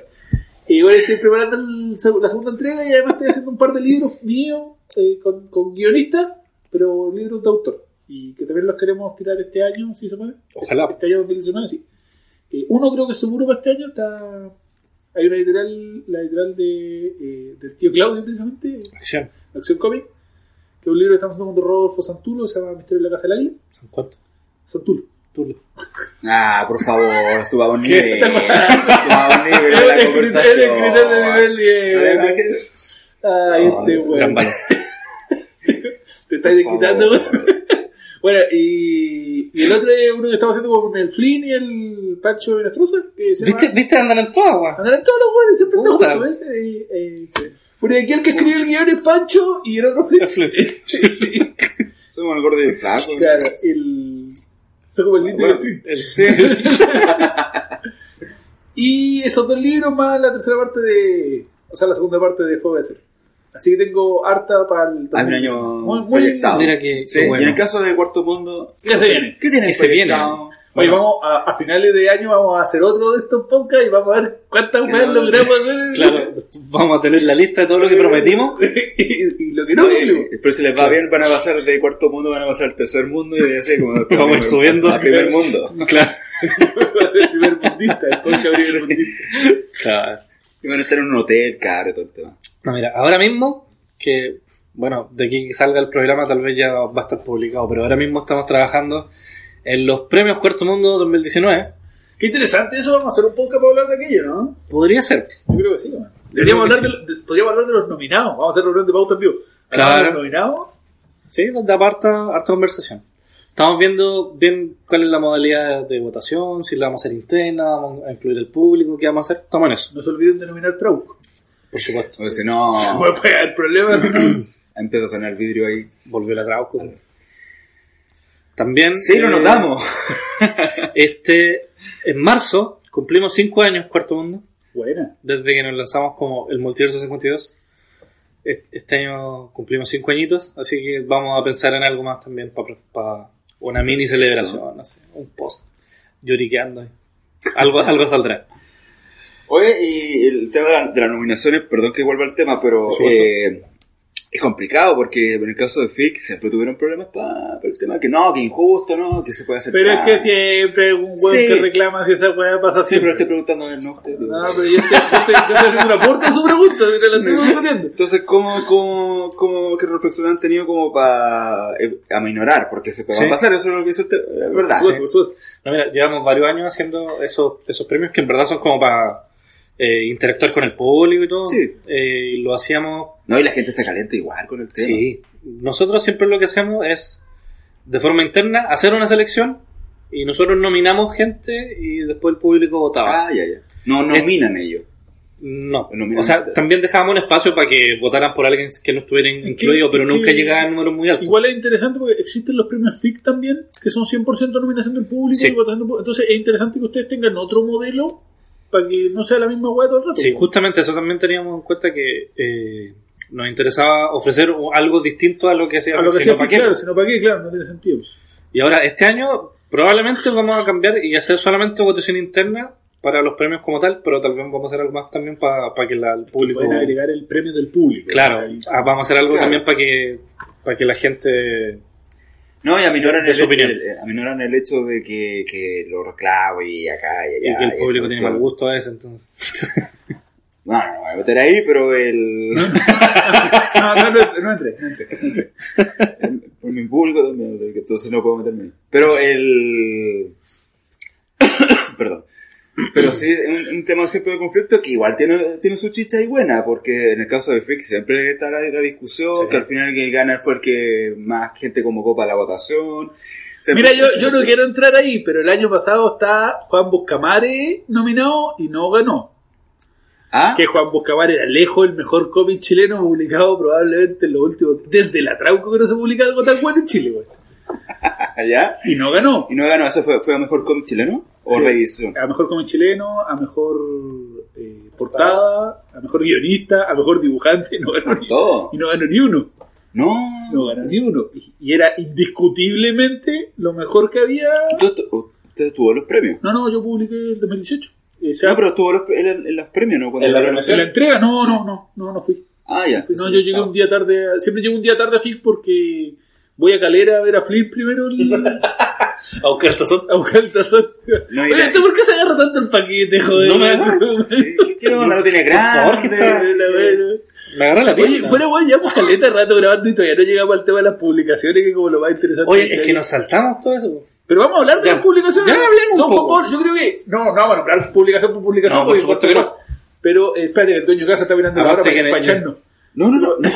S3: Y bueno, estoy preparando el seg- la segunda entrega y además estoy haciendo un par de libros míos eh, con, con guionistas, pero libros de autor. Y que también los queremos tirar este año, si se puede.
S1: Ojalá.
S3: Este año 2019, sí. Eh, uno creo que seguro para este año está. Hay una editorial, la editorial de, eh, del tío Claudio, precisamente,
S1: Acción.
S3: Acción Comic, que es un libro que estamos haciendo con Rodolfo Santulo, se llama Misterio de la Casa del Águila.
S1: ¿Son cuántos?
S3: Santulo.
S2: Ah, por favor, subamos un
S1: ¿Qué?
S2: nivel. Subamos un nivel a la
S3: escritor
S2: conversación.
S3: escritor de nivel
S2: ¿Sabes a
S3: diez.
S2: qué?
S3: Ay, este
S2: Gran
S3: weón.
S1: Gambalo.
S3: Te estás
S2: Por
S3: quitando,
S2: favor.
S3: weón. Bueno, y, y el otro es uno que estamos haciendo con el Flynn y el Pancho de Nostrosa, que se llama-
S1: ¿Viste, ¿Viste andar en todas, weón?
S3: Andan todos los buenos, siempre
S1: Puta.
S3: están juntos, ¿eh? Eh, eh, sí. Bueno, y aquí el que escribió el guión es Pancho y el otro Flip. Sí, sí.
S2: Somos el gordo y el flaco.
S3: Claro, el. Son como el lindo y el Flip.
S2: Sí.
S3: Y esos dos libros más la tercera parte de. O sea, la segunda parte de Fuego de Acero. Así que tengo harta para el.
S2: Hay un año
S3: Muy- muy-
S6: Ah,
S2: proyectado.
S1: Mira que-
S2: Sí,
S1: que bueno.
S2: Y en el caso de Cuarto Mundo,
S3: Ya se viene.
S2: ¿qué tiene
S1: Que se viene.
S2: proyectado?
S3: Oye,
S1: Bueno.
S3: vamos a, a finales de año vamos a hacer otro de estos podcasts y vamos a ver cuántas
S2: Que
S3: weas
S2: no,
S3: logramos hacer.
S6: Claro, vamos a tener la lista de todo lo que prometimos.
S3: y, y lo que no, cumplimos.
S2: Eh, Pero si les va bien, van a pasar de Cuarto Mundo, van a pasar al Tercer Mundo y así como...
S6: Vamos a ir subiendo.
S2: A Primer Mundo.
S6: Claro.
S3: el primer mundista, el podcast primer mundista.
S1: Claro.
S2: Y van a estar en un hotel, caro, y todo el tema.
S1: No, mira, ahora mismo, que, bueno, de aquí que salga el programa tal vez ya va a estar publicado, pero ahora mismo estamos trabajando en los premios Cuarto Mundo 2019.
S3: Qué interesante eso, vamos a hacer un podcast para hablar de aquello, ¿no?
S1: Podría ser.
S3: Yo creo que sí, man. Deberíamos
S1: Yo
S3: hablar
S1: creo que
S3: de, lo- de- podríamos hablar de los nominados, vamos a hacer reunión de pauta en vivo. Hablamos de
S1: Claro.
S3: los nominados,
S1: Sí, da harta, harta conversación. Estamos viendo bien cuál es la modalidad de votación, si la vamos a hacer interna, vamos a incluir el público, qué vamos a hacer. Estamos en eso,
S3: no se olviden de nominar Trauco.
S1: por supuesto.
S2: O si no,
S3: Pues pues, el problema
S2: empieza a sonar el vidrio ahí.
S1: Volvió la Trauco. También.
S2: Sí, lo
S1: eh,
S2: notamos.
S1: Este, en marzo cumplimos 5 años, Cuarto Mundo,
S3: Buena.
S1: desde que nos lanzamos como el Multiverso 52. Est- Este año cumplimos 5 añitos, así que vamos a pensar en algo más también para una mini celebración, no sé, un post lloriqueando. ahí. Algo, algo saldrá.
S2: Oye, y el tema de, la- de las nominaciones, perdón que vuelva al tema, pero
S1: Por supuesto.
S2: eh, es complicado porque en el caso de Fick siempre tuvieron problemas para el tema que no, que injusto, no, que se puede hacer.
S3: Pero es
S2: trampa.
S3: que siempre hay un weón
S2: Sí.
S3: que reclama si esa weá pasa
S2: Sí, pero
S3: siempre.
S2: estoy preguntando de no usted.
S3: No, pero yo estoy, yo estoy, yo estoy haciendo una aporte a su pregunta, te la Ah, estoy respondiendo.
S2: Entonces, ¿cómo, cómo, cómo qué reflexión han tenido como para eh, aminorar? Porque se puede
S1: Sí.
S2: pasar, eso es lo que dice usted, eh, es verdad.
S3: Suerte, suerte.
S1: No, mira, llevamos varios años haciendo esos, esos premios que en verdad son como para eh, interactuar con el público y todo.
S2: Sí.
S1: Eh, y lo hacíamos
S2: No, y la gente se calienta igual con el tema.
S1: Sí, nosotros siempre lo que hacemos es, de forma interna, hacer una selección y nosotros nominamos gente y después el público votaba.
S2: Ah, ya, ya. No nominan ellos.
S1: no, o
S2: nominamos.
S1: sea, también dejábamos un espacio para que votaran por alguien que no estuviera incluido, pero
S3: Sí.
S1: nunca llegaban a números muy altos.
S3: Igual es interesante porque existen los premios FIC también, que son 100% nominación del público
S1: Sí.
S3: y votando por- Entonces es interesante que ustedes tengan otro modelo para que no sea la misma hueá todo el rato.
S1: Sí, justamente eso también teníamos en cuenta que eh, nos interesaba ofrecer u- algo distinto a lo que hacía
S3: A lo que
S1: si
S3: hacía
S1: no, ¿pa' qué?
S3: claro, si no para qué, claro, no tiene sentido.
S1: Y ahora, este año probablemente vamos a cambiar y hacer solamente votación interna para los premios como tal, pero tal vez vamos a hacer algo más también para que la- el público...
S3: Pueden agregar el premio del público.
S1: Claro,
S3: O sea,
S1: ah, vamos a hacer algo
S2: Claro.
S1: también para que, para que la gente...
S2: No, y aminoran,
S1: De
S2: el,
S1: su opinión.
S2: el- aminoran el hecho de que, que lo reclamo y acá y
S1: y
S2: allá.
S1: que el público tiene mal
S2: algún
S1: gusto a veces, entonces...
S2: No, no, no voy a meter ahí, pero el.
S3: No, Ah, no, no, no entré, no entré.
S2: por mi público también, o sea, que entonces no puedo meterme. ahí. Pero el. Perdón. Pero sí, es un, un tema siempre de conflicto que igual tiene, tiene su chicha y buena, porque en el caso de Freak siempre está la, la discusión,
S1: Sí.
S2: que al final quien gana fue el que más gente convocó para la votación. Siempre-
S3: Mira, yo, yo no quiero entrar ahí, pero el año pasado está Juan Buscamare nominado y no ganó.
S2: ¿Ah?
S3: Que Juan Buscamare era lejos el mejor cómic chileno publicado probablemente en los últimos. Desde la Trauco que no se publica algo tan bueno en Chile, güey.
S2: ¿Allá?
S3: Y no ganó.
S2: Y no ganó, ¿eso fue, fue a mejor cómic chileno? ¿O
S3: Sí.
S2: reedición?
S3: A mejor cómic chileno, a mejor eh, portada, a mejor guionista, a mejor dibujante, y no ganó ni,
S2: Todo.
S3: y no ganó ni uno.
S2: No.
S3: No ganó ni uno. Y, y era indiscutiblemente lo mejor que había.
S2: ¿Tú- tú- ¿Usted tuvo los premios?
S3: No, no, yo publiqué el 2018. Eh, se
S2: No,
S3: ha-
S2: Ah, pero tuvo los, pre- en, en los premios, ¿no? Cuando
S1: En la
S2: ganó.
S1: premiación.
S3: ¿En la entrega? No, no, no, no, no fui.
S2: Ah, ya.
S3: Fui, No, yo llegué un día tarde, a- siempre llego un día tarde a FIC porque voy a Calera a ver a Flip primero el-
S1: Aunque estas son...
S3: a buscar el tazón.
S2: No, y
S3: Oye,
S2: la-
S3: ¿tú ¿por qué se agarra tanto el paquete, joder?
S1: No me
S2: Sí, ¿Qué onda? No tiene
S1: favor, que
S2: grande.
S3: La verdad.
S1: Me agarré la
S3: Oye,
S1: pierna.
S3: fuera weón, llevamos caleta de rato grabando y todavía no llegamos al tema de las publicaciones, que es como lo más interesante.
S1: Oye, es
S3: hay.
S1: que nos saltamos todo eso.
S3: Pero vamos a hablar de
S1: Ya.
S3: las publicaciones.
S1: Ya hablemos un
S3: No,
S1: poco.
S3: Juan Pablo, yo creo que. No, no vamos a hablar publicación por publicación.
S1: No, por
S3: porque
S1: supuesto
S3: importa
S1: que
S3: más. Pero eh, espérate, el dueño de casa está mirando la hora
S1: Aparte
S3: para
S1: que-
S3: para echarnos.
S2: No, no, no. No,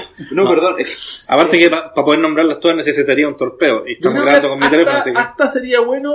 S2: no, perdón. es
S1: Aparte que para poder nombrarlas todas necesitaría un torpeo. Y
S3: Yo
S1: estamos
S3: creo
S1: grabando
S3: que
S1: con mi
S3: hasta,
S1: teléfono, así que...
S3: hasta sería bueno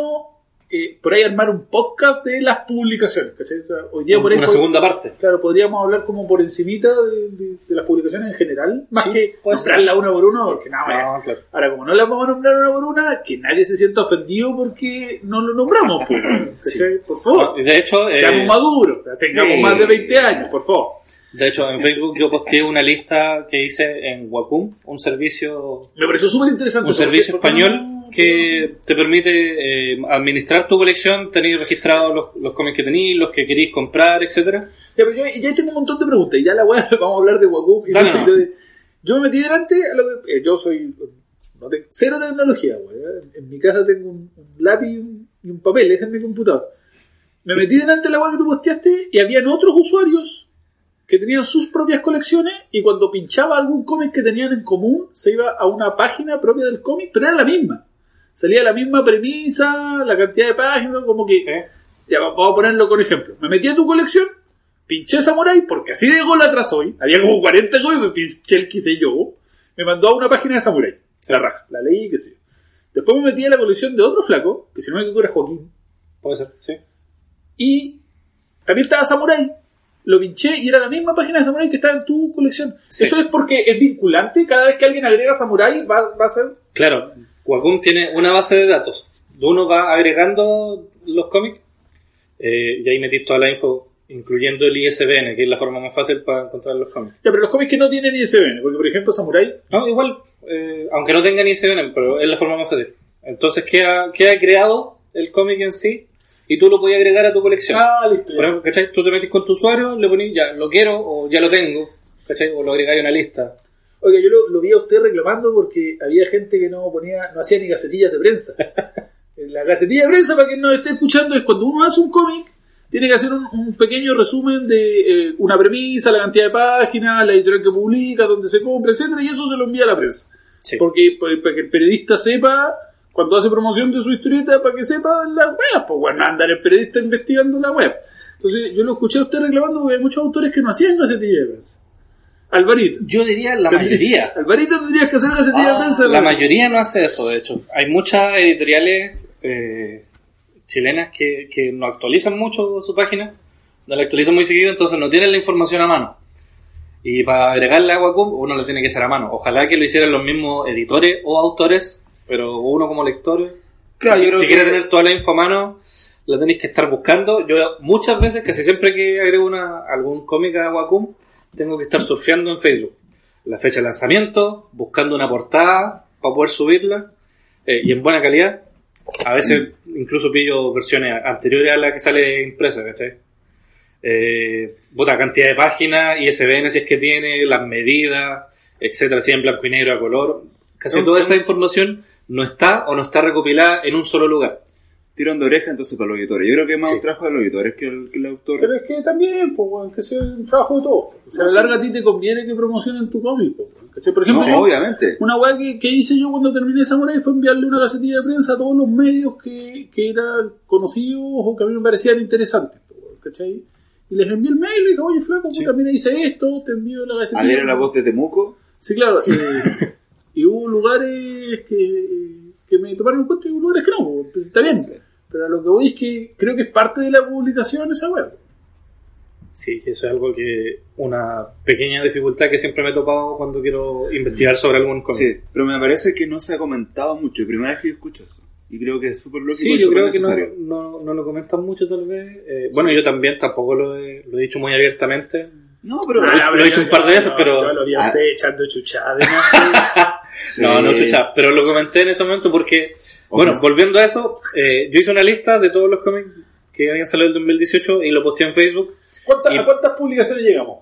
S3: eh, por ahí armar un podcast de las publicaciones. ¿cachai? O sea, hoy día por ahí
S1: Una
S3: pod-
S1: segunda parte.
S3: Claro, podríamos hablar como por encimita de, de- de las publicaciones en general, más
S1: Sí,
S3: que
S1: puede ser.
S3: nombrarla una por una, porque nada, vaya.
S1: No, claro.
S3: Ahora, como no las vamos a nombrar una por una, que nadie se sienta ofendido porque no lo nombramos, pues, ¿cachai? por favor.
S1: De hecho, eh,
S3: Seamos maduros, o sea, tengamos
S2: sí.
S3: más de 20 años, por favor.
S1: de hecho, en Facebook yo posteé una lista que hice en Wacom, un servicio
S3: Me pareció súper interesante.
S1: un
S3: ¿por qué?
S1: servicio
S3: ¿Por qué
S1: español
S3: no?
S1: que te permite eh, administrar tu colección, tener registrados los, los cómics que tenéis, los que queréis comprar, etcétera.
S3: Ya, pero yo ya tengo un montón de preguntas y ya la weá, vamos a hablar de Wacom. y
S1: Dale,
S3: no-
S1: no.
S3: yo de- Yo me metí delante, a lo que- eh, yo soy no te- cero tecnología, weá. En mi casa tengo un, un lápiz y un, y un papel, ese es mi computador. Me metí delante de la weá que tú posteaste y habían otros usuarios que tenían sus propias colecciones y cuando pinchaba algún cómic que tenían en común se iba a una página propia del cómic, pero era la misma. Salía la misma premisa, la cantidad de páginas, como que... Ya, va- vamos a ponerlo con ejemplo. Me metí a tu colección, pinché Samurai, porque así de gol atrás hoy. Había como 40 goles, me pinché el quise yo. Me mandó a una página de Samurai. Se la raja, la leí, qué sé yo. Después me metí a la colección de otro flaco, que si no me equivoco era Joaquín.
S1: Puede ser, sí.
S3: Y también estaba Samurai. Lo pinché y era la misma página de Samurai que estaba en tu colección.
S1: Sí.
S3: Eso es porque es vinculante. Cada vez que alguien agrega Samurai va, va a ser...
S1: Claro, Wacom tiene una base de datos. Uno va agregando los cómics eh, y ahí metís toda la info, incluyendo el ISBN, que es la forma más fácil para encontrar los cómics.
S3: Ya, pero los cómics que no tienen ISBN, porque por ejemplo Samurai
S1: No, igual, eh, aunque no tengan ISBN, pero es la forma más fácil. Entonces queda, queda creado el cómic en sí y tú lo podías agregar a tu colección.
S3: Ah, listo. ya.
S1: Por ejemplo, ¿cachai? Tú te metes con tu usuario, le pones ya lo quiero o ya lo tengo, ¿cachai? O lo agregáis a una lista.
S3: Oiga, yo lo, lo vi a usted reclamando porque había gente que no ponía, no hacía ni gacetillas de prensa. La gacetilla de prensa, para quien no esté escuchando, es cuando uno hace un cómic, tiene que hacer un, un pequeño resumen de eh, una premisa, la cantidad de páginas, la editorial que publica, dónde se compra, etcétera, y eso se lo envía a la prensa.
S1: Sí.
S3: Porque pues, para que el periodista sepa, cuando hace promoción de su historieta, para que sepa las weas, pues bueno, andar el periodista investigando la web. Entonces, yo lo escuché a usted reclamando porque hay muchos autores que no hacían gacetillas de prensa. Alvarito.
S1: Yo diría la
S3: Tendría-
S1: mayoría. Ah,
S3: Alvarito tendrías que hacer gacetilla de prensa.
S1: La
S3: güey.
S1: mayoría no hace eso, de hecho. Hay muchas editoriales eh, chilenas que, que no actualizan mucho su página, no la actualizan muy seguido, entonces no tienen la información a mano. Y para agregarle agua Wacom, uno lo tiene que hacer a mano. Ojalá que lo hicieran los mismos editores o autores, pero uno como lector
S2: Claro, yo creo
S1: si
S2: que-
S1: quieres tener toda la info a mano, la tenéis que estar buscando. Yo muchas veces, casi siempre que agrego una, algún cómic a Wacom, tengo que estar surfeando en Facebook. la fecha de lanzamiento, buscando una portada para poder subirla eh, y en buena calidad. A veces incluso pillo versiones anteriores a la que sale impresa, ¿cachai? Eh, puta, cantidad de páginas, ISBN si es que tiene, las medidas, etcétera, si en blanco y negro a color. Casi
S2: No,
S1: toda
S2: no.
S1: esa información no está o no está recopilada en un solo lugar.
S2: Tirón de oreja entonces para los editores. Yo creo que es más
S1: Sí.
S2: un trabajo de los editores que el, que el autor.
S3: Pero es que también, pues, weón, que sea un trabajo de todos. O sea, a la larga a ti te conviene que promocionen tu cómic, pues, weón, ¿cachai? Por
S2: No,
S3: ejemplo, yo-
S2: obviamente.
S3: una weá que, que hice yo cuando terminé Samurai fue enviarle una gacetilla de prensa a todos los medios que, que eran conocidos o que a mí me parecían interesantes, pues, weón, ¿cachai? Y les envié el mail y le dije, oye, flaco, puta, mira, hice esto, te envío la gacetilla.
S2: Al leer la voz de Temuco,
S3: Sí, claro. eh, y hubo lugares que, que me tomaron en cuenta y hubo lugares que no. pues, Está bien. Pero a lo que voy es que creo que es parte de la publicación esa web.
S1: Sí, eso es algo que una pequeña dificultad que siempre me he topado cuando quiero investigar sobre algún cómic.
S2: Sí, pero me parece que no se ha comentado mucho. Primera vez que yo escucho eso. Y creo que es súper lógico
S1: Sí,
S2: y
S1: yo
S2: súper
S1: creo que no,
S2: necesario.
S1: no, no lo comentan mucho tal vez. Eh, bueno, yo también tampoco lo he, lo he dicho muy abiertamente.
S2: No, pero.
S1: Ah, lo he hecho un par de veces, pero-
S3: Yo lo vi a
S2: Ah.
S3: usted echando chuchada. además,
S2: Sí.
S1: No, no chucha, pero lo comenté en ese momento porque,
S2: O
S1: bueno,
S2: quizá-
S1: volviendo a eso, eh, yo hice una lista de todos los cómics que habían salido en 2018 y lo posteé en Facebook.
S3: ¿Cuántas-
S1: Y-
S3: ¿A cuántas publicaciones llegamos?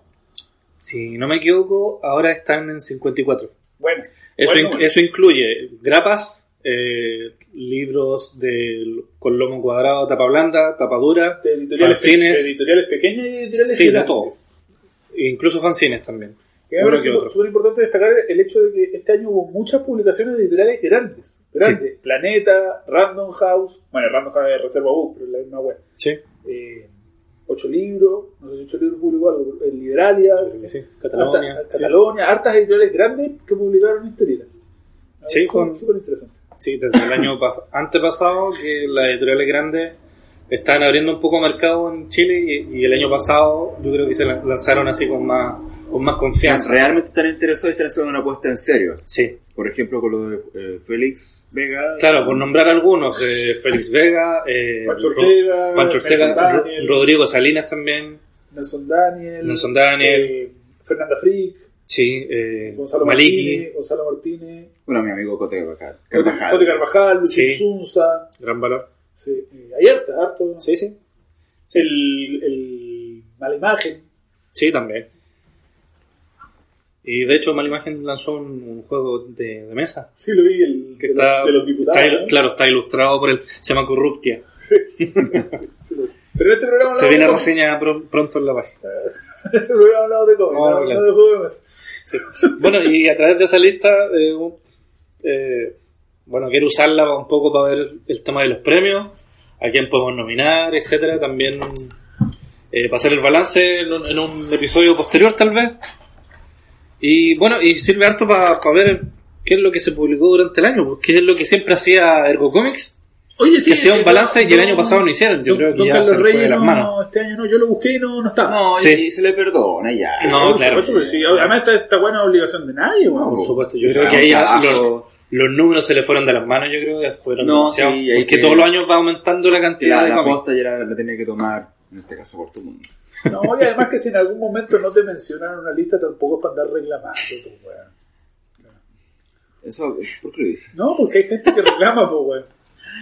S1: Si no me equivoco, ahora están en 54.
S3: Bueno,
S1: Eso,
S3: Bueno,
S1: in-
S3: bueno.
S1: eso incluye grapas, eh, libros de, con lomo cuadrado, tapa blanda, tapa dura,
S3: de editoriales, pe-
S1: Fanzines.
S3: de editoriales pequeñas y editoriales
S1: Sí, de
S3: gigantes.
S1: todo. e incluso fanzines también.
S3: Que me
S1: Uno
S3: parece
S1: que otro.
S3: súper importante destacar el hecho de que este año hubo muchas publicaciones de editoriales grandes. Grandes. Planeta, Random House. Bueno, Random House es Reserva Book, pero es la misma web.
S1: Sí,
S3: eh, ocho libros, no sé si ocho libros publicó algo, pero, eh, Liberalia,
S1: creo que sí. Cataluña.
S3: harta-
S1: sí.
S3: Catalonia, hartas editoriales grandes que publicaron historietas. Ah,
S1: Sí,
S3: es su-
S1: con-
S3: súper interesante.
S1: Sí, desde el año pas- antepasado que las editoriales grandes estaban abriendo un poco mercado en Chile y, y el año pasado yo creo que se lan- lanzaron así con más, con más confianza.
S2: Realmente están interesados y están haciendo una apuesta en serio.
S1: Sí,
S2: Por ejemplo, con lo de eh, Félix Vega.
S1: claro, por nombrar algunos, eh, Félix Vega, eh,
S3: Pancho
S1: Ro-
S3: Ortega,
S1: Pancho Ortega,
S3: Nelson
S1: Ro-
S3: Daniel,
S1: Rodrigo Salinas también,
S3: Nelson Daniel,
S1: Nelson Daniel.
S3: eh, Fernanda Frick,
S1: sí, eh,
S3: Gonzalo
S1: Maliki,
S3: Martínez, Gonzalo Martínez,
S2: Bueno, mi amigo Cote Carvajal.
S3: Cote Carvajal, Luis
S1: Sí.
S3: Sunza,
S1: gran valor.
S3: sí, eh, hay hartas, harto.
S1: Sí, sí,
S3: El, el Mala Imagen,
S1: sí, también. Y de hecho Malimagen lanzó un, un juego de, de mesa.
S3: sí lo vi, el
S1: Que
S3: de, los-
S1: está,
S3: de los diputados.
S1: está il-
S3: ¿no?
S1: claro, está ilustrado por el, se llama Corruptia.
S3: Sí, sí, sí, lo vi. Pero en este programa
S1: Se
S3: no
S1: viene
S3: vamos a-
S1: reseña pro- pronto en la página.
S3: Este programa hablado de cómics,
S1: No,
S3: no,
S1: claro.
S3: no de pues. juegos.
S1: Sí. Bueno, y a través de esa lista, eh, un- eh, bueno, quiero usarla pa- un poco para ver el tema de los premios, a quién podemos nominar, etcétera. También eh, para hacer el balance en un, en un episodio posterior, tal vez. Y bueno, y sirve harto para ver qué es lo que se publicó durante el año, pues, qué es lo que siempre hacía Ergo Comics.
S3: Oye, eh,
S1: Que hacía un balance y el año pasado no hicieron. Yo creo que ya se les fue de las
S3: no,
S1: manos.
S3: este año no, yo lo busqué y no, no estaba.
S2: No, y-
S1: Sí.
S2: y se le perdona ya.
S1: No,
S3: Por
S1: claro.
S3: supuesto, pero sí, además esta, esta buena obligación de nadie,
S2: No, pues,
S3: weón.
S1: Por
S2: po.
S1: supuesto, yo
S2: Es
S1: creo que
S2: un
S1: ahí ya
S2: trabajo.
S1: los números se le fueron de las manos, yo creo, que fueron
S2: No,
S1: demasiado.
S2: sí, ahí
S1: porque
S2: que-
S1: todos los años va aumentando la
S2: que
S1: cantidad
S2: La,
S1: de
S2: la
S1: cómics.
S2: aposta ya la, la tenía que tomar, en este caso por tu mundo.
S3: No, y además que si en algún momento no te mencionan una lista tampoco es para andar reclamando, pues, weón.
S2: Eso, ¿por qué lo dices?
S3: No, porque hay gente que reclama, pues, weón.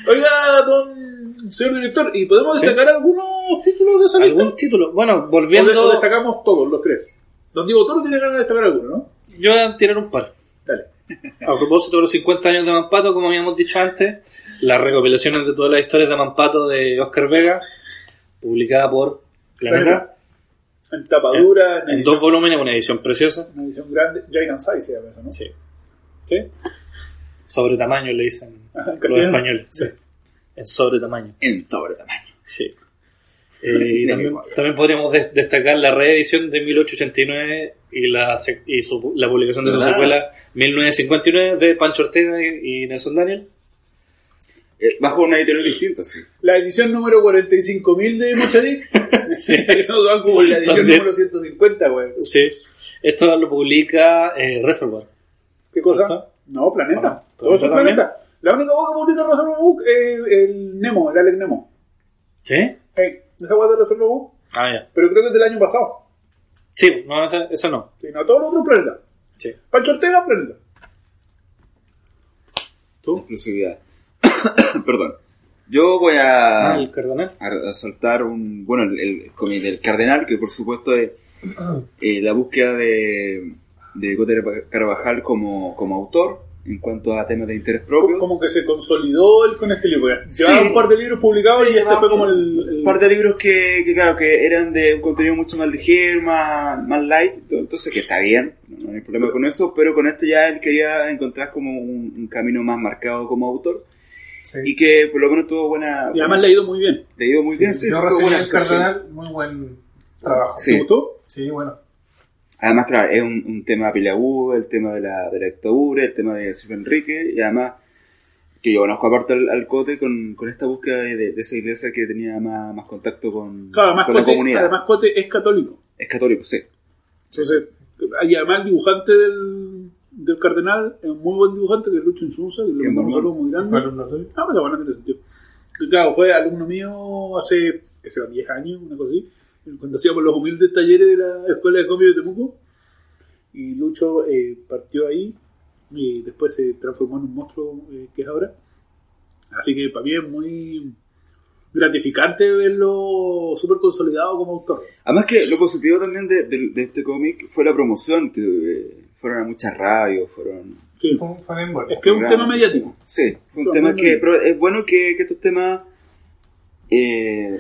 S3: Oiga, don señor director, ¿y podemos
S1: Sí.
S3: destacar algunos títulos de esa lista?
S1: ¿Algún título? Bueno,
S3: O de- o
S1: volviendo,
S3: destacamos todos, los tres. Don Diego Toro tiene ganas de destacar alguno, ¿no?
S1: yo voy a tirar un par.
S3: Dale.
S1: A propósito de los 50 años de Mampato, como habíamos dicho antes, las recopilaciones de todas las historias de Mampato de Oscar Vega, publicada por Planeta,
S3: En tapadura, en,
S1: en
S3: edición,
S1: dos volúmenes, una edición preciosa.
S3: en edición grande, Giant Size se llama eso, ¿no?
S1: Sí. Sobre tamaño le dicen
S3: Ajá, Ah, en
S1: los
S3: castellano.
S1: españoles. Sí. En sobre tamaño.
S2: En sobre tamaño.
S1: Sí. Eh, y también, también podríamos des- destacar la reedición de 1889 y la, sec- y su- la publicación de su
S2: ¿Verdad?
S1: secuela 1959 de Pancho Ortega y, y Nelson Daniel.
S2: Eh, bajo una editorial distinta, sí.
S3: La edición número 45.000 de Mochadí.
S1: Sí.
S3: no van como la edición
S1: También.
S3: número 150, güey.
S1: Sí. Esto lo publica eh, Reservoir.
S3: ¿Qué cosa?
S1: ¿Cierto?
S3: No, Planeta.
S1: Bueno,
S3: Todo eso es
S1: ¿Planeta
S3: Planeta. La única voz que publica Reserva Book es el Nemo, el Alex Nemo.
S1: ¿Qué?
S3: Eh, esa voz de Reserva Book,
S1: Ah, ya.
S3: pero creo que es del año pasado.
S1: Sí, no, esa, esa no.
S3: Sí, no, todos los otros planetas.
S1: Sí.
S3: Pancho Ortega, aprenda.
S2: Exclusividad. Perdón. Yo voy a,
S1: Ah, el cardenal.
S2: a- a soltar un. Bueno, el, el cómic del Cardenal, que por supuesto es eh, la búsqueda de, de Gotter Carvajal como, como autor en cuanto a temas de interés propio.
S3: Como que se consolidó el con este libro. Llevaba
S2: Sí.
S3: un par de libros publicados
S2: Sí,
S3: y este
S2: llevaba
S3: fue como el. el-
S2: un par de libros que, que, claro, que eran de un contenido mucho más ligero, más, más light, entonces que está bien, no hay problema con eso, pero con esto ya él quería encontrar como un, un camino más marcado como autor y que por lo menos tuvo buena...
S3: Y además le ha ido muy bien.
S2: le dio muy bien, sí,
S5: Yo
S2: tuvo
S5: recibí
S2: buena
S5: el
S2: recepción.
S5: cardenal, muy buen trabajo.
S2: Sí.
S3: ¿Te gustó?
S5: Sí, bueno.
S2: Además, claro, es un, un tema peleagudo, el tema de la, de la dictadura, el tema de Silvio Enrique, y además que yo conozco aparte al, al Cote con, con esta búsqueda de, de- de esa iglesia que tenía más, más contacto con,
S3: Claro, además,
S2: con la
S3: Cote,
S2: comunidad.
S3: además Cote es católico.
S2: Es católico, sí.
S3: Entonces, y además el dibujante del, del Cardenal es un muy buen dibujante, que es Lucho Insunza, que le
S2: Qué
S3: mandamos un
S2: mormón.
S3: saludo muy grande.
S5: Fue alumno tuyo.
S3: Ah, pero bueno, tiene sentido. Y Claro, fue alumno mío hace, que será, 10 años, una cosa así, cuando hacíamos los humildes talleres de la Escuela de Cómic de Temuco. Y Lucho eh, partió ahí y después se transformó en un monstruo eh, que es ahora. Así que para mí es muy gratificante verlo súper consolidado como autor.
S2: Además que lo positivo también de, de- de este cómic fue la promoción, que eh, fueron a muchas radios, fueron...
S3: Sí.
S5: Fue- Fue bien bueno.
S3: Es que es un
S2: Claro.
S3: tema mediático.
S2: Sí, fue un
S3: Son
S2: tema
S3: muy
S2: que...
S3: lindos.
S2: Pero es bueno que, que estos temas eh,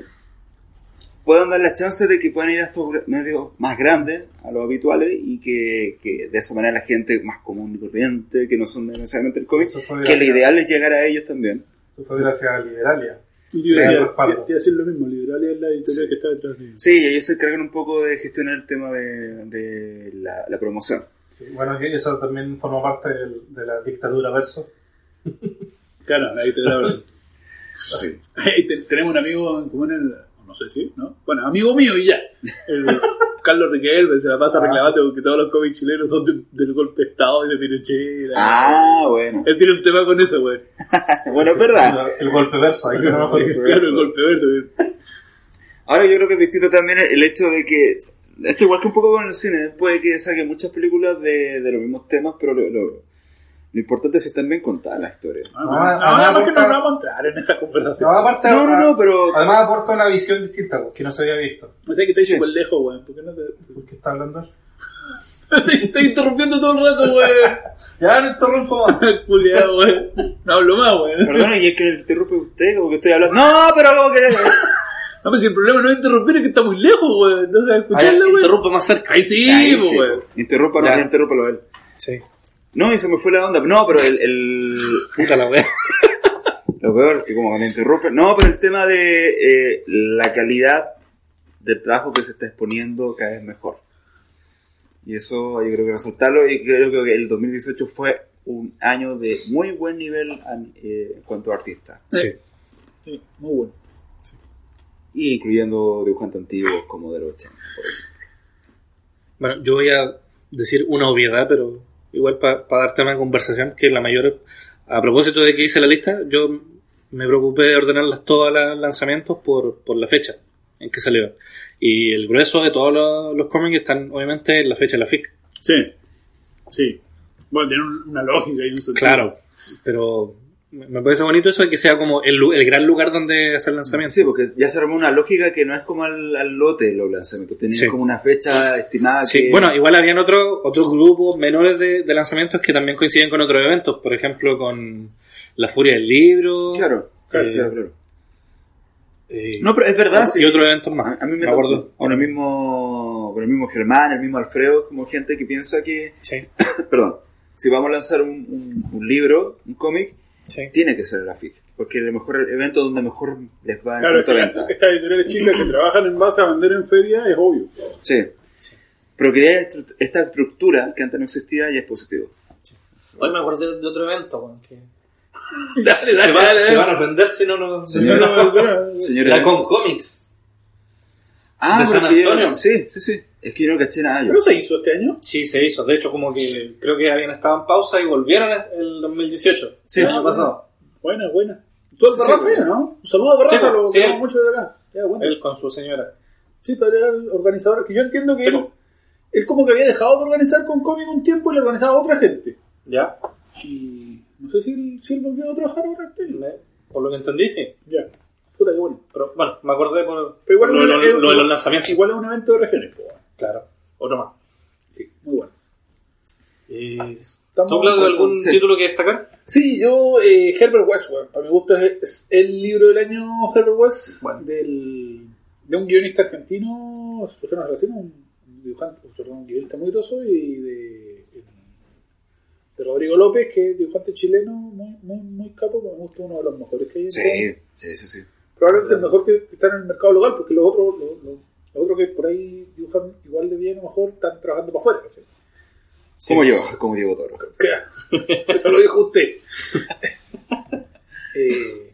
S2: puedan dar la chance de que puedan ir a estos gra- medios más grandes, a los habituales, y que, que de esa manera la gente más común y corriente, que no son necesariamente el cómic,
S5: Eso fue
S2: que el
S5: gracias-
S2: ideal es llegar a ellos también.
S5: eso fue gracias a Liberalia.
S3: Liberalia,
S5: por parte.
S3: te iba a decir lo mismo, Liberalia es la editorial que está detrás de ellos.
S2: Sí, y ellos se encargan un poco de gestionar el tema de, de la, la promoción.
S5: Sí, bueno, que eso también formó parte del- de la dictadura verso.
S3: Claro, la editorial.
S2: Sí.
S3: Ahí te- tenemos un amigo en común, el- no sé si, ¿no? Bueno, amigo mío y ya. El Carlos Riquelme se la pasa
S5: Ah,
S3: reclamando porque todos los cómics chilenos son de- del golpe de Estado y de Pinochet.
S2: Ah, bueno.
S3: Él tiene un tema con eso, güey.
S2: Bueno, es verdad.
S5: El, el golpe verso, ahí se
S2: Ah,
S5: llama
S3: Claro,
S5: golpe verso.
S3: el golpe verso. güey.
S2: Ahora yo creo que es distinto también el hecho de que, esto igual que un poco con el cine, puede que saquen muchas películas de, de los mismos temas, pero lo, lo- lo importante es que están bien contadas las historias.
S3: Ah,
S5: No,
S3: bueno.
S5: a-
S3: Ah,
S5: a mí
S3: además que
S5: apunta-
S3: no nos vamos a entrar en esa conversación.
S5: No,
S2: Ah.
S5: aparte,
S2: No, no, no, pero...
S5: además aporta una visión distinta pues, que no se había visto.
S3: O sea que estáis
S2: Sí.
S3: súper lejos, güey. ¿Por qué no te...
S5: ¿Por qué está hablando él?
S3: te estoy interrumpiendo todo el rato, güey.
S5: Ya no interrumpo más.
S3: Culeado, güey. No hablo más, güey.
S2: Perdona, y es que le interrumpe usted, como que estoy hablando... No, pero como que...
S3: No, pero si el problema no es interrumpir, es que está muy lejos, güey. No sabes escucharla, güey.
S1: Interrumpa más cerca.
S3: Ahí sí,
S2: Ahí
S3: po,
S2: sí,
S3: güey.
S2: Interrúmpalo,
S1: Ya.
S2: ya, interrúmpalo a él.
S1: Sí.
S2: No, y se me fue la onda. No, pero el... el-
S1: Puta la wea.
S2: lo peor es que como cuando interrumpe... No, pero el tema de eh, la calidad del trabajo que se está exponiendo cada vez mejor. Y eso yo creo que resaltarlo. Y creo que el 2018 fue un año de muy buen nivel an- eh, en cuanto a artistas.
S1: Sí.
S3: Sí, muy bueno.
S2: Y incluyendo dibujantes antiguos como del 80. por ejemplo.
S1: Bueno, yo voy a decir una obviedad, pero igual para dar tema de conversación, que la mayor... A propósito de que hice la lista, yo me preocupé de ordenarlas todas los lanzamientos por, por la fecha en que salieron. Y el grueso de todos los, los cómics están obviamente en la fecha de la FIC.
S3: Sí, sí. Bueno, tiene un- una lógica y un sentido.
S1: Claro, pero me me parece bonito eso de que sea como el, lu- el gran lugar donde hacer lanzamientos.
S2: Sí, porque ya se armó una lógica que no es como al, al lote los lanzamientos. Tenían
S1: Sí.
S2: como una fecha estimada.
S1: Sí,
S2: que-
S1: bueno, igual habían otros otros grupos menores de, de lanzamientos que también coinciden con otros eventos, por ejemplo con La Furia del Libro.
S2: Claro, claro,
S1: Eh,
S2: claro, claro.
S1: eh,
S2: No, pero es verdad. sí.
S1: Y otros eventos más.
S2: A, a mí me
S1: me acuerdo.
S2: tocó con el mismo, con el mismo Germán, el mismo Alfredo, como gente que piensa que,
S1: Sí,
S2: perdón, si vamos a lanzar un, un- un libro, un cómic,
S1: sí.
S2: tiene que ser la FIC, porque es el mejor evento donde mejor les va en
S3: Claro,
S2: cuanto
S3: es que
S2: a
S3: la-
S2: venta.
S3: estas editoriales chicas que trabajan en base a vender en feria es obvio.
S2: Sí. Pero que haya estru- esta estructura que antes no existía ya es positivo.
S7: Hoy me acordé de otro evento, weón, que
S3: Dale,
S7: se,
S2: Ah,
S7: va- se van a ofender si no no.
S2: Señora, señora-
S7: La con comics.
S2: ah,
S7: de
S2: pero
S7: San
S2: es que yo-
S7: Antonio.
S2: sí, sí, sí. Es que yo no caché nada yo.
S3: ¿No se hizo este año?
S7: Sí, se hizo. De hecho, como que creo que habían estado en pausa y volvieron el 2018.
S2: Sí.
S7: el año pasado.
S3: Buena, buena. Tú al
S7: Sí,
S3: Barraza,
S7: sí,
S3: ya, ¿no? Un saludo a Barraza,
S7: Sí,
S3: lo
S7: sí.
S3: queremos mucho desde acá. Ya, bueno.
S7: Él con su señora.
S3: Sí, pero era el organizador, que yo entiendo que
S7: Sí,
S3: él,
S7: po.
S3: él como que había dejado de organizar con cómic un tiempo y lo organizaba a otra gente.
S7: ¿Ya?
S3: Y no sé si él, si él volvió a trabajar ahora. Artel.
S7: Eh, Por lo que entendí, sí.
S3: Ya. Puta, qué bueno.
S7: Pero bueno, me acordé por
S3: Pero igual
S7: lo,
S3: no
S7: lo-
S3: era-
S7: lo de los lanzamientos.
S3: Igual es un evento de regiones. po, weón.
S7: Claro. Otro más.
S3: Sí, muy bueno.
S7: Eh,
S3: Estamos-
S7: ¿Tú, Claudio, algún
S2: Sí.
S7: título que destacar?
S3: Sí, yo, eh, Herbert West, weón. para mi gusto es, es el libro del año Herbert West,
S7: Bueno.
S3: del, de un guionista argentino, o sea, no, así, un dibujante, perdón, un guionista muy groso, y de, de Rodrigo López, que es dibujante chileno muy, muy, muy capo, que me gusta uno de los mejores que hay. en todo.
S2: Sí, sí, sí, sí.
S3: Probablemente el mejor que está en el mercado local, porque los otros, los, los- los otros que por ahí dibujan igual de bien o mejor, están trabajando para afuera. ¿cachai?
S2: Como yo, como Diego Toro.
S3: ¿Qué? Eso lo dijo usted. Eh,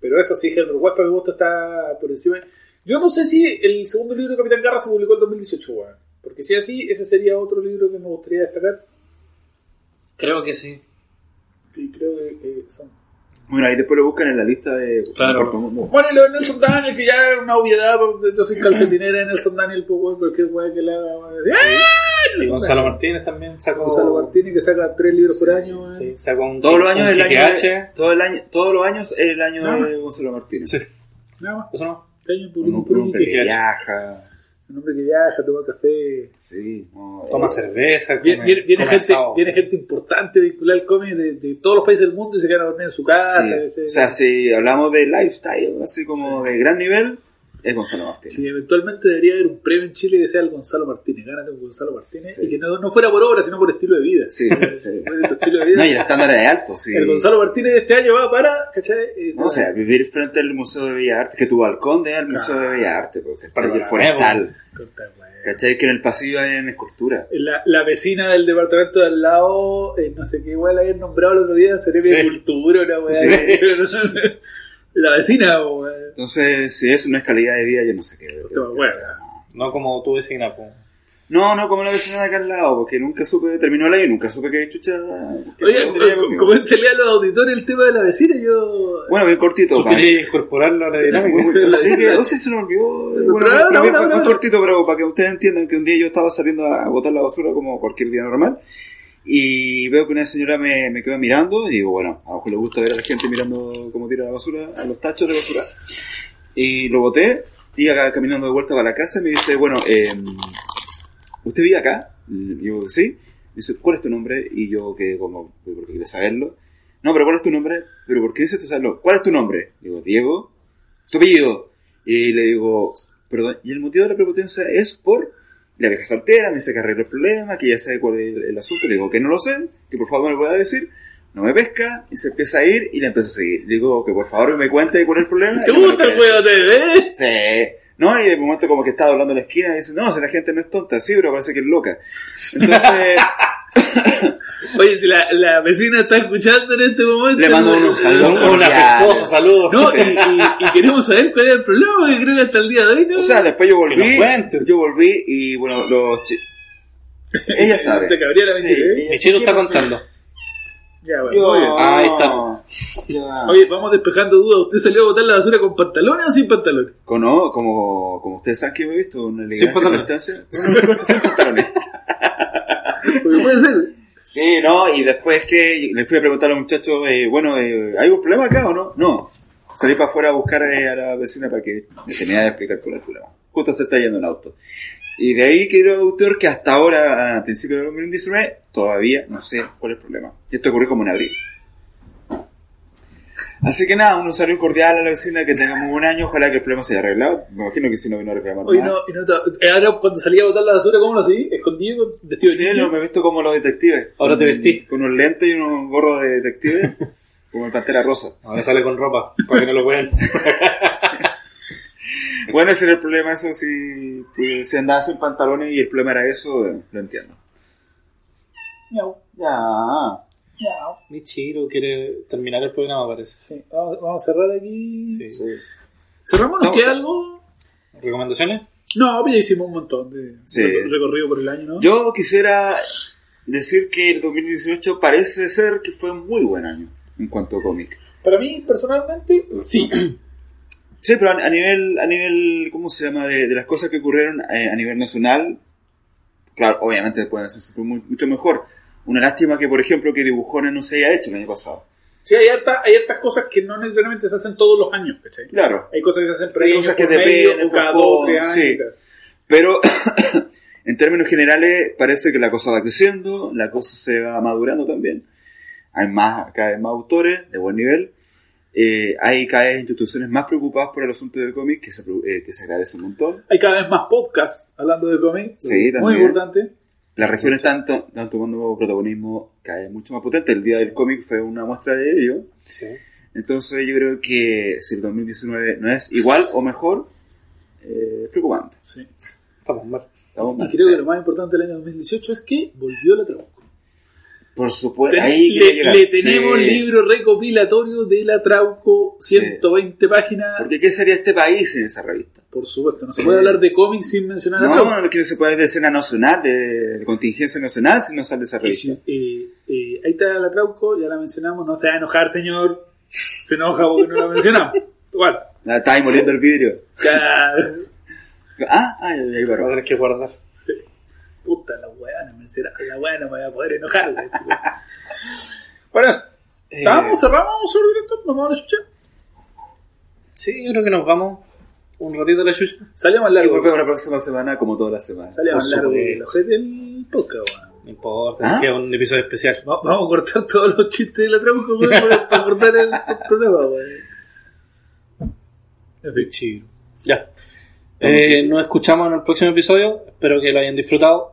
S3: pero eso sí, Herbert West, para mi gusto, está por encima. Yo no sé si el segundo libro de Capitán Garra se publicó en 2018, weón. Porque si es así, ese sería otro libro que me gustaría destacar.
S7: Creo que sí.
S3: Y creo que, que son.
S2: Bueno, ahí después lo buscan en la lista de
S7: Claro.
S2: Cuarto Mundo.
S3: Bueno, y lo de Nelson Daniel, que ya es una obviedad. porque Yo soy calcetinera de Nelson Daniel, pues, weón, cualquier weón que le haga. weón, va a decir, ¡Ah!
S5: Y
S3: Nelson
S5: Gonzalo
S3: Daniel".
S5: Martínez también sacó.
S3: Gonzalo Martínez, que saca tres libros por año, weón.
S5: Sí, sacó un.
S2: Todos los años
S5: un
S2: el año, de-
S5: GTH.
S2: todo el año, todos los años es el año
S3: Ah.
S2: de Gonzalo Martínez.
S5: Sí.
S3: Nada más.
S5: Eso no.
S3: Este año
S2: Un,
S3: publicó
S2: un hombre
S3: un
S2: que viaja,
S3: hombre que viaja, toma café.
S2: sí. no,
S5: Toma
S2: eh,
S5: cerveza.
S3: Viene, viene- viene
S5: come
S3: gente,
S5: asado.
S3: viene gente importante vinculada al cómic de, de todos los países del mundo y se quedan a dormir en su casa.
S2: sí.
S3: ese-
S2: O sea, si hablamos de lifestyle, así como de gran nivel, es Gonzalo Martínez.
S3: Sí, eventualmente debería haber un premio en Chile que sea el Gonzalo Martínez. Gánate un Gonzalo Martínez
S2: Sí.
S3: y que no, no fuera por obra, sino por estilo de vida.
S2: Sí, sí.
S3: Por tu estilo de vida.
S2: No, y el estándar es alto, sí.
S3: El Gonzalo Martínez de este año va para, ¿cachai? Eh,
S2: No, o sea, vivir frente al Museo de Bellas Artes, que tu balcón dé al Museo de Bellas Artes, porque
S5: Para
S2: el
S5: la
S2: forestal,
S3: corta, weón.
S2: ¿cachai? Que en el pasillo hay en escultura.
S3: La, la vecina del departamento de al lado, eh, no sé qué igual la habían nombrado el otro día, sería de cultura, una weá.
S2: Sí.
S3: de- La vecina, weón.
S2: Entonces, si eso no es calidad de vida, yo no sé qué. qué-
S3: Toma,
S2: qué
S3: weón.
S2: será.
S5: No como tu vecina, po.
S2: No, no, como la vecina de acá al lado, porque nunca supe, terminó el año y nunca supe que chucha. que
S3: Oye, eh,
S2: tenía
S3: co-
S2: conmigo.
S3: como él pelea a los auditores el tema de la vecina, yo.
S2: Bueno, bien cortito,
S5: Tú
S2: pa.
S5: querías incorporarlo a la dinámica.
S2: Así que, no sé, oh, se me olvidó.
S3: Pero,
S2: Bueno,
S3: pero,
S2: bien-
S3: pero,
S2: bien
S3: pero,
S2: cortito, pero para que ustedes entiendan que un día yo estaba saliendo a botar la basura como cualquier día normal. Y veo que una señora me, me quedó mirando y digo, bueno, a lo mejor le gusta ver a la gente mirando cómo tira la basura, a los tachos de basura. Y lo boté y acá caminando de vuelta para la casa me dice, bueno, eh, ¿usted vive acá? Y yo, sí. Me dice, ¿cuál es tu nombre? Y yo que como, porque quería saberlo. No, pero ¿cuál es tu nombre? Pero ¿por qué dices tú saberlo? ¿Cuál es tu nombre? Digo, Diego. ¿Tu apellido? Y le digo, perdón, y el motivo de la prepotencia es por la vieja soltera, me dice que arregla el problema, que ya sabe cuál es el, el asunto, le digo que no lo sé, que por favor me lo pueda decir, no me pesca, y se empieza a ir y la empiezo a seguir. Le digo que por favor me cuente cuál es el problema.
S3: ¿Te
S2: y no me lo
S3: gusta el
S2: quiere
S3: juego de TV?
S2: Sí. No, y de momento como que está doblando la esquina y dice, no, si la gente no es tonta, sí, pero parece que es loca. Entonces,
S3: Oye, si la, la vecina está escuchando en este momento.
S2: le mando
S3: weón.
S2: unos saludos.
S5: Un afectuoso
S2: cordiales.
S5: saludo.
S3: No, y, y- y queremos saber cuál es el problema, porque creo que hasta el día de hoy no.
S2: O sea, después yo
S5: Que nos
S2: volví,
S5: cuente.
S2: yo volví y bueno, los chi- Ella sabe.
S3: Te cabría la
S2: Sí,
S3: mentira, ¿eh?
S2: ella
S5: Michiro
S2: sí
S5: está
S2: que no
S5: contando.
S3: Ya, bueno.
S2: sabe.
S3: muy bien.
S5: Ah, ahí
S2: está.
S3: Oye, vamos despejando dudas. ¿Usted salió a botar la basura con pantalones o sin pantalones?
S2: Con- no, como, como ustedes saben que yo he visto una elegancia
S5: pantalones.
S2: Sin pantalones.
S3: Porque puede ser.
S2: Sí, no, y después que le fui a preguntar a los muchachos, eh, bueno, eh, ¿hay un problema acá o no? No. Salí para afuera a buscar eh, a la vecina para que me tenía que explicar cuál era el problema. Justo se está yendo un auto. Y de ahí, querido autor, que hasta ahora, a principios del 2019, todavía no sé cuál es el problema. Y esto ocurrió como en abril. Así que nada, un saludo cordial a la vecina, que tenga muy buen año, ojalá que el problema se haya arreglado. Me imagino que si no vino a reclamar
S3: Oye,
S2: nada.
S3: no, y no te- eh, ahora cuando salí a botar la basura, ¿cómo lo seguí? Escondido con vestido de
S2: Sí,
S3: niño.
S2: no, me he visto como los detectives.
S5: Ahora te
S2: Con-
S5: vestí.
S2: Con unos lentes y unos gorros de detective, como el Pantera Rosa.
S5: Ahora sale con ropa, para que no lo vean.
S2: Bueno, ese era el problema, eso si, si andabas en pantalones y el problema era eso, eh, lo entiendo.
S3: Miau,
S2: Ya.
S3: miau.
S5: Michiro quiere terminar el programa, parece.
S3: Sí, vamos, vamos a cerrar aquí.
S5: Sí.
S2: Sí,
S3: Cerramos, nos
S2: Vamos,
S3: queda
S2: ta-
S3: algo.
S5: ¿Recomendaciones?
S3: No, pues ya hicimos un montón de
S2: Sí.
S3: recor- recorrido por el año, ¿no?
S2: Yo quisiera decir que el 2018 parece ser que fue un muy buen año en cuanto a cómic.
S3: Para mí, personalmente, sí.
S2: Sí, pero a, a nivel, a nivel, ¿cómo se llama? De, de las cosas que ocurrieron eh, a nivel nacional, Claro, obviamente pueden hacerse mu- mucho mejor. Una lástima que, por ejemplo, que dibujones no se haya hecho el año pasado.
S3: Sí, hay, harta- hay hartas cosas que no necesariamente se hacen todos los años, ¿cachai?
S2: Claro.
S3: Hay cosas que se hacen
S2: Hay
S3: pre
S2: cosas que
S3: que medio,
S2: dependen,
S3: o cada
S2: por
S3: dos, tres años.
S2: favor, sí.
S3: claro.
S2: Pero en términos generales parece que la cosa va creciendo, la cosa se va madurando también. Hay más, cada vez más autores de buen nivel. Eh, hay cada vez instituciones más preocupadas por el asunto del cómic que se, preu- eh, que se agradece un montón.
S3: Hay cada vez más podcasts hablando de cómic.
S2: Sí,
S3: Muy
S2: también.
S3: importante.
S2: Las regiones están, to- están tomando protagonismo cada vez mucho más potente. El Día del Cómic fue una muestra de ello. Entonces yo creo que si el 2019 no es igual o mejor, eh, es preocupante.
S3: Sí.
S5: Estamos mal.
S2: Estamos mal.
S3: Y creo
S2: O sea,
S3: que lo más importante del año 2018 es que volvió la Trabuco.
S2: Por supuesto,
S3: Ten-
S2: ahí quería
S3: le,
S2: llegar.
S3: le tenemos
S2: Sí.
S3: libro recopilatorio de la Trauco, 120 páginas.
S2: Porque ¿qué sería este país sin esa revista?
S3: Por supuesto, no se
S2: Sí.
S3: puede hablar de cómics sin mencionar a la Trauco.
S2: No, no que se puede de escena nacional, de, de contingencia nacional, si no sale esa
S3: Y
S2: revista.
S3: si- eh, eh, ahí está la Trauco, ya la mencionamos, no se va a enojar, señor. Se enoja porque no la mencionamos. Igual.
S2: Ah, Está ahí moliendo el vidrio.
S3: Ya,
S2: Ah, ah, ahí ahí,
S5: Lo
S2: claro.
S5: tenés que guardar. Eh,
S3: puta la weá, no me mencionaba, la weá no me voy a poder enojar. güey.
S5: Bueno, Eh,
S3: ¿Estábamos? ¿Cerramos sobre directo? ¿Nos vamos a la chucha?
S5: Sí, yo creo que nos vamos un ratito a la chucha.
S3: Salió más
S2: Y
S3: largo.
S2: volvemos la próxima semana, como toda la semana.
S3: Salió más
S5: Por
S3: largo que el
S5: supuesto.
S3: ojete del podcast, weón.
S5: No importa,
S2: ¿Ah?
S5: nos queda un episodio especial.
S3: Va- Vamos a cortar todos los chistes de la Trauco, güey, para, para cortar el, el programa, güey. En fin.
S5: Chido. Ya. Eh, nos escuchamos en el próximo episodio. Espero que lo hayan disfrutado.